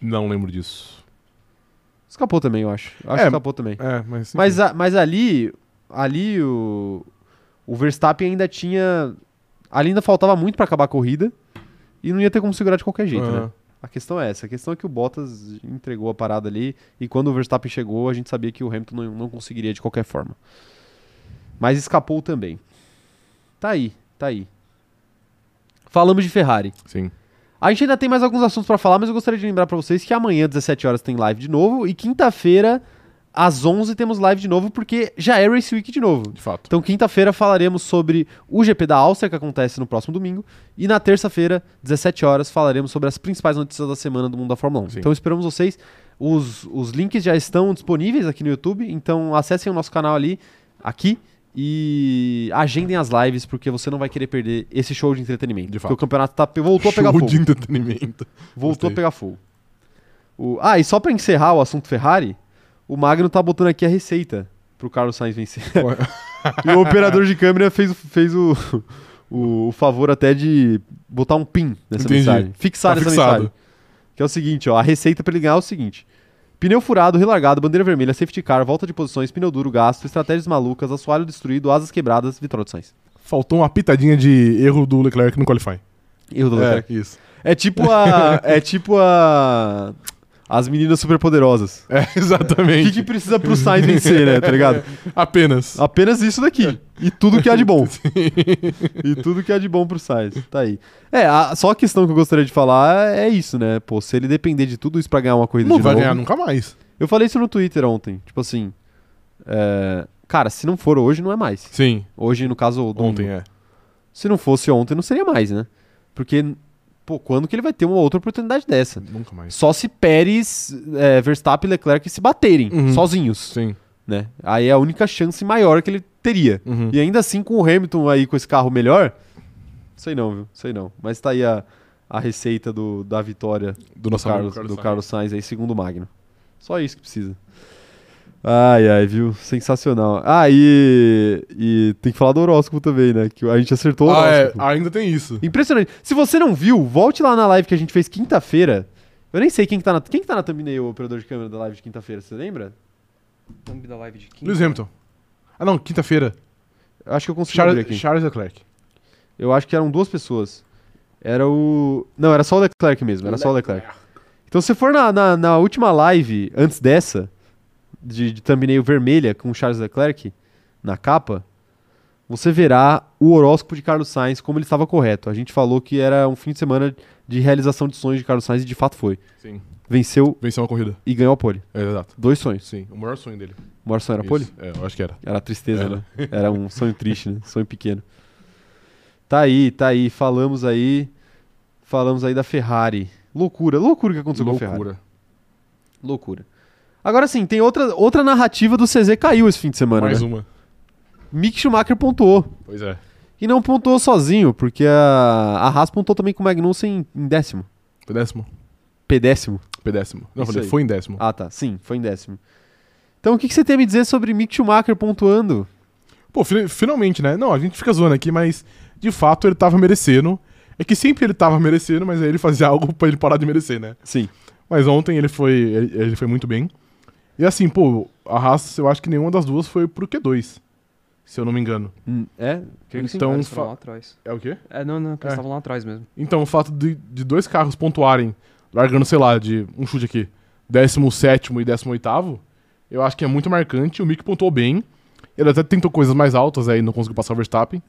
[SPEAKER 2] Não lembro disso.
[SPEAKER 1] Escapou também, eu acho. Eu Acho
[SPEAKER 2] É,
[SPEAKER 1] que escapou também.
[SPEAKER 2] É, mas...
[SPEAKER 1] Mas, a- mas ali, ali o, o Verstappen ainda tinha. Ali ainda faltava muito pra acabar a corrida e não ia ter como segurar de qualquer jeito, né? A questão é essa. A questão é que o Bottas entregou a parada ali e quando o Verstappen chegou, a gente sabia que o Hamilton não, não conseguiria de qualquer forma. Mas escapou também. Tá aí, tá aí. Falamos de Ferrari.
[SPEAKER 2] Sim.
[SPEAKER 1] A gente ainda tem mais alguns assuntos pra falar, mas eu gostaria de lembrar pra vocês que amanhã, 17 horas, tem live de novo. E quinta-feira, às 11, temos live de novo, porque já é Race Week de novo.
[SPEAKER 2] De fato.
[SPEAKER 1] Então, quinta-feira falaremos sobre o GP da Áustria, que acontece no próximo domingo. E na terça-feira, 17 horas, falaremos sobre as principais notícias da semana do mundo da Fórmula 1.
[SPEAKER 2] Sim.
[SPEAKER 1] Então, esperamos vocês. Os, os links já estão disponíveis aqui no YouTube, então acessem o nosso canal ali, aqui, e agendem as lives, porque você não vai querer perder esse show de entretenimento.
[SPEAKER 2] De
[SPEAKER 1] porque
[SPEAKER 2] fato.
[SPEAKER 1] o campeonato tá, voltou a pegar
[SPEAKER 2] Show
[SPEAKER 1] fogo.
[SPEAKER 2] de entretenimento.
[SPEAKER 1] Voltou
[SPEAKER 2] Gostei.
[SPEAKER 1] a pegar fogo. O- Ah, e só pra encerrar o assunto Ferrari, o Magno tá botando aqui a receita pro Carlos Sainz vencer.
[SPEAKER 2] Ué.
[SPEAKER 1] e o operador de câmera fez, o- fez o, o, o favor até de botar um pin nessa
[SPEAKER 2] Entendi.
[SPEAKER 1] mensagem. Fixar
[SPEAKER 2] Tá
[SPEAKER 1] essa
[SPEAKER 2] fixado.
[SPEAKER 1] mensagem. Que é o seguinte, ó, a receita pra ele ganhar é o seguinte. Pneu furado, relargado, bandeira vermelha, safety car, volta de posições, pneu duro, gasto, estratégias malucas, assoalho destruído, asas quebradas, vitória do Sainz.
[SPEAKER 2] Faltou uma pitadinha de erro do Leclerc no qualifying.
[SPEAKER 1] Erro do Leclerc.
[SPEAKER 2] É, isso.
[SPEAKER 1] É tipo a... é tipo a... As meninas superpoderosas.
[SPEAKER 2] É,
[SPEAKER 1] O que,
[SPEAKER 2] exatamente.
[SPEAKER 1] que Ah, precisa pro Sainz vencer, né? Tá ligado?
[SPEAKER 2] Apenas.
[SPEAKER 1] Apenas isso daqui. E tudo que há de bom. e tudo que há de bom pro Sainz. Tá aí. É, a- só a questão que eu gostaria de falar é isso, né? Pô, se ele depender de tudo isso pra ganhar uma corrida
[SPEAKER 2] Não
[SPEAKER 1] de
[SPEAKER 2] vai
[SPEAKER 1] novo-
[SPEAKER 2] ganhar nunca mais.
[SPEAKER 1] Eu falei isso no Twitter ontem. Tipo assim. é, Cara, se não for hoje, não é mais.
[SPEAKER 2] Sim,
[SPEAKER 1] Hoje, no caso, domingo.
[SPEAKER 2] ontem é.
[SPEAKER 1] Se não fosse ontem, não seria mais, né? Porque, pô, quando que ele vai ter uma outra oportunidade dessa?
[SPEAKER 2] Nunca mais.
[SPEAKER 1] Só se Pérez, é, Verstappen e Leclerc se baterem,
[SPEAKER 2] Uhum.
[SPEAKER 1] sozinhos
[SPEAKER 2] Sim.
[SPEAKER 1] né? Aí é a única chance maior que ele teria.
[SPEAKER 2] Uhum.
[SPEAKER 1] E ainda assim, com o Hamilton aí com esse carro melhor, sei não, viu? Sei não. Mas tá aí a, a receita do, da vitória
[SPEAKER 2] Do
[SPEAKER 1] do
[SPEAKER 2] nosso amigo
[SPEAKER 1] Carlos, do Carlos Sainz aí, segundo o Magno. Só isso que precisa. Ai, ai, viu? Sensacional. Ah, e, e tem que falar do horóscopo também, né? Que a gente acertou o
[SPEAKER 2] Ah, é,
[SPEAKER 1] horóscopo.
[SPEAKER 2] ainda tem isso.
[SPEAKER 1] Impressionante. Se você não viu, volte lá na live que a gente fez quinta-feira. Eu nem sei quem que tá na, quem que tá na thumbnail, o operador de câmera da live de quinta-feira, você lembra?
[SPEAKER 3] Thumb da live de quinta.
[SPEAKER 2] Lewis Hamilton. Ah, não, quinta-feira.
[SPEAKER 1] Eu Acho que eu consigo abrir
[SPEAKER 2] Charles,
[SPEAKER 1] aqui.
[SPEAKER 2] Charles Leclerc.
[SPEAKER 1] Eu acho que eram duas pessoas. Era o. Não, era só o Leclerc mesmo, era só o Leclerc. Então, se for na, na, na última live antes dessa, de, de thumbnail vermelha com o Charles Leclerc na capa, você verá o horóscopo de Carlos Sainz, como ele estava correto. A gente falou que era um fim de semana de realização de sonhos de Carlos Sainz e de fato foi.
[SPEAKER 2] Sim.
[SPEAKER 1] Venceu
[SPEAKER 2] Venceu uma corrida.
[SPEAKER 1] e ganhou a pole.
[SPEAKER 2] É, exato.
[SPEAKER 1] Dois sonhos.
[SPEAKER 2] Sim, o maior sonho dele.
[SPEAKER 1] O maior sonho era a
[SPEAKER 2] Isso.
[SPEAKER 1] pole?
[SPEAKER 2] É, eu acho que era.
[SPEAKER 1] Era tristeza,
[SPEAKER 2] Era.
[SPEAKER 1] né? Era um sonho triste, né? Sonho pequeno. Tá aí, tá aí. Falamos aí. Falamos aí da Ferrari. Loucura, loucura que aconteceu com a Ferrari.
[SPEAKER 2] Loucura.
[SPEAKER 1] Loucura. Agora sim, tem outra, outra narrativa do CZ caiu esse fim de semana,
[SPEAKER 2] Mais um.
[SPEAKER 1] né?
[SPEAKER 2] uma.
[SPEAKER 1] Mick Schumacher pontuou.
[SPEAKER 2] Pois é.
[SPEAKER 1] E não pontuou sozinho, porque a, a Haas pontuou também com o Magnussen em décimo.
[SPEAKER 2] Foi décimo.
[SPEAKER 1] Pedécimo.
[SPEAKER 2] P décimo. Não, eu
[SPEAKER 1] Isso
[SPEAKER 2] falei,
[SPEAKER 1] aí.
[SPEAKER 2] foi em décimo.
[SPEAKER 1] Ah, tá. Sim, foi em décimo. Então o que, que você tem a me dizer sobre Mick Schumacher pontuando?
[SPEAKER 2] Pô, fi- finalmente, né? Não, a gente fica zoando aqui, mas de fato ele tava merecendo. É que sempre ele tava merecendo, mas aí ele fazia algo pra ele parar de merecer, né?
[SPEAKER 1] Sim.
[SPEAKER 2] Mas ontem ele foi, ele, ele foi muito bem. E assim, pô, a Haas, eu acho que nenhuma das duas foi pro Q2, se eu não me engano.
[SPEAKER 1] é?
[SPEAKER 3] né?
[SPEAKER 1] Creio que sim.
[SPEAKER 2] Então,
[SPEAKER 3] Eles foram
[SPEAKER 2] fa-
[SPEAKER 3] lá atrás.
[SPEAKER 2] é o quê?
[SPEAKER 3] É, não, não,
[SPEAKER 2] É.
[SPEAKER 3] que eles estavam lá atrás mesmo.
[SPEAKER 2] Então, o fato de, de dois carros pontuarem, largando, sei lá, de um chute aqui, 17 e 18, eu acho que é muito marcante. O Mick pontuou bem. Ele até tentou coisas mais altas aí, não conseguiu passar o Verstappen.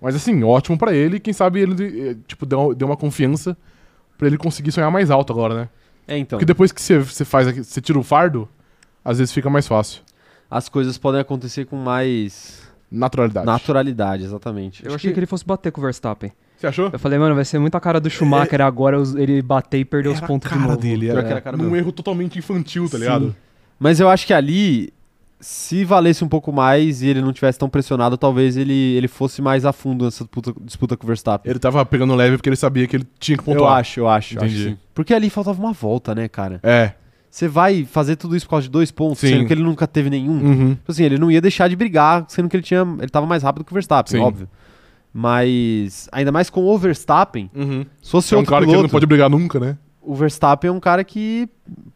[SPEAKER 2] Mas assim, ótimo pra ele. Quem sabe ele eh, tipo, deu, deu uma confiança pra ele conseguir sonhar mais alto agora, né?
[SPEAKER 1] É, então.
[SPEAKER 2] Porque depois que você você faz, aqui- você tira o fardo, às vezes fica mais fácil.
[SPEAKER 1] As coisas podem acontecer com mais
[SPEAKER 2] Naturalidade.
[SPEAKER 1] naturalidade, exatamente.
[SPEAKER 3] Eu achei que... ele fosse bater com o Verstappen.
[SPEAKER 2] Você achou?
[SPEAKER 3] Eu falei, mano, vai ser muita cara do Schumacher agora os- ele bater e perder os pontos de novo.
[SPEAKER 1] Pior que era cara
[SPEAKER 2] um
[SPEAKER 1] mesmo.
[SPEAKER 2] erro totalmente infantil, tá
[SPEAKER 1] Sim.
[SPEAKER 2] ligado?
[SPEAKER 1] Mas eu acho que ali, se valesse um pouco mais e ele não tivesse tão pressionado, talvez ele, ele fosse mais a fundo nessa disputa, disputa com o Verstappen.
[SPEAKER 2] Ele tava pegando leve porque ele sabia que ele tinha que
[SPEAKER 1] Eu
[SPEAKER 2] pontuar.
[SPEAKER 1] acho, eu acho. acho
[SPEAKER 2] Entendi.
[SPEAKER 1] sim. Porque ali faltava uma volta, né, cara?
[SPEAKER 2] É.
[SPEAKER 1] Você vai fazer tudo isso por causa de dois pontos,
[SPEAKER 2] Sim.
[SPEAKER 1] sendo que ele nunca teve nenhum.
[SPEAKER 2] Uhum.
[SPEAKER 1] Tipo assim, ele não ia deixar de brigar, sendo que ele tinha. Ele tava mais rápido que o Verstappen,
[SPEAKER 2] Sim.
[SPEAKER 1] óbvio. Mas ainda mais com o Verstappen,
[SPEAKER 2] Uhum.
[SPEAKER 1] se fosse
[SPEAKER 2] É um
[SPEAKER 1] outro
[SPEAKER 2] cara que
[SPEAKER 1] piloto,
[SPEAKER 2] não pode brigar nunca, né?
[SPEAKER 1] o Verstappen é um cara que,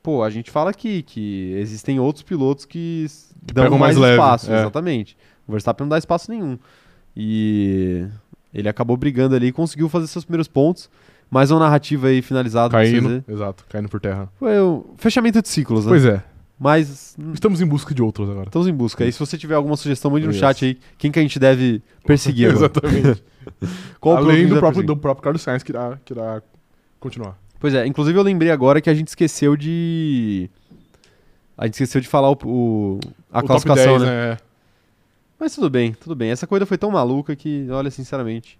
[SPEAKER 1] pô, a gente fala aqui que existem outros pilotos que, s- dão
[SPEAKER 2] pegam
[SPEAKER 1] mais,
[SPEAKER 2] mais leve,
[SPEAKER 1] espaço,
[SPEAKER 2] é.
[SPEAKER 1] exatamente. O Verstappen não dá espaço nenhum. E ele acabou brigando ali e conseguiu fazer seus primeiros pontos. Mais uma narrativa aí finalizada pra vocês
[SPEAKER 2] Caindo.
[SPEAKER 1] verem.
[SPEAKER 2] Exato, caindo por terra.
[SPEAKER 1] Foi o fechamento de ciclos, né?
[SPEAKER 2] Pois é,
[SPEAKER 1] Mas hum,
[SPEAKER 2] estamos em busca de outros agora.
[SPEAKER 1] estamos em busca. E se você tiver alguma sugestão, mande no
[SPEAKER 2] Yes.
[SPEAKER 1] chat aí quem que a gente deve perseguir agora.
[SPEAKER 2] Exatamente.
[SPEAKER 1] Qual o piloto que a
[SPEAKER 2] Além
[SPEAKER 1] gente
[SPEAKER 2] do
[SPEAKER 1] deve
[SPEAKER 2] próprio,
[SPEAKER 1] perseguir?
[SPEAKER 2] do próprio Carlos Sainz, que irá, que irá continuar.
[SPEAKER 1] Pois é, inclusive eu lembrei agora que a gente esqueceu de. A gente esqueceu de falar o, o- a
[SPEAKER 2] O top
[SPEAKER 1] classificação,
[SPEAKER 2] 10,
[SPEAKER 1] né?
[SPEAKER 2] né? é.
[SPEAKER 1] Mas tudo bem, tudo bem. Essa corrida foi tão maluca que, olha, sinceramente.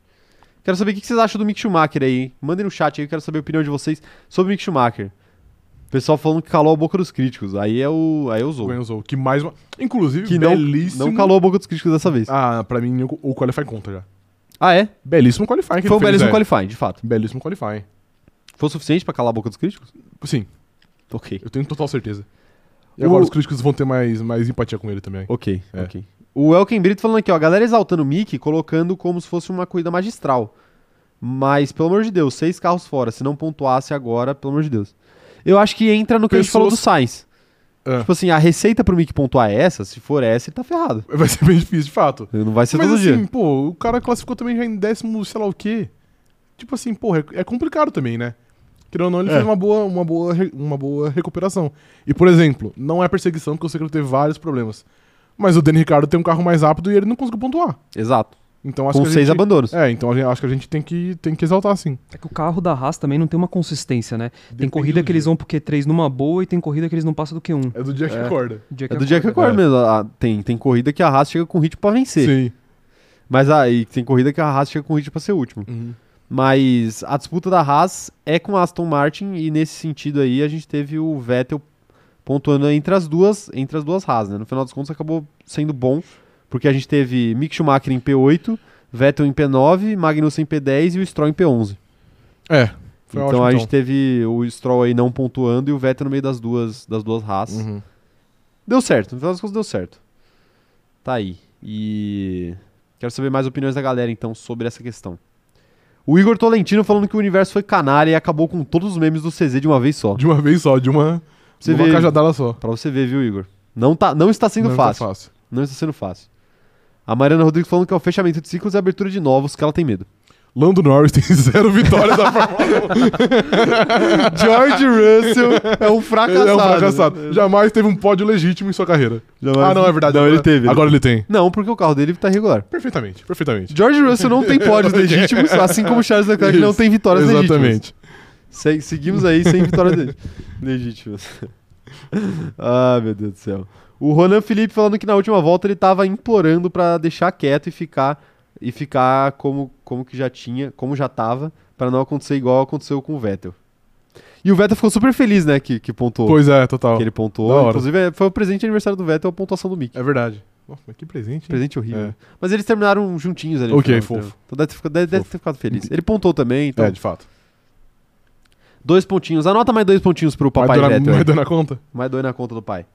[SPEAKER 1] Quero saber o que que vocês acham do Mick Schumacher aí. hein? Mandem no chat aí, eu quero saber a opinião de vocês sobre o Mick Schumacher. O pessoal falando que calou a boca dos críticos. Aí é o. Aí eu
[SPEAKER 2] O
[SPEAKER 1] zoo.
[SPEAKER 2] Gwen Zou, Que mais uma. Inclusive,
[SPEAKER 1] Que não,
[SPEAKER 2] um belíssimo.
[SPEAKER 1] não calou a boca dos críticos dessa vez. Ah,
[SPEAKER 2] Ah, pra mim, o, o Qualify conta já.
[SPEAKER 1] é?
[SPEAKER 2] Belíssimo Qualify. que
[SPEAKER 1] Foi um
[SPEAKER 2] ele fez,
[SPEAKER 1] belíssimo
[SPEAKER 2] é.
[SPEAKER 1] qualifying, de fato.
[SPEAKER 2] Belíssimo Qualify.
[SPEAKER 1] Foi o suficiente pra calar a boca dos críticos?
[SPEAKER 2] Sim,
[SPEAKER 1] Ok.
[SPEAKER 2] eu tenho total certeza. E
[SPEAKER 1] O-
[SPEAKER 2] agora os críticos vão ter mais, mais empatia com ele também.
[SPEAKER 1] Ok,
[SPEAKER 2] É.
[SPEAKER 1] ok. O Elken Brito falando aqui, ó, a galera exaltando o Mickey, colocando como se fosse uma corrida magistral. Mas, pelo amor de Deus, seis carros fora. Se não pontuasse agora, pelo amor de Deus. Eu acho que entra no que a gente
[SPEAKER 2] Pessoas-
[SPEAKER 1] falou do Sainz.
[SPEAKER 2] Ah.
[SPEAKER 1] Tipo assim, a receita pro Mickey pontuar é essa. Se for essa, ele tá ferrado.
[SPEAKER 2] Vai ser bem difícil, de fato.
[SPEAKER 1] Não vai ser
[SPEAKER 2] Mas
[SPEAKER 1] todo
[SPEAKER 2] assim,
[SPEAKER 1] dia.
[SPEAKER 2] pô, o cara classificou também já em décimo, sei lá o quê. Tipo assim, porra, é, é complicado também, né? Querendo ou não, ele
[SPEAKER 1] É.
[SPEAKER 2] fez uma boa, uma, boa, re- uma boa recuperação. E, por exemplo, não é perseguição, porque eu sei que ele teve vários problemas. Mas o Dani Ricardo tem um carro mais rápido e ele não conseguiu pontuar.
[SPEAKER 1] Exato.
[SPEAKER 2] Então acho
[SPEAKER 1] Com
[SPEAKER 2] que a
[SPEAKER 1] seis
[SPEAKER 2] gente...
[SPEAKER 1] abandonos.
[SPEAKER 2] É, então a gente- acho que a gente tem que, tem que exaltar, sim.
[SPEAKER 3] É que o carro da Haas também não tem uma consistência, né?
[SPEAKER 2] Depende
[SPEAKER 3] Tem corrida
[SPEAKER 2] do
[SPEAKER 3] que eles
[SPEAKER 2] dia.
[SPEAKER 3] vão pro Q3 numa boa e tem corrida que eles não passam do Q1.
[SPEAKER 2] É do dia que acorda.
[SPEAKER 3] O dia
[SPEAKER 1] É do dia que acorda
[SPEAKER 2] É.
[SPEAKER 1] mesmo. Ah, tem, tem corrida que a Haas chega com ritmo pra vencer.
[SPEAKER 2] Sim.
[SPEAKER 1] Mas aí tem corrida que a Haas chega com ritmo pra ser último.
[SPEAKER 3] Uhum.
[SPEAKER 1] Mas a disputa da Haas é com a Aston Martin e nesse sentido aí a gente teve o Vettel pontuando entre as duas, entre as duas Haas, né? No final dos contos acabou sendo bom, porque a gente teve Mick Schumacher em P8, Vettel em P9, Magnussen em P10 e o Stroll em P11.
[SPEAKER 2] É. Foi
[SPEAKER 1] então
[SPEAKER 2] ótimo,
[SPEAKER 1] a gente
[SPEAKER 2] então.
[SPEAKER 1] teve o Stroll aí não pontuando e o Vettel no meio das duas, das duas Haas.
[SPEAKER 2] Uhum.
[SPEAKER 1] Deu certo, no final das contas deu certo. Tá aí. E quero saber mais opiniões da galera então sobre essa questão. O Igor Tolentino falando que o universo foi canalha e acabou com todos os memes do CZ de uma vez só.
[SPEAKER 2] De uma vez só, de uma,
[SPEAKER 1] Você
[SPEAKER 2] de uma
[SPEAKER 1] vê-
[SPEAKER 2] cajadada só.
[SPEAKER 1] Pra você ver, viu, Igor? Não, tá, não está sendo
[SPEAKER 2] Não tá
[SPEAKER 1] fácil. Não está sendo fácil. A Mariana Rodrigues falando que é o fechamento de ciclos e a abertura de novos que ela tem medo.
[SPEAKER 2] Lando Norris tem zero vitórias da Fórmula 1.
[SPEAKER 1] George Russell é um fracassado.
[SPEAKER 2] Ele é um fracassado. Jamais teve um pódio legítimo em sua carreira.
[SPEAKER 1] Jamais-
[SPEAKER 2] Ah, não, é verdade.
[SPEAKER 1] Não,
[SPEAKER 2] agora,
[SPEAKER 1] ele teve, ele
[SPEAKER 2] Agora ele tem.
[SPEAKER 1] Não, porque o carro dele tá regular.
[SPEAKER 2] Perfeitamente, perfeitamente.
[SPEAKER 1] George Russell não tem pódios legítimos, assim como Charles Leclerc não tem vitórias legítimas.
[SPEAKER 2] Exatamente.
[SPEAKER 1] Se- seguimos aí sem vitórias le- legítimas. ah, meu Deus do céu. O Ronan Felipe falando que na última volta ele tava implorando pra deixar quieto e ficar e ficar como como que já tinha, como já tava, pra não acontecer igual aconteceu com o Vettel. E o Vettel ficou super feliz, né, que, que pontuou.
[SPEAKER 2] Pois é, total.
[SPEAKER 1] Que ele pontuou.
[SPEAKER 2] Da hora.
[SPEAKER 1] Inclusive, é- foi o presente de aniversário do Vettel a pontuação do Mick.
[SPEAKER 2] É verdade. Nossa, mas que presente. hein?
[SPEAKER 1] Presente horrível.
[SPEAKER 2] É.
[SPEAKER 1] Mas eles terminaram juntinhos ali. no
[SPEAKER 2] Ok,
[SPEAKER 1] final,
[SPEAKER 2] fofo. tipo-
[SPEAKER 1] Então deve ter, ficado, deve, deve ter ficado feliz. Ele pontou também, então.
[SPEAKER 2] É, de fato.
[SPEAKER 1] Dois pontinhos. Anota mais dois pontinhos pro
[SPEAKER 2] Vai
[SPEAKER 1] papai
[SPEAKER 2] dar na-
[SPEAKER 1] Vettel.
[SPEAKER 2] vai
[SPEAKER 1] aí.
[SPEAKER 2] dar na conta?
[SPEAKER 1] Mais dois na conta do pai.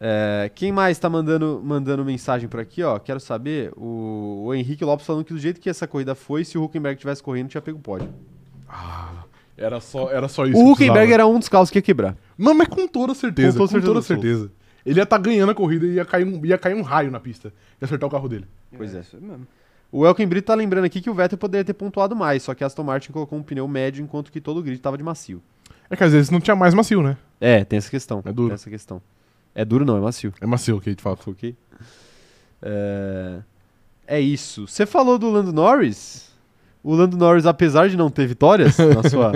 [SPEAKER 1] É, quem mais tá mandando, mandando mensagem por aqui, ó? Quero saber, o, o Henrique Lopes falando que do jeito que essa corrida foi, se o Huckenberg tivesse correndo, tinha pego o pódio.
[SPEAKER 2] Era só, era só isso.
[SPEAKER 1] O
[SPEAKER 2] que
[SPEAKER 1] Huckenberg
[SPEAKER 2] precisava.
[SPEAKER 1] era um dos carros que ia quebrar.
[SPEAKER 2] Não, mas com toda certeza.
[SPEAKER 1] Com
[SPEAKER 2] Com,
[SPEAKER 1] toda certeza
[SPEAKER 2] toda
[SPEAKER 1] absoluta.
[SPEAKER 2] certeza. Ele ia estar ganhando a corrida e ia cair, um, ia cair um raio na pista. Ia acertar o carro dele.
[SPEAKER 1] Pois é.
[SPEAKER 4] isso aí mesmo.
[SPEAKER 1] O Elkin Brito tá lembrando aqui que o Vettel poderia ter pontuado mais, só que a Aston Martin colocou um pneu médio enquanto que todo o grid tava de macio.
[SPEAKER 2] É que às vezes não tinha mais macio, né?
[SPEAKER 1] É, tem essa questão.
[SPEAKER 2] É duro.
[SPEAKER 1] Tem essa questão. É duro não, é macio.
[SPEAKER 2] É macio, ok, de fato.
[SPEAKER 1] Ok? É, é isso. Você falou do Lando Norris. O Lando Norris, apesar de não ter vitórias na sua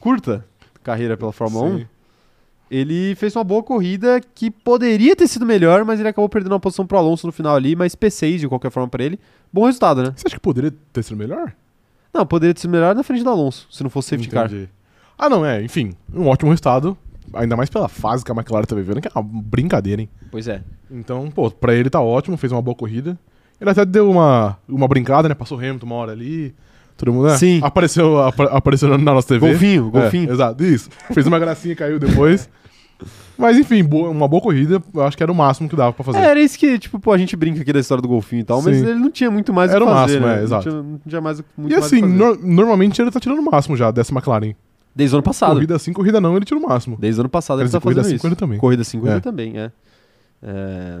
[SPEAKER 1] curta carreira pela Fórmula 1,
[SPEAKER 2] Sim.
[SPEAKER 1] ele fez uma boa corrida que poderia ter sido melhor, mas ele acabou perdendo uma posição pro Alonso no final ali, mas P6 de qualquer forma pra ele. Bom resultado, né?
[SPEAKER 2] Você acha que poderia ter sido melhor?
[SPEAKER 1] Não, poderia ter sido melhor na frente do Alonso, se não fosse safety car.
[SPEAKER 2] Entendi. Ah, não, é, enfim. Um ótimo resultado. Ainda mais pela fase que a McLaren tá vivendo, que é uma brincadeira, hein?
[SPEAKER 1] Pois é.
[SPEAKER 2] Então, pô, pra ele tá ótimo, fez uma boa corrida. Ele até deu uma, uma brincada, né? Passou o Hamilton uma hora ali. Todo mundo, né?
[SPEAKER 1] Sim.
[SPEAKER 2] Apareceu, apa- apareceu na nossa TV.
[SPEAKER 1] Golfinho, golfinho.
[SPEAKER 2] É, exato, isso. Fez uma gracinha e caiu depois. Mas enfim, boa- uma boa corrida. Eu acho que era o máximo que dava pra fazer.
[SPEAKER 1] É, era isso que, tipo, pô, a gente brinca aqui da história do golfinho e tal, mas
[SPEAKER 2] Sim.
[SPEAKER 1] ele não tinha muito mais
[SPEAKER 2] Era
[SPEAKER 1] o
[SPEAKER 2] o
[SPEAKER 1] que fazer,
[SPEAKER 2] máximo,
[SPEAKER 1] né?
[SPEAKER 2] é,
[SPEAKER 1] Não
[SPEAKER 2] exato.
[SPEAKER 1] tinha- Não tinha mais o- muito
[SPEAKER 2] e
[SPEAKER 1] mais o que
[SPEAKER 2] assim,
[SPEAKER 1] fazer.
[SPEAKER 2] nor- normalmente ele tá tirando o máximo já dessa McLaren.
[SPEAKER 1] Desde o ano passado. né?
[SPEAKER 2] Corrida sim, corrida não, ele tira o máximo.
[SPEAKER 1] Desde o ano passado ele
[SPEAKER 2] Quer dizer,
[SPEAKER 1] tá fazendo
[SPEAKER 2] corrida
[SPEAKER 1] isso.
[SPEAKER 2] 50 também.
[SPEAKER 1] Corrida 50
[SPEAKER 2] É.
[SPEAKER 1] também, é. É,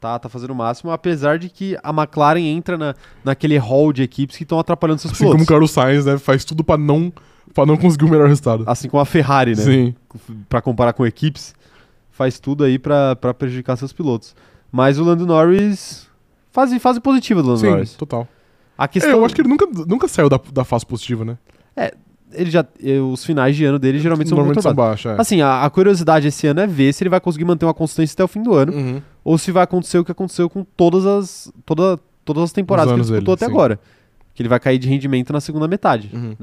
[SPEAKER 1] Tá, tá fazendo o máximo, apesar de que a McLaren entra na, naquele hall de equipes que estão atrapalhando seus
[SPEAKER 2] Assim como
[SPEAKER 1] pilotos.
[SPEAKER 2] o Carlos Sainz, né? Faz tudo pra não, pra não conseguir o melhor resultado.
[SPEAKER 1] Assim como a Ferrari, né?
[SPEAKER 2] Sim.
[SPEAKER 1] Pra comparar com equipes, faz tudo aí pra pra prejudicar seus pilotos. Mas o Lando Norris... Fase, fase positiva do Lando
[SPEAKER 2] Sim,
[SPEAKER 1] Norris.
[SPEAKER 2] total.
[SPEAKER 1] A
[SPEAKER 2] É,
[SPEAKER 1] questão...
[SPEAKER 2] eu acho que ele nunca, nunca saiu da, da fase positiva, né?
[SPEAKER 1] ele já, eh, os finais de ano dele geralmente são muito
[SPEAKER 2] Normalmente são
[SPEAKER 1] conturbados.
[SPEAKER 2] baixos, é.
[SPEAKER 1] Assim, a, a curiosidade esse ano é ver se ele vai conseguir manter uma constância até o fim do ano,
[SPEAKER 2] Uhum.
[SPEAKER 1] ou se vai acontecer o que aconteceu com todas as, toda, todas as temporadas
[SPEAKER 2] Os
[SPEAKER 1] que ele
[SPEAKER 2] anos
[SPEAKER 1] disputou
[SPEAKER 2] dele,
[SPEAKER 1] até
[SPEAKER 2] sim.
[SPEAKER 1] agora. Que ele vai cair de rendimento na segunda metade.
[SPEAKER 2] Uhum.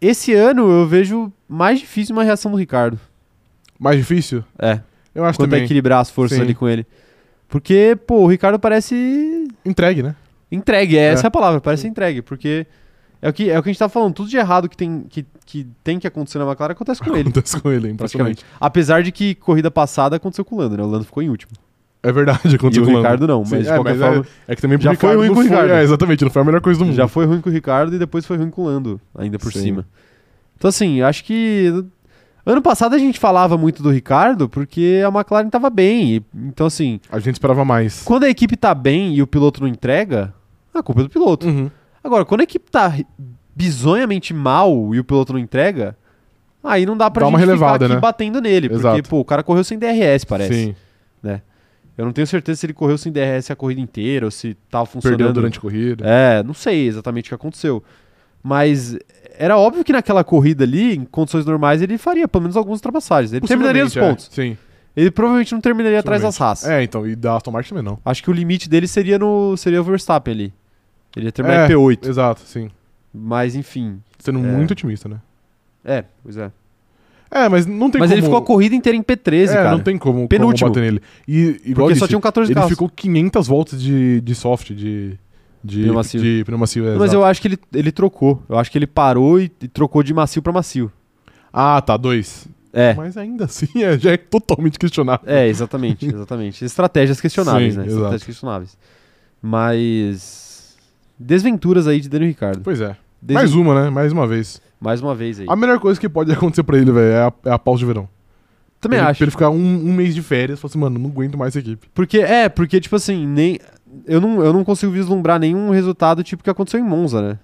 [SPEAKER 1] Esse ano eu vejo mais difícil uma reação do Ricardo.
[SPEAKER 2] Mais difícil?
[SPEAKER 1] É.
[SPEAKER 2] Eu acho
[SPEAKER 1] Quanto é
[SPEAKER 2] também.
[SPEAKER 1] equilibrar as forças
[SPEAKER 2] Sim.
[SPEAKER 1] ali com ele. Porque, pô, o Ricardo parece
[SPEAKER 2] Entregue, né?
[SPEAKER 1] Entregue, é,
[SPEAKER 2] É.
[SPEAKER 1] essa é a palavra, parece entregue, porque é o que, é o que a gente tá falando, tudo de errado que tem que, que, tem que acontecer na McLaren acontece com ele,
[SPEAKER 2] Acontece com ele, é impressionante.
[SPEAKER 1] praticamente. Apesar de que corrida passada aconteceu com o Lando, né? O Lando ficou em último.
[SPEAKER 2] É verdade,
[SPEAKER 1] E
[SPEAKER 2] aconteceu
[SPEAKER 1] o
[SPEAKER 2] com Lando.
[SPEAKER 1] Ricardo não, mas de qualquer
[SPEAKER 2] é-
[SPEAKER 1] forma-
[SPEAKER 2] É, que também
[SPEAKER 1] Já
[SPEAKER 2] pro
[SPEAKER 1] foi ruim
[SPEAKER 2] não
[SPEAKER 1] com o Ricardo.
[SPEAKER 2] É, exatamente, não foi a melhor coisa do mundo.
[SPEAKER 1] Já foi ruim com o Ricardo e depois foi ruim com o Lando, ainda por
[SPEAKER 2] Sim.
[SPEAKER 1] cima. Então, assim, acho que. Ano passado a gente falava muito do Ricardo porque a McLaren tava bem. e- Então, assim,
[SPEAKER 2] A gente esperava mais.
[SPEAKER 1] quando a equipe tá bem e o piloto não entrega, a culpa é do piloto.
[SPEAKER 2] Uhum.
[SPEAKER 1] Agora, quando a equipe tá ri- bizonhamente mal e o piloto não entrega, aí não dá pra
[SPEAKER 2] Dá
[SPEAKER 1] gente
[SPEAKER 2] uma relevada,
[SPEAKER 1] ficar aqui
[SPEAKER 2] né?
[SPEAKER 1] batendo nele. Porque,
[SPEAKER 2] Exato.
[SPEAKER 1] pô, o cara correu sem DRS, parece.
[SPEAKER 2] Sim,
[SPEAKER 1] Eu não tenho certeza se ele correu sem DRS a corrida inteira ou se tava funcionando.
[SPEAKER 2] perdeu durante a corrida.
[SPEAKER 1] É, não sei exatamente o que aconteceu. Mas era óbvio que naquela corrida ali, em condições normais, ele faria pelo menos algumas ultrapassagens. Ele terminaria os
[SPEAKER 2] Possivelmente, é.
[SPEAKER 1] pontos.
[SPEAKER 2] Sim.
[SPEAKER 1] Ele provavelmente não terminaria atrás das raças.
[SPEAKER 2] É, então, e da Aston Martin também não.
[SPEAKER 1] Acho que o limite dele seria no seria o Verstappen ali. Ele ia terminar
[SPEAKER 2] É.
[SPEAKER 1] em P8.
[SPEAKER 2] Exato, sim.
[SPEAKER 1] Mas enfim.
[SPEAKER 2] Sendo
[SPEAKER 1] É.
[SPEAKER 2] muito otimista, né?
[SPEAKER 1] É, pois é.
[SPEAKER 2] É, mas não tem
[SPEAKER 1] Mas
[SPEAKER 2] como...
[SPEAKER 1] ele ficou a corrida inteira em P13,
[SPEAKER 2] é,
[SPEAKER 1] cara.
[SPEAKER 2] não tem como, como
[SPEAKER 1] Penúltimo.
[SPEAKER 2] bater nele. E, igual
[SPEAKER 1] porque
[SPEAKER 2] eu
[SPEAKER 1] só um
[SPEAKER 2] disse,
[SPEAKER 1] tinham 14
[SPEAKER 2] ele
[SPEAKER 1] carros.
[SPEAKER 2] ficou 500 voltas de, de soft, de... De
[SPEAKER 1] Pneu macio.
[SPEAKER 2] De pneu macio, é,
[SPEAKER 1] Mas
[SPEAKER 2] exato.
[SPEAKER 1] eu acho que ele, ele trocou. Eu acho que ele parou e, e trocou de macio pra macio.
[SPEAKER 2] Ah, tá, dois.
[SPEAKER 1] É.
[SPEAKER 2] Mas ainda assim, é, já é totalmente questionável.
[SPEAKER 1] É, exatamente, exatamente. Estratégias questionáveis,
[SPEAKER 2] Sim,
[SPEAKER 1] né?
[SPEAKER 2] exato.
[SPEAKER 1] Estratégias questionáveis. Mas. Desventuras aí de Daniel Ricardo.
[SPEAKER 2] Pois é.
[SPEAKER 1] Desven-
[SPEAKER 2] Mais uma, né? Mais uma vez.
[SPEAKER 1] Mais uma vez aí.
[SPEAKER 2] A melhor coisa que pode acontecer pra ele, velho, é, a- é a pausa de verão.
[SPEAKER 1] Também
[SPEAKER 2] ele,
[SPEAKER 1] acho.
[SPEAKER 2] Pra ele ficar um, um mês de férias e falar assim, mano, não aguento mais essa equipe.
[SPEAKER 1] Porque, é, porque, tipo assim, nem. Eu não, eu não consigo vislumbrar nenhum resultado tipo que aconteceu em Monza, né?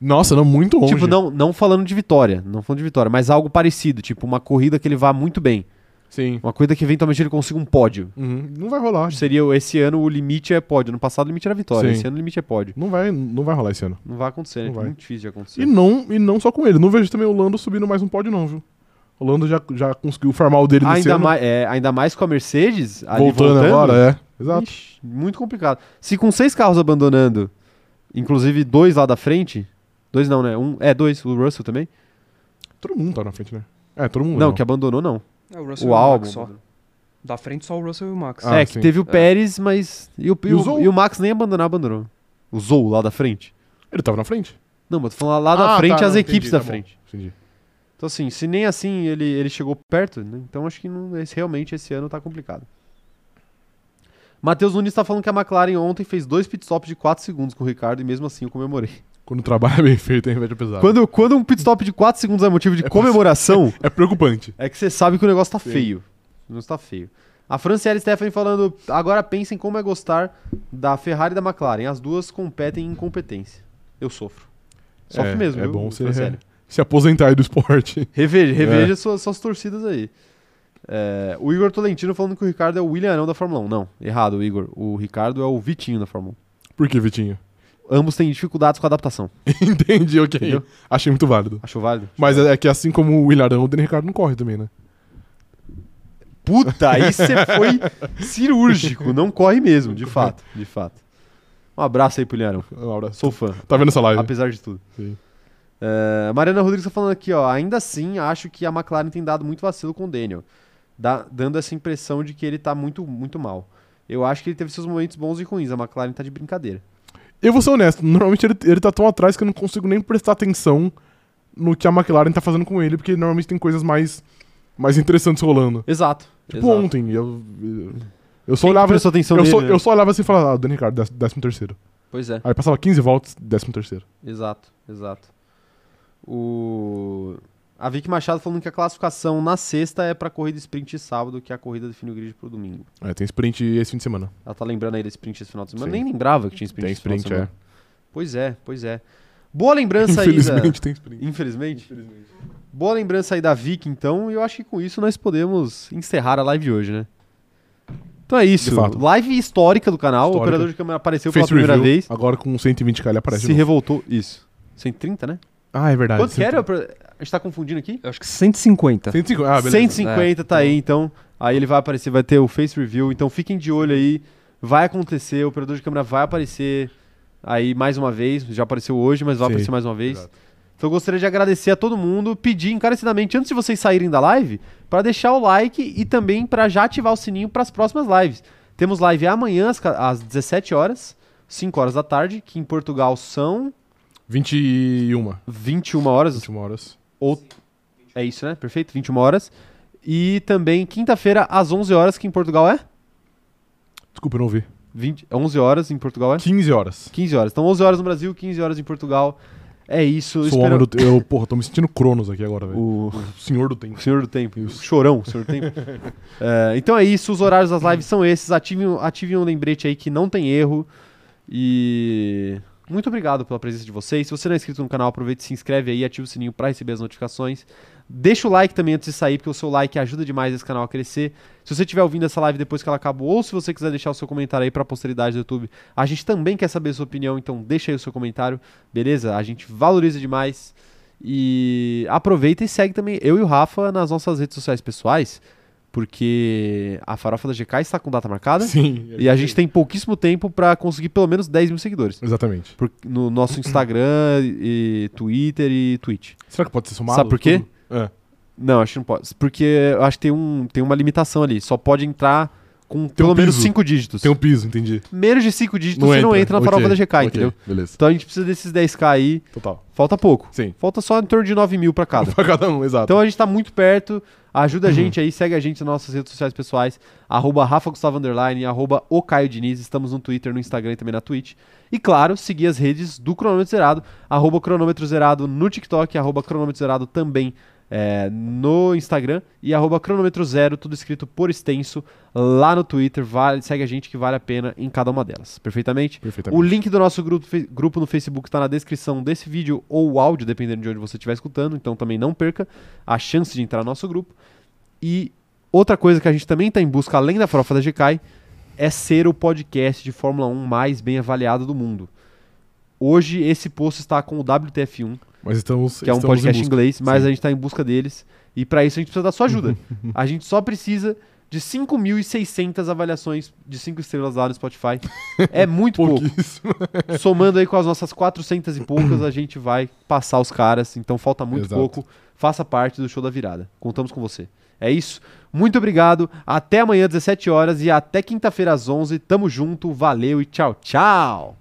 [SPEAKER 2] Nossa, não, muito longe.
[SPEAKER 1] Tipo, não, não falando de vitória, não falando de vitória, mas algo parecido, tipo uma corrida que ele vá muito bem,
[SPEAKER 2] Sim.
[SPEAKER 1] uma corrida que eventualmente ele consiga um pódio.
[SPEAKER 2] Uhum. Não vai rolar.
[SPEAKER 1] Seria o- esse ano o limite é pódio, no passado o limite era vitória,
[SPEAKER 2] Sim.
[SPEAKER 1] esse ano o limite é pódio.
[SPEAKER 2] Não vai, não vai rolar esse ano.
[SPEAKER 1] Não vai acontecer, né?
[SPEAKER 2] Não vai.
[SPEAKER 1] Muito difícil de acontecer.
[SPEAKER 2] E não, e não só com ele. Não vejo também o Lando subindo mais um pódio, não, viu? O Lando já, já conseguiu farmar o dele nesse
[SPEAKER 1] ainda,
[SPEAKER 2] ano.
[SPEAKER 1] mais, é, ainda mais com a Mercedes ali
[SPEAKER 2] voltando, agora, é. Exato.
[SPEAKER 1] ixi, muito complicado. Se com seis carros abandonando, inclusive dois lá da frente, dois não, né? Um, é, dois, o Russell também.
[SPEAKER 2] Todo mundo tá na frente, né? É, todo mundo.
[SPEAKER 1] Não, que abandonou não.
[SPEAKER 4] É o Russell
[SPEAKER 1] O
[SPEAKER 4] e o
[SPEAKER 1] álbum.
[SPEAKER 4] Max só. Da frente só o Russell e o Max.
[SPEAKER 2] Ah,
[SPEAKER 1] é, que
[SPEAKER 2] sim.
[SPEAKER 1] teve o
[SPEAKER 4] É.
[SPEAKER 1] Pérez, mas. E o, e,
[SPEAKER 2] E o
[SPEAKER 1] o-
[SPEAKER 2] Zou?
[SPEAKER 1] e o Max nem abandonar, abandonou. O Zou lá da frente.
[SPEAKER 2] Ele tava na frente?
[SPEAKER 1] Não, mas tô falando lá da
[SPEAKER 2] Ah,
[SPEAKER 1] frente
[SPEAKER 2] tá,
[SPEAKER 1] as
[SPEAKER 2] não,
[SPEAKER 1] equipes
[SPEAKER 2] entendi,
[SPEAKER 1] da
[SPEAKER 2] tá bom.
[SPEAKER 1] frente.
[SPEAKER 2] Entendi.
[SPEAKER 1] Então, assim, se nem assim ele, ele chegou perto, né? então acho que não- esse- realmente esse ano tá complicado. Matheus Nunes tá falando que a McLaren ontem fez dois pitstops de 4 segundos com o Ricardo e mesmo assim eu comemorei.
[SPEAKER 2] Quando o trabalho é bem feito, é inveja pesada.
[SPEAKER 1] Quando, quando um pitstop de 4 segundos é motivo de comemoração,
[SPEAKER 2] É preocupante.
[SPEAKER 1] é que você sabe que o negócio tá
[SPEAKER 2] Sim.
[SPEAKER 1] feio. O negócio tá feio. A Franciele Stephanie falando, agora pensem como é gostar da Ferrari e da McLaren. As duas competem em incompetência. Eu sofro. Sofro
[SPEAKER 2] é,
[SPEAKER 1] mesmo,
[SPEAKER 2] É
[SPEAKER 1] viu,
[SPEAKER 2] bom você
[SPEAKER 1] Franciele?
[SPEAKER 2] se aposentar do esporte.
[SPEAKER 1] Reveja, reveja
[SPEAKER 2] É.
[SPEAKER 1] suas, suas torcidas aí. É, o Igor Tolentino falando que o Ricardo é o William Arão da Fórmula 1. Não, errado, Igor. O Ricardo é o Vitinho da Fórmula
[SPEAKER 2] Por que, Vitinho?
[SPEAKER 1] 1. Ambos têm dificuldades com a adaptação.
[SPEAKER 2] Entendi, ok.
[SPEAKER 1] Entendeu?
[SPEAKER 2] Achei muito válido.
[SPEAKER 1] Achou válido?
[SPEAKER 2] Mas é é que assim como o Ilharão, o Daniel Ricardo não corre também, né?
[SPEAKER 1] Puta, aí você foi cirúrgico. Não corre mesmo, de fato. De fato. Um abraço aí pro William Arão.
[SPEAKER 2] Um abraço.
[SPEAKER 1] Sou fã,
[SPEAKER 2] Tá vendo essa live?
[SPEAKER 1] apesar de tudo.
[SPEAKER 2] Sim.
[SPEAKER 1] É, Mariana Rodrigues tá falando aqui, ó. Ainda assim, acho que a McLaren tem dado muito vacilo com o Daniel. dá- dando essa impressão de que ele tá muito, muito mal. Eu acho que ele teve seus momentos bons e ruins. A McLaren tá de brincadeira.
[SPEAKER 2] Eu vou ser honesto, normalmente ele, ele tá tão atrás que eu não consigo nem prestar atenção no que a McLaren tá fazendo com ele, porque normalmente tem coisas mais, mais interessantes rolando.
[SPEAKER 1] Exato.
[SPEAKER 2] Tipo
[SPEAKER 1] exato.
[SPEAKER 2] ontem, eu, eu, eu só
[SPEAKER 1] Quem
[SPEAKER 2] olhava.
[SPEAKER 1] prestou atenção
[SPEAKER 2] eu,
[SPEAKER 1] nele,
[SPEAKER 2] só,
[SPEAKER 1] né?
[SPEAKER 2] eu só olhava assim e falava, ah, Daniel Ricardo, décimo, décimo terceiro.
[SPEAKER 1] Pois é,
[SPEAKER 2] Aí passava 15 voltas, décimo terceiro.
[SPEAKER 1] exato, exato. O... A Vicky Machado falando que a classificação na sexta é pra corrida sprint de sábado, que é a corrida define o grid pro domingo.
[SPEAKER 2] É, tem sprint esse fim de semana.
[SPEAKER 1] Ela tá lembrando aí da sprint esse final de semana.
[SPEAKER 2] Sim.
[SPEAKER 1] Nem lembrava que tinha sprint
[SPEAKER 2] tem
[SPEAKER 1] esse final de
[SPEAKER 2] sprint, é.
[SPEAKER 1] semana. Pois é, pois é. Boa lembrança aí, Isa.
[SPEAKER 2] Infelizmente tem sprint.
[SPEAKER 1] Infelizmente. Boa lembrança aí da Vicky, então, e eu acho que com isso nós podemos encerrar a live de hoje, né? Então é isso.
[SPEAKER 2] fato.
[SPEAKER 1] Live histórica do canal. O
[SPEAKER 2] Histórica.
[SPEAKER 1] operador de câmera apareceu pela
[SPEAKER 2] Face
[SPEAKER 1] primeira
[SPEAKER 2] review,
[SPEAKER 1] vez.
[SPEAKER 2] Agora com 120k ele aparece.
[SPEAKER 1] se
[SPEAKER 2] de novo.
[SPEAKER 1] revoltou. Isso. 130, né?
[SPEAKER 2] Ah, é verdade.
[SPEAKER 1] Quanto que era? A gente tá confundindo aqui?
[SPEAKER 3] Eu acho que 150.
[SPEAKER 2] 150. Ah, beleza.
[SPEAKER 1] 150 tá aí, então. Aí ele vai aparecer, vai ter o face review. Então fiquem de olho aí. Vai acontecer, o operador de câmera vai aparecer aí mais uma vez. Já apareceu hoje, mas vai
[SPEAKER 2] Sim,
[SPEAKER 1] aparecer mais uma vez.
[SPEAKER 2] exato.
[SPEAKER 1] Então eu gostaria de agradecer a todo mundo, pedir encarecidamente, antes de vocês saírem da live, para deixar o like e também para já ativar o sininho para as próximas lives. Temos live amanhã às ca- às 17 horas, 5 horas da tarde, que em Portugal são
[SPEAKER 2] 21.
[SPEAKER 1] 21 horas,
[SPEAKER 2] 21 horas.
[SPEAKER 1] Ou... É isso, né? Perfeito, 21 horas. E também quinta-feira, às 11 horas, que em Portugal é?
[SPEAKER 2] Desculpa, eu não ouvi.
[SPEAKER 1] 20... 11 horas em Portugal é?
[SPEAKER 2] 15 horas.
[SPEAKER 1] 15 horas. Então, 11 horas no Brasil, 15 horas em Portugal. É isso. eu
[SPEAKER 2] Sou o homem do... Eu, porra, tô me sentindo Cronos aqui agora, velho.
[SPEAKER 1] o...
[SPEAKER 2] O senhor do tempo.
[SPEAKER 1] o Senhor do Tempo. o Chorão, o Senhor do Tempo. É, então é isso, os horários das lives são esses. Ativem, ativem um lembrete aí que não tem erro. E muito obrigado pela presença de vocês. Se você não é inscrito no canal, aproveita e se inscreve aí, ativa o sininho para receber as notificações. Deixa o like também antes de sair, porque o seu like ajuda demais esse canal a crescer. Se você estiver ouvindo essa live depois que ela acabou, ou se você quiser deixar o seu comentário aí para a posteridade do YouTube, a gente também quer saber a sua opinião, então deixa aí o seu comentário, beleza? A gente valoriza demais. E aproveita e segue também eu e o Rafa nas nossas redes sociais pessoais, porque a farofa da GK está com data marcada
[SPEAKER 2] Sim.
[SPEAKER 1] e a gente tem pouquíssimo tempo para conseguir pelo menos 10 mil seguidores.
[SPEAKER 2] Exatamente.
[SPEAKER 1] Por- no nosso Instagram, e Twitter e Twitch.
[SPEAKER 2] Será que pode ser somado?
[SPEAKER 1] Sabe por quê?
[SPEAKER 2] tudo? É.
[SPEAKER 1] Não, acho que não pode. Porque eu acho que tem, um, tem uma limitação ali. Só pode entrar com pelo
[SPEAKER 2] um
[SPEAKER 1] menos
[SPEAKER 2] piso.
[SPEAKER 1] 5 dígitos.
[SPEAKER 2] Tem um piso, entendi.
[SPEAKER 1] Menos de 5 dígitos você não entra na
[SPEAKER 2] Ok,
[SPEAKER 1] farofa da GK,
[SPEAKER 2] ok,
[SPEAKER 1] entendeu?
[SPEAKER 2] Beleza.
[SPEAKER 1] Então a gente precisa desses 10k aí.
[SPEAKER 2] Total.
[SPEAKER 1] Falta pouco.
[SPEAKER 2] Sim.
[SPEAKER 1] Falta só em torno de 9 mil pra cada.
[SPEAKER 2] Pra cada um, exato.
[SPEAKER 1] Então a gente tá muito perto. Ajuda a gente aí, segue a gente nas nossas redes sociais pessoais, arroba Rafa Gustavo Underline, arroba o Caio Diniz, estamos no Twitter, no Instagram e também na Twitch. E claro, seguir as redes do Cronômetro Zerado, arroba Cronômetro Zerado no TikTok, arroba Cronômetro Zerado também é, no Instagram e arroba Cronômetro Zero, tudo escrito por extenso, lá no Twitter, vale, segue a gente que vale a pena em cada uma delas, perfeitamente?
[SPEAKER 2] Perfeitamente.
[SPEAKER 1] O link do nosso grupo, fe- grupo no Facebook está na descrição desse vídeo ou o áudio, dependendo de onde você estiver escutando, então também não perca a chance de entrar no nosso grupo. E outra coisa que a gente também está em busca, além da farofa da GK, é ser o podcast de Fórmula 1 mais bem avaliado do mundo. Hoje esse posto está com o WTF1,
[SPEAKER 2] Mas estamos.
[SPEAKER 1] que é um
[SPEAKER 2] estamos em
[SPEAKER 1] podcast em
[SPEAKER 2] busca.
[SPEAKER 1] inglês, mas
[SPEAKER 2] Sim.
[SPEAKER 1] a gente está em busca deles. E para isso a gente precisa da sua ajuda. a gente só precisa de 5.600 avaliações de 5 estrelas lá no Spotify. É muito pouco.
[SPEAKER 2] Pouquíssimo.
[SPEAKER 1] Somando aí com as nossas 400 e poucas, a gente vai passar os caras. Então falta muito
[SPEAKER 2] Exato.
[SPEAKER 1] pouco. Faça parte do show da virada. Contamos com você. É isso. Muito obrigado. Até amanhã, 17 horas. E até quinta-feira, às 11. Tamo junto. Valeu e tchau, tchau.